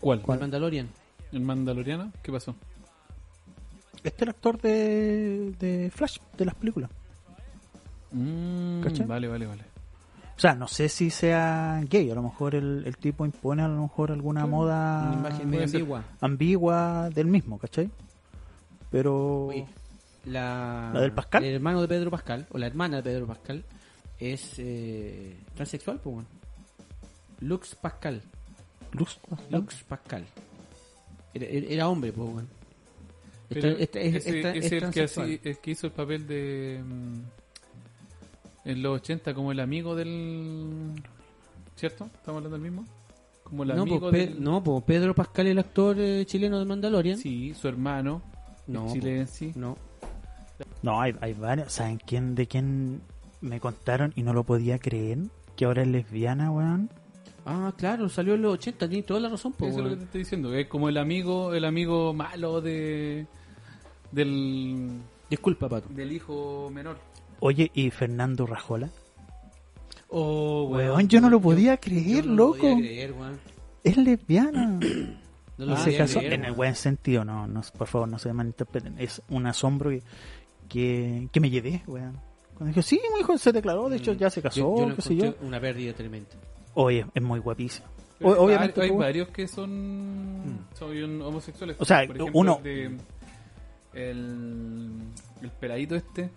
¿Cuál? del Mandalorian. ¿El Mandaloriano? ¿Qué pasó? este es el actor de, de Flash, de las películas. Mm, ¿Cachai? vale, vale, vale. O sea, no sé si sea gay, a lo mejor el, el tipo impone a lo mejor alguna moda Una imagen medio Ah, puede ser. ambigua. ambigua del mismo, ¿cachai? Pero... Oye, la, ¿La del Pascal? El hermano de Pedro Pascal, o la hermana de Pedro Pascal, es eh, transexual, po, weón. Lux Pascal. Luz. Lux Pascal. Era, era- era hombre, pues, weón. Pero Esta- esta- es- ese- esta- ese es el, que transexual. así- el que hizo el papel de. mm, en los 80, como el amigo del. ¿Cierto? ¿Estamos hablando del mismo? Como el No, amigo pues, del. Pedro Pascal, el actor eh, chileno de Mandalorian. Sí, su hermano. No, el chilense. po, no. No, hay, hay varios. ¿Saben quién de quién me contaron y no lo podía creer? Que ahora es lesbiana, weón. Ah, claro, salió en los 80, tiene toda la razón, po, Eso es lo que weón. te estoy diciendo. Es como el amigo, el amigo malo de. del. Disculpa, Pato. del hijo menor. Oye, ¿y Fernando Rajola? Oh, Weón, yo no lo podía creer, yo no lo loco. podía creer, weón. Es lesbiana. No lo En ese podía caso, creer, en el weón. buen sentido, no, no, por favor, no se malinterpreten. Es un asombro que, que, que me llevé, weón. Cuando dije, sí, mi hijo se declaró, de hecho ya se casó, Mm, Yo- yo lo qué sé yo. encontré una pérdida tremenda. Oye, es muy guapísimo. O- obviamente, hay, hay pues, varios que son, son homosexuales. O sea, Por ejemplo, uno- el de- el, el peladito este,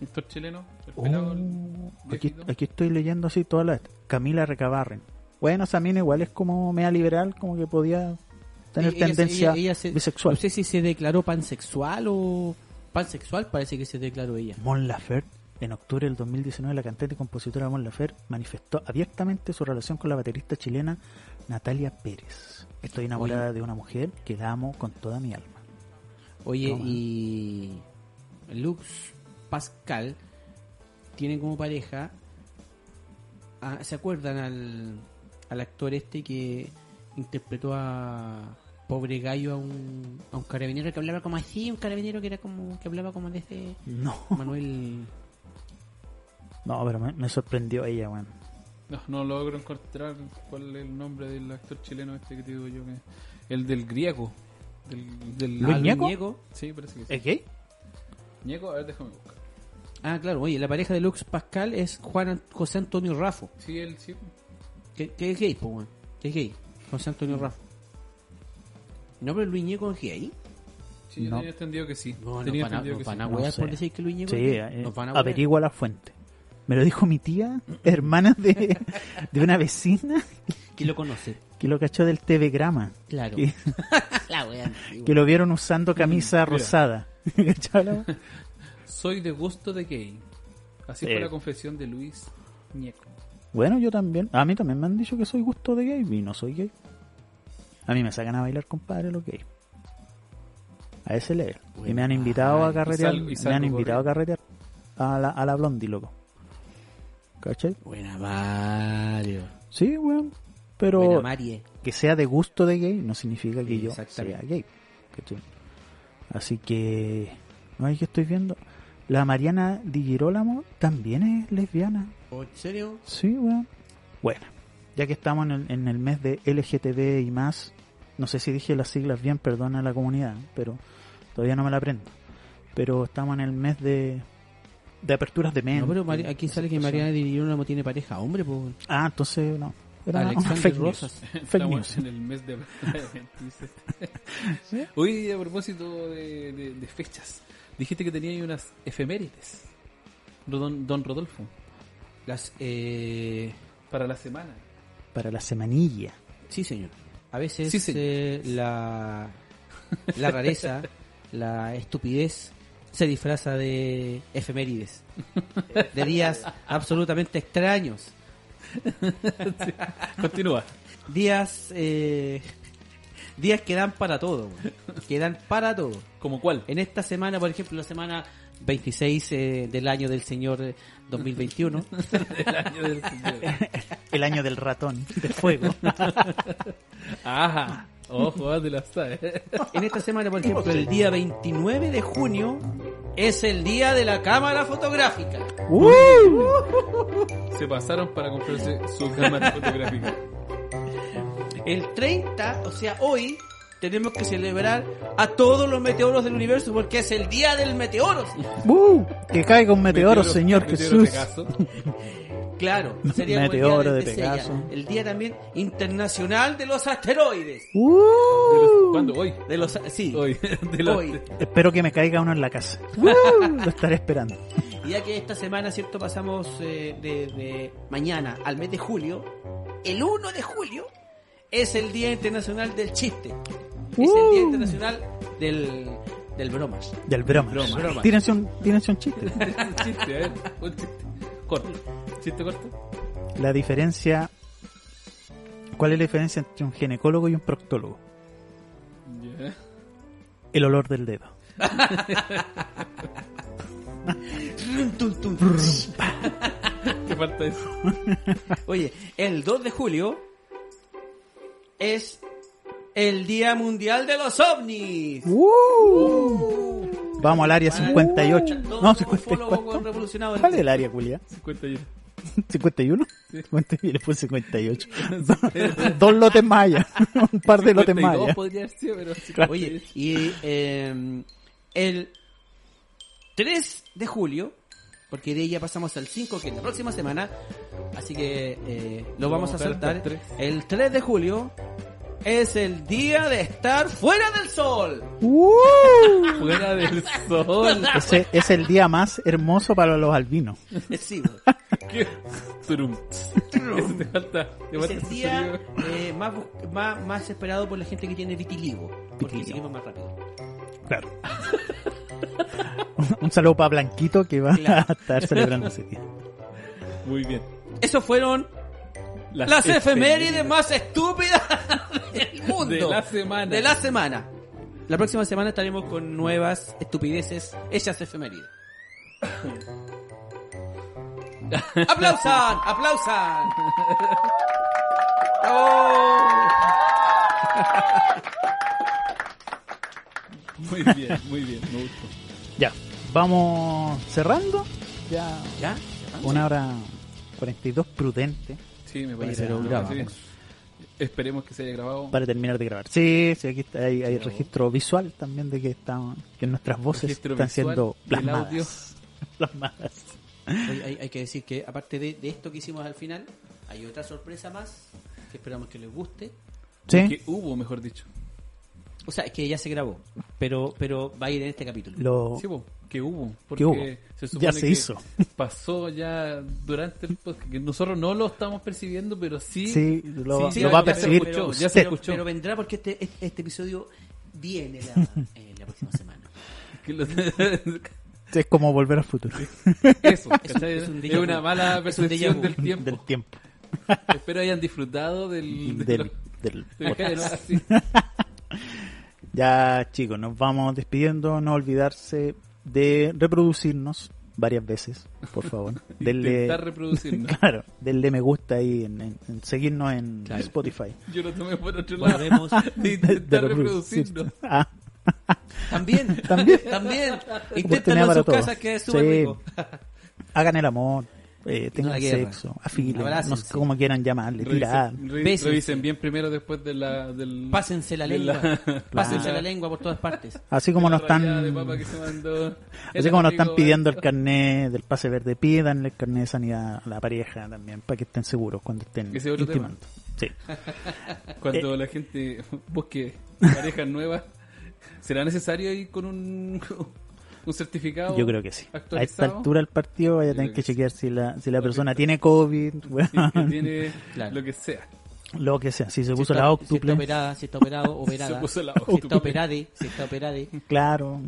Héctor chileno, el Oh, pelado, el aquí, viejito. aquí estoy leyendo así todas las. Camila Recabarren. Bueno, esa mina igual es como media liberal, como que podía tener Ella- ella- tendencia ella se- bisexual. No sé si se declaró pansexual o. Pansexual parece que se declaró ella. Mon Laferte, en octubre del 2019, la cantante y compositora Mon Laferte manifestó abiertamente su relación con la baterista chilena Natalia Pérez. Estoy enamorada de una mujer que la amo con toda mi alma. Oye, Toma. y. Lux Pascal tiene como pareja. a- ¿Se acuerdan al, al actor este que interpretó a. Pobre gallo a un, a un carabinero que hablaba como así, un carabinero que era como que hablaba como desde No, Manuel no, pero me, me sorprendió ella, weón. No, no logro encontrar cuál es el nombre del actor chileno este que te digo yo. que- el del griego. Del, del- ¿Luis eh. ah, Ñeco? Sí, parece que sí. ¿Es gay? Ñeco, a ver, déjame buscar. Ah, claro, oye, la pareja de Lux Pascal es Juan An- José Antonio Rafo, Sí, él sí. que, que es gay, po, weón. Que es gay, José Antonio Mm. Rafo. No, pero Luis Ñeco es gay. Sí, yo No. tenía entendido que sí. No, no tenía van a, entendido no que van sí. a No wear sé. por decir que Luis Ñeco Sí, es gay. eh, Nos van a wear. averigua la fuente. Me lo dijo mi tía, hermana de, de una vecina, ¿Quién lo conoce? que lo cachó del TV Grama. Claro. Que, la wea antigua. que lo vieron usando camisa rosada. ¿Cachai la weá? Soy de gusto de gay. Así Sí. fue la confesión de Luis Ñeco. Bueno, yo también. A mí también me han dicho que soy gusto de gay y no soy gay. A mí me sacan a bailar, compadre, los gays. A ese level. y me han invitado a carretear. salgo- ah, y me han salgo invitado a carretear a la, a la blondie, loco. ¿Cachai? Buena Mario. Sí, weón. Buena Pero Marie. que sea de gusto de gay no significa que Sí, yo sea exactamente. gay. ¿Cachai? Así que... No, que estoy viendo. La Mariana Di Girolamo también es lesbiana. Oh, ¿En serio? Sí, weón. Bueno, ya que estamos en el, en el mes de LGTB y más, no sé si dije las siglas bien, perdona a la comunidad, pero todavía no me la aprendo. Pero estamos en el mes de, de aperturas de mente. No, pero Mari- aquí sale que Mariana Di Girolamo tiene pareja hombre, po. weón. Ah, entonces no. Era una- una Alexander fake news. Rosas. Fake Estamos news. en el mes de dice. Oye, a propósito de, de- de fechas, dijiste que tenías unas efemérides, don, don Rodolfo, Las, eh... para la semana. Para la semanilla. Sí, señor. A veces Sí, señor. eh, la, la rareza la estupidez se disfraza de efemérides, de días absolutamente extraños, Continúa. días eh, días que dan para todo, weón. que dan para todo. ¿Como cuál? En esta semana, por ejemplo, la semana 26 eh, del año del señor eh, 2021, El año del señor. El año del ratón, del fuego. Ajá. Ojo, ah, te la sabes. en esta semana, por ejemplo, el día 29 de junio es el día de la cámara fotográfica. Se pasaron para comprarse su cámara fotográfica. El 30, o sea, hoy tenemos que celebrar a todos los meteoros del universo porque es el día del meteoro. señor. ¡Uh! Que caiga un meteoro, señor meteoro Jesús. Pegaso. Claro, sería como el día Meteoro del de Teseya, Pegaso. El día también internacional de los asteroides. ¡Uh! ¿Cuándo? Hoy. De los a- sí, Hoy. De la- hoy. Espero que me caiga uno en la casa. ¡Uh! Lo estaré esperando. Y ya que esta semana, ¿cierto? Pasamos eh, de, de mañana al mes de julio. El 1 de julio es el Día Internacional del Chiste. Es el Uh. Día Internacional del, del Bromas. Del broma. Broma, broma. Tírense, un, tírense un chiste. Un chiste, a ver. Un chiste. Corto. ¿Chiste corto? La diferencia. ¿Cuál es la diferencia entre un ginecólogo y un proctólogo? Ya. El olor del dedo. ¿Qué falta eso? Oye, el 2 de julio es el Día Mundial de los OVNIs. ¡Uh! Uh, Vamos al área 58. Todos No, los ufólogos 54. revolucionados. ¿Cuál es el área, Julia? 51. ¿51? Yo le puse 58. Dos lotes más allá. Un par de lotes más 52 allá. podría haber sido, pero... 52. Oye, y eh, el 3 de julio, porque de ahí ya pasamos al 5, que es la próxima semana, así que eh, lo vamos, Vamos a a dejar hasta saltar. el El 3 de julio es el día de estar fuera del sol. Uh. Fuera del sol. Ese es el día más hermoso para los albinos. Sí, güey. ¿Qué? Turum. Eso te falta. Te es falta el ese día sonido. eh, más, bus- más, más esperado por la gente que tiene vitiligo. Porque Vitiligo. seguimos más rápido. Claro. Un saludo para Blanquito que va Claro. a estar celebrando ese día. Muy bien. Esos fueron las, efemérides más estúpidas del mundo. De la semana. De la semana. La próxima semana estaremos con nuevas estupideces hechas efemérides. ¡Aplausan! ¡Aplausan! ¡Oh! Muy bien, muy bien. Me gustó. Ya, vamos cerrando. Ya ¿Ya? una hora 42 prudente Sí, me Oye, parece. pero me grabamos. parece bien. Esperemos que se haya grabado. para terminar de grabar. Sí, sí, aquí está- hay, hay registro visual también de que, están, que nuestras voces Registro están visual siendo del plasmadas. Plasmadas. Oye, hay, hay que decir que aparte de, de esto que hicimos al final, hay otra sorpresa más que esperamos que les guste. Sí, Que hubo, mejor dicho. O sea, es que ya se grabó, pero, pero va a ir en este capítulo. lo, Sí, po, que hubo. Porque Que hubo. se supone Ya se que hizo. Pasó ya durante el podcast. Que nosotros no lo estamos percibiendo, pero sí. sí, lo, Sí, lo sí, va a ya se percibir escuchó, usted. ya se escuchó. Pero vendrá porque este, este, este episodio viene la, eh, la próxima semana. que lo- Es como volver al futuro Eso, ¿cachai? es Es, un déjà vu. una mala Es un déjà percepción vu. del tiempo. del tiempo. Espero hayan disfrutado del. de Del, lo- del del viaje, ¿no? Así. Ya, chicos, nos vamos despidiendo. No olvidarse de reproducirnos varias veces, por favor. Intentar denle, reproducirnos. claro, denle me gusta ahí, en, en- en seguirnos en Claro. Spotify. Yo lo tomé por otro lado. Volvemos. De De- de intentar reproducirnos. Ah, También, También. también. oportunidad Inténtalo en para sus todos. casas que es súper Sí. rico. Hagan el amor, eh, tengan la guerra. sexo, afilen, Abrácense. no sé cómo quieran llamarle, tirar. Revisen, re- Bésense. revisen bien primero después de la, del. Pásense la de lengua. Pásense Claro. la lengua por todas partes. Así como nos rayada de están, papa que se mandó. así El como amigo eh. nos están pidiendo el Beto. carnet del pase verde, pídanle el carnet de sanidad a la pareja también, para que estén seguros cuando estén Ese es otro tema. Ah, intimando. Sí. eh, Cuando Eh. la gente busque parejas nuevas, ¿será necesario ir con un, un certificado? Yo creo que sí. A esta actualizado? altura del partido vaya a Yo tener creo que que sí. chequear si la, si la persona tiene COVID. Sí, que weón. tiene Claro. lo que sea. Lo que sea, si se Si puso está- la Si está octuple, operada, si está operado, operada. Se puso la Si octuple. está operade, si está operade. claro,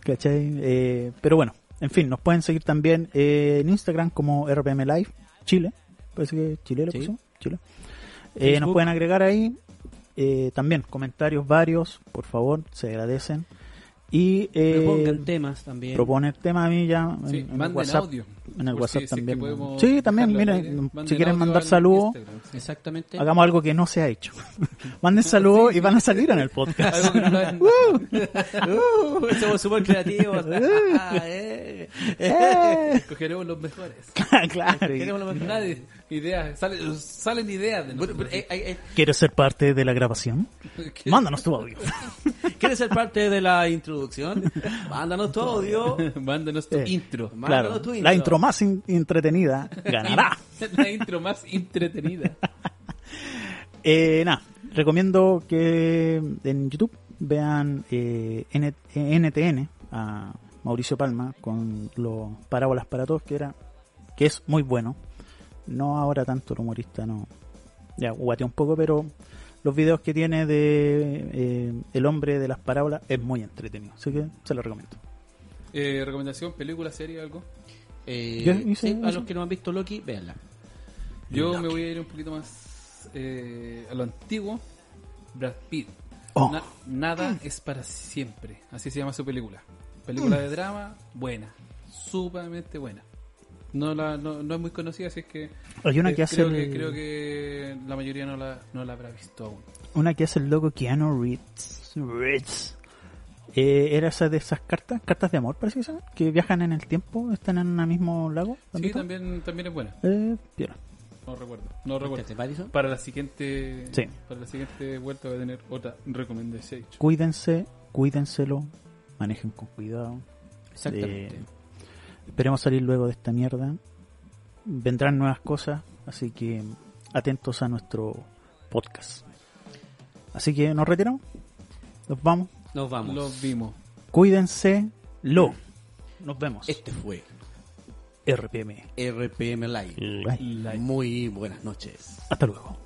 ¿cachai? Eh, pero bueno, en fin, nos pueden seguir también eh, en Instagram como RPM Live Chile, parece que Chile lo Sí. pusimos, Chile. Eh, nos pueden agregar ahí eh, también comentarios varios, por favor, se agradecen. Y eh, Propongan temas también. proponer temas a mí ya en, Sí, en el manden WhatsApp. audio. en el Por WhatsApp es que también. podemos Sí, también, dejarlo al aire. miren, si Manden quieren audio mandar al saludos, Instagram, sí. Exactamente. Hagamos algo que no se ha hecho. Manden saludos y van a salir en el podcast. Algo que no lo hayan- Uh, somos súper creativos. Ah, eh. Eh, Escogeremos los mejores. claro, y Queremos lo mejor. Nadie. Ideas. Salen, salen ideas de Pero, nosotros. pero, eh, eh, ¿Quieres ser parte de la grabación? ¿Qué? Mándanos tu audio. eh, ¿Quieres ser parte de la introducción? Mándanos tu audio. Mándanos tu Eh. intro. Claro, Mándanos tu la intro más in- entretenida ganará. La intro más entretenida. Eh, nada, recomiendo que en YouTube vean eh, N- NTN a Mauricio Palma con los parábolas para todos, que era que es muy bueno. No ahora tanto el humorista, no. Ya guateó un poco, pero los videos que tiene de eh, El hombre de las parábolas es muy entretenido, así que se lo recomiendo. Eh, ¿Recomendación? ¿Película, serie, algo? Eh, Ya, hice sí, a eso. los que no han visto Loki, véanla. Yo me voy a ir un poquito más eh, a lo antiguo. Brad Pitt. Oh. Na- nada es para siempre. Así se llama su película. Mm. Película de drama, buena. Sumamente buena. No, la, no, no es muy conocida, así es que, Hay una eh, que hace creo, que el- creo que la mayoría no la, no la habrá visto aún. Una que hace el loco Keanu Reeves. Reeves. Eh, era esa de esas cartas, cartas de amor, parece que son, que viajan en el tiempo, están en un mismo lago. Sí, ¿Dónde también, también es buena. está? Eh, piola. No recuerdo. No recuerdo. ¿Este es Madison? Para la siguiente Sí. para la siguiente vuelta voy a tener otra recomendación. Cuídense, cuídenselo, manejen con cuidado. Exactamente. Eh, esperemos salir luego de esta mierda. Vendrán nuevas cosas, así que atentos a nuestro podcast. Así que nos retiramos, nos vamos, Nos vamos. Los vimos. cuídense, lo. Nos vemos. Este fue RPM. RPM Live. Bye. Muy buenas noches. Hasta luego.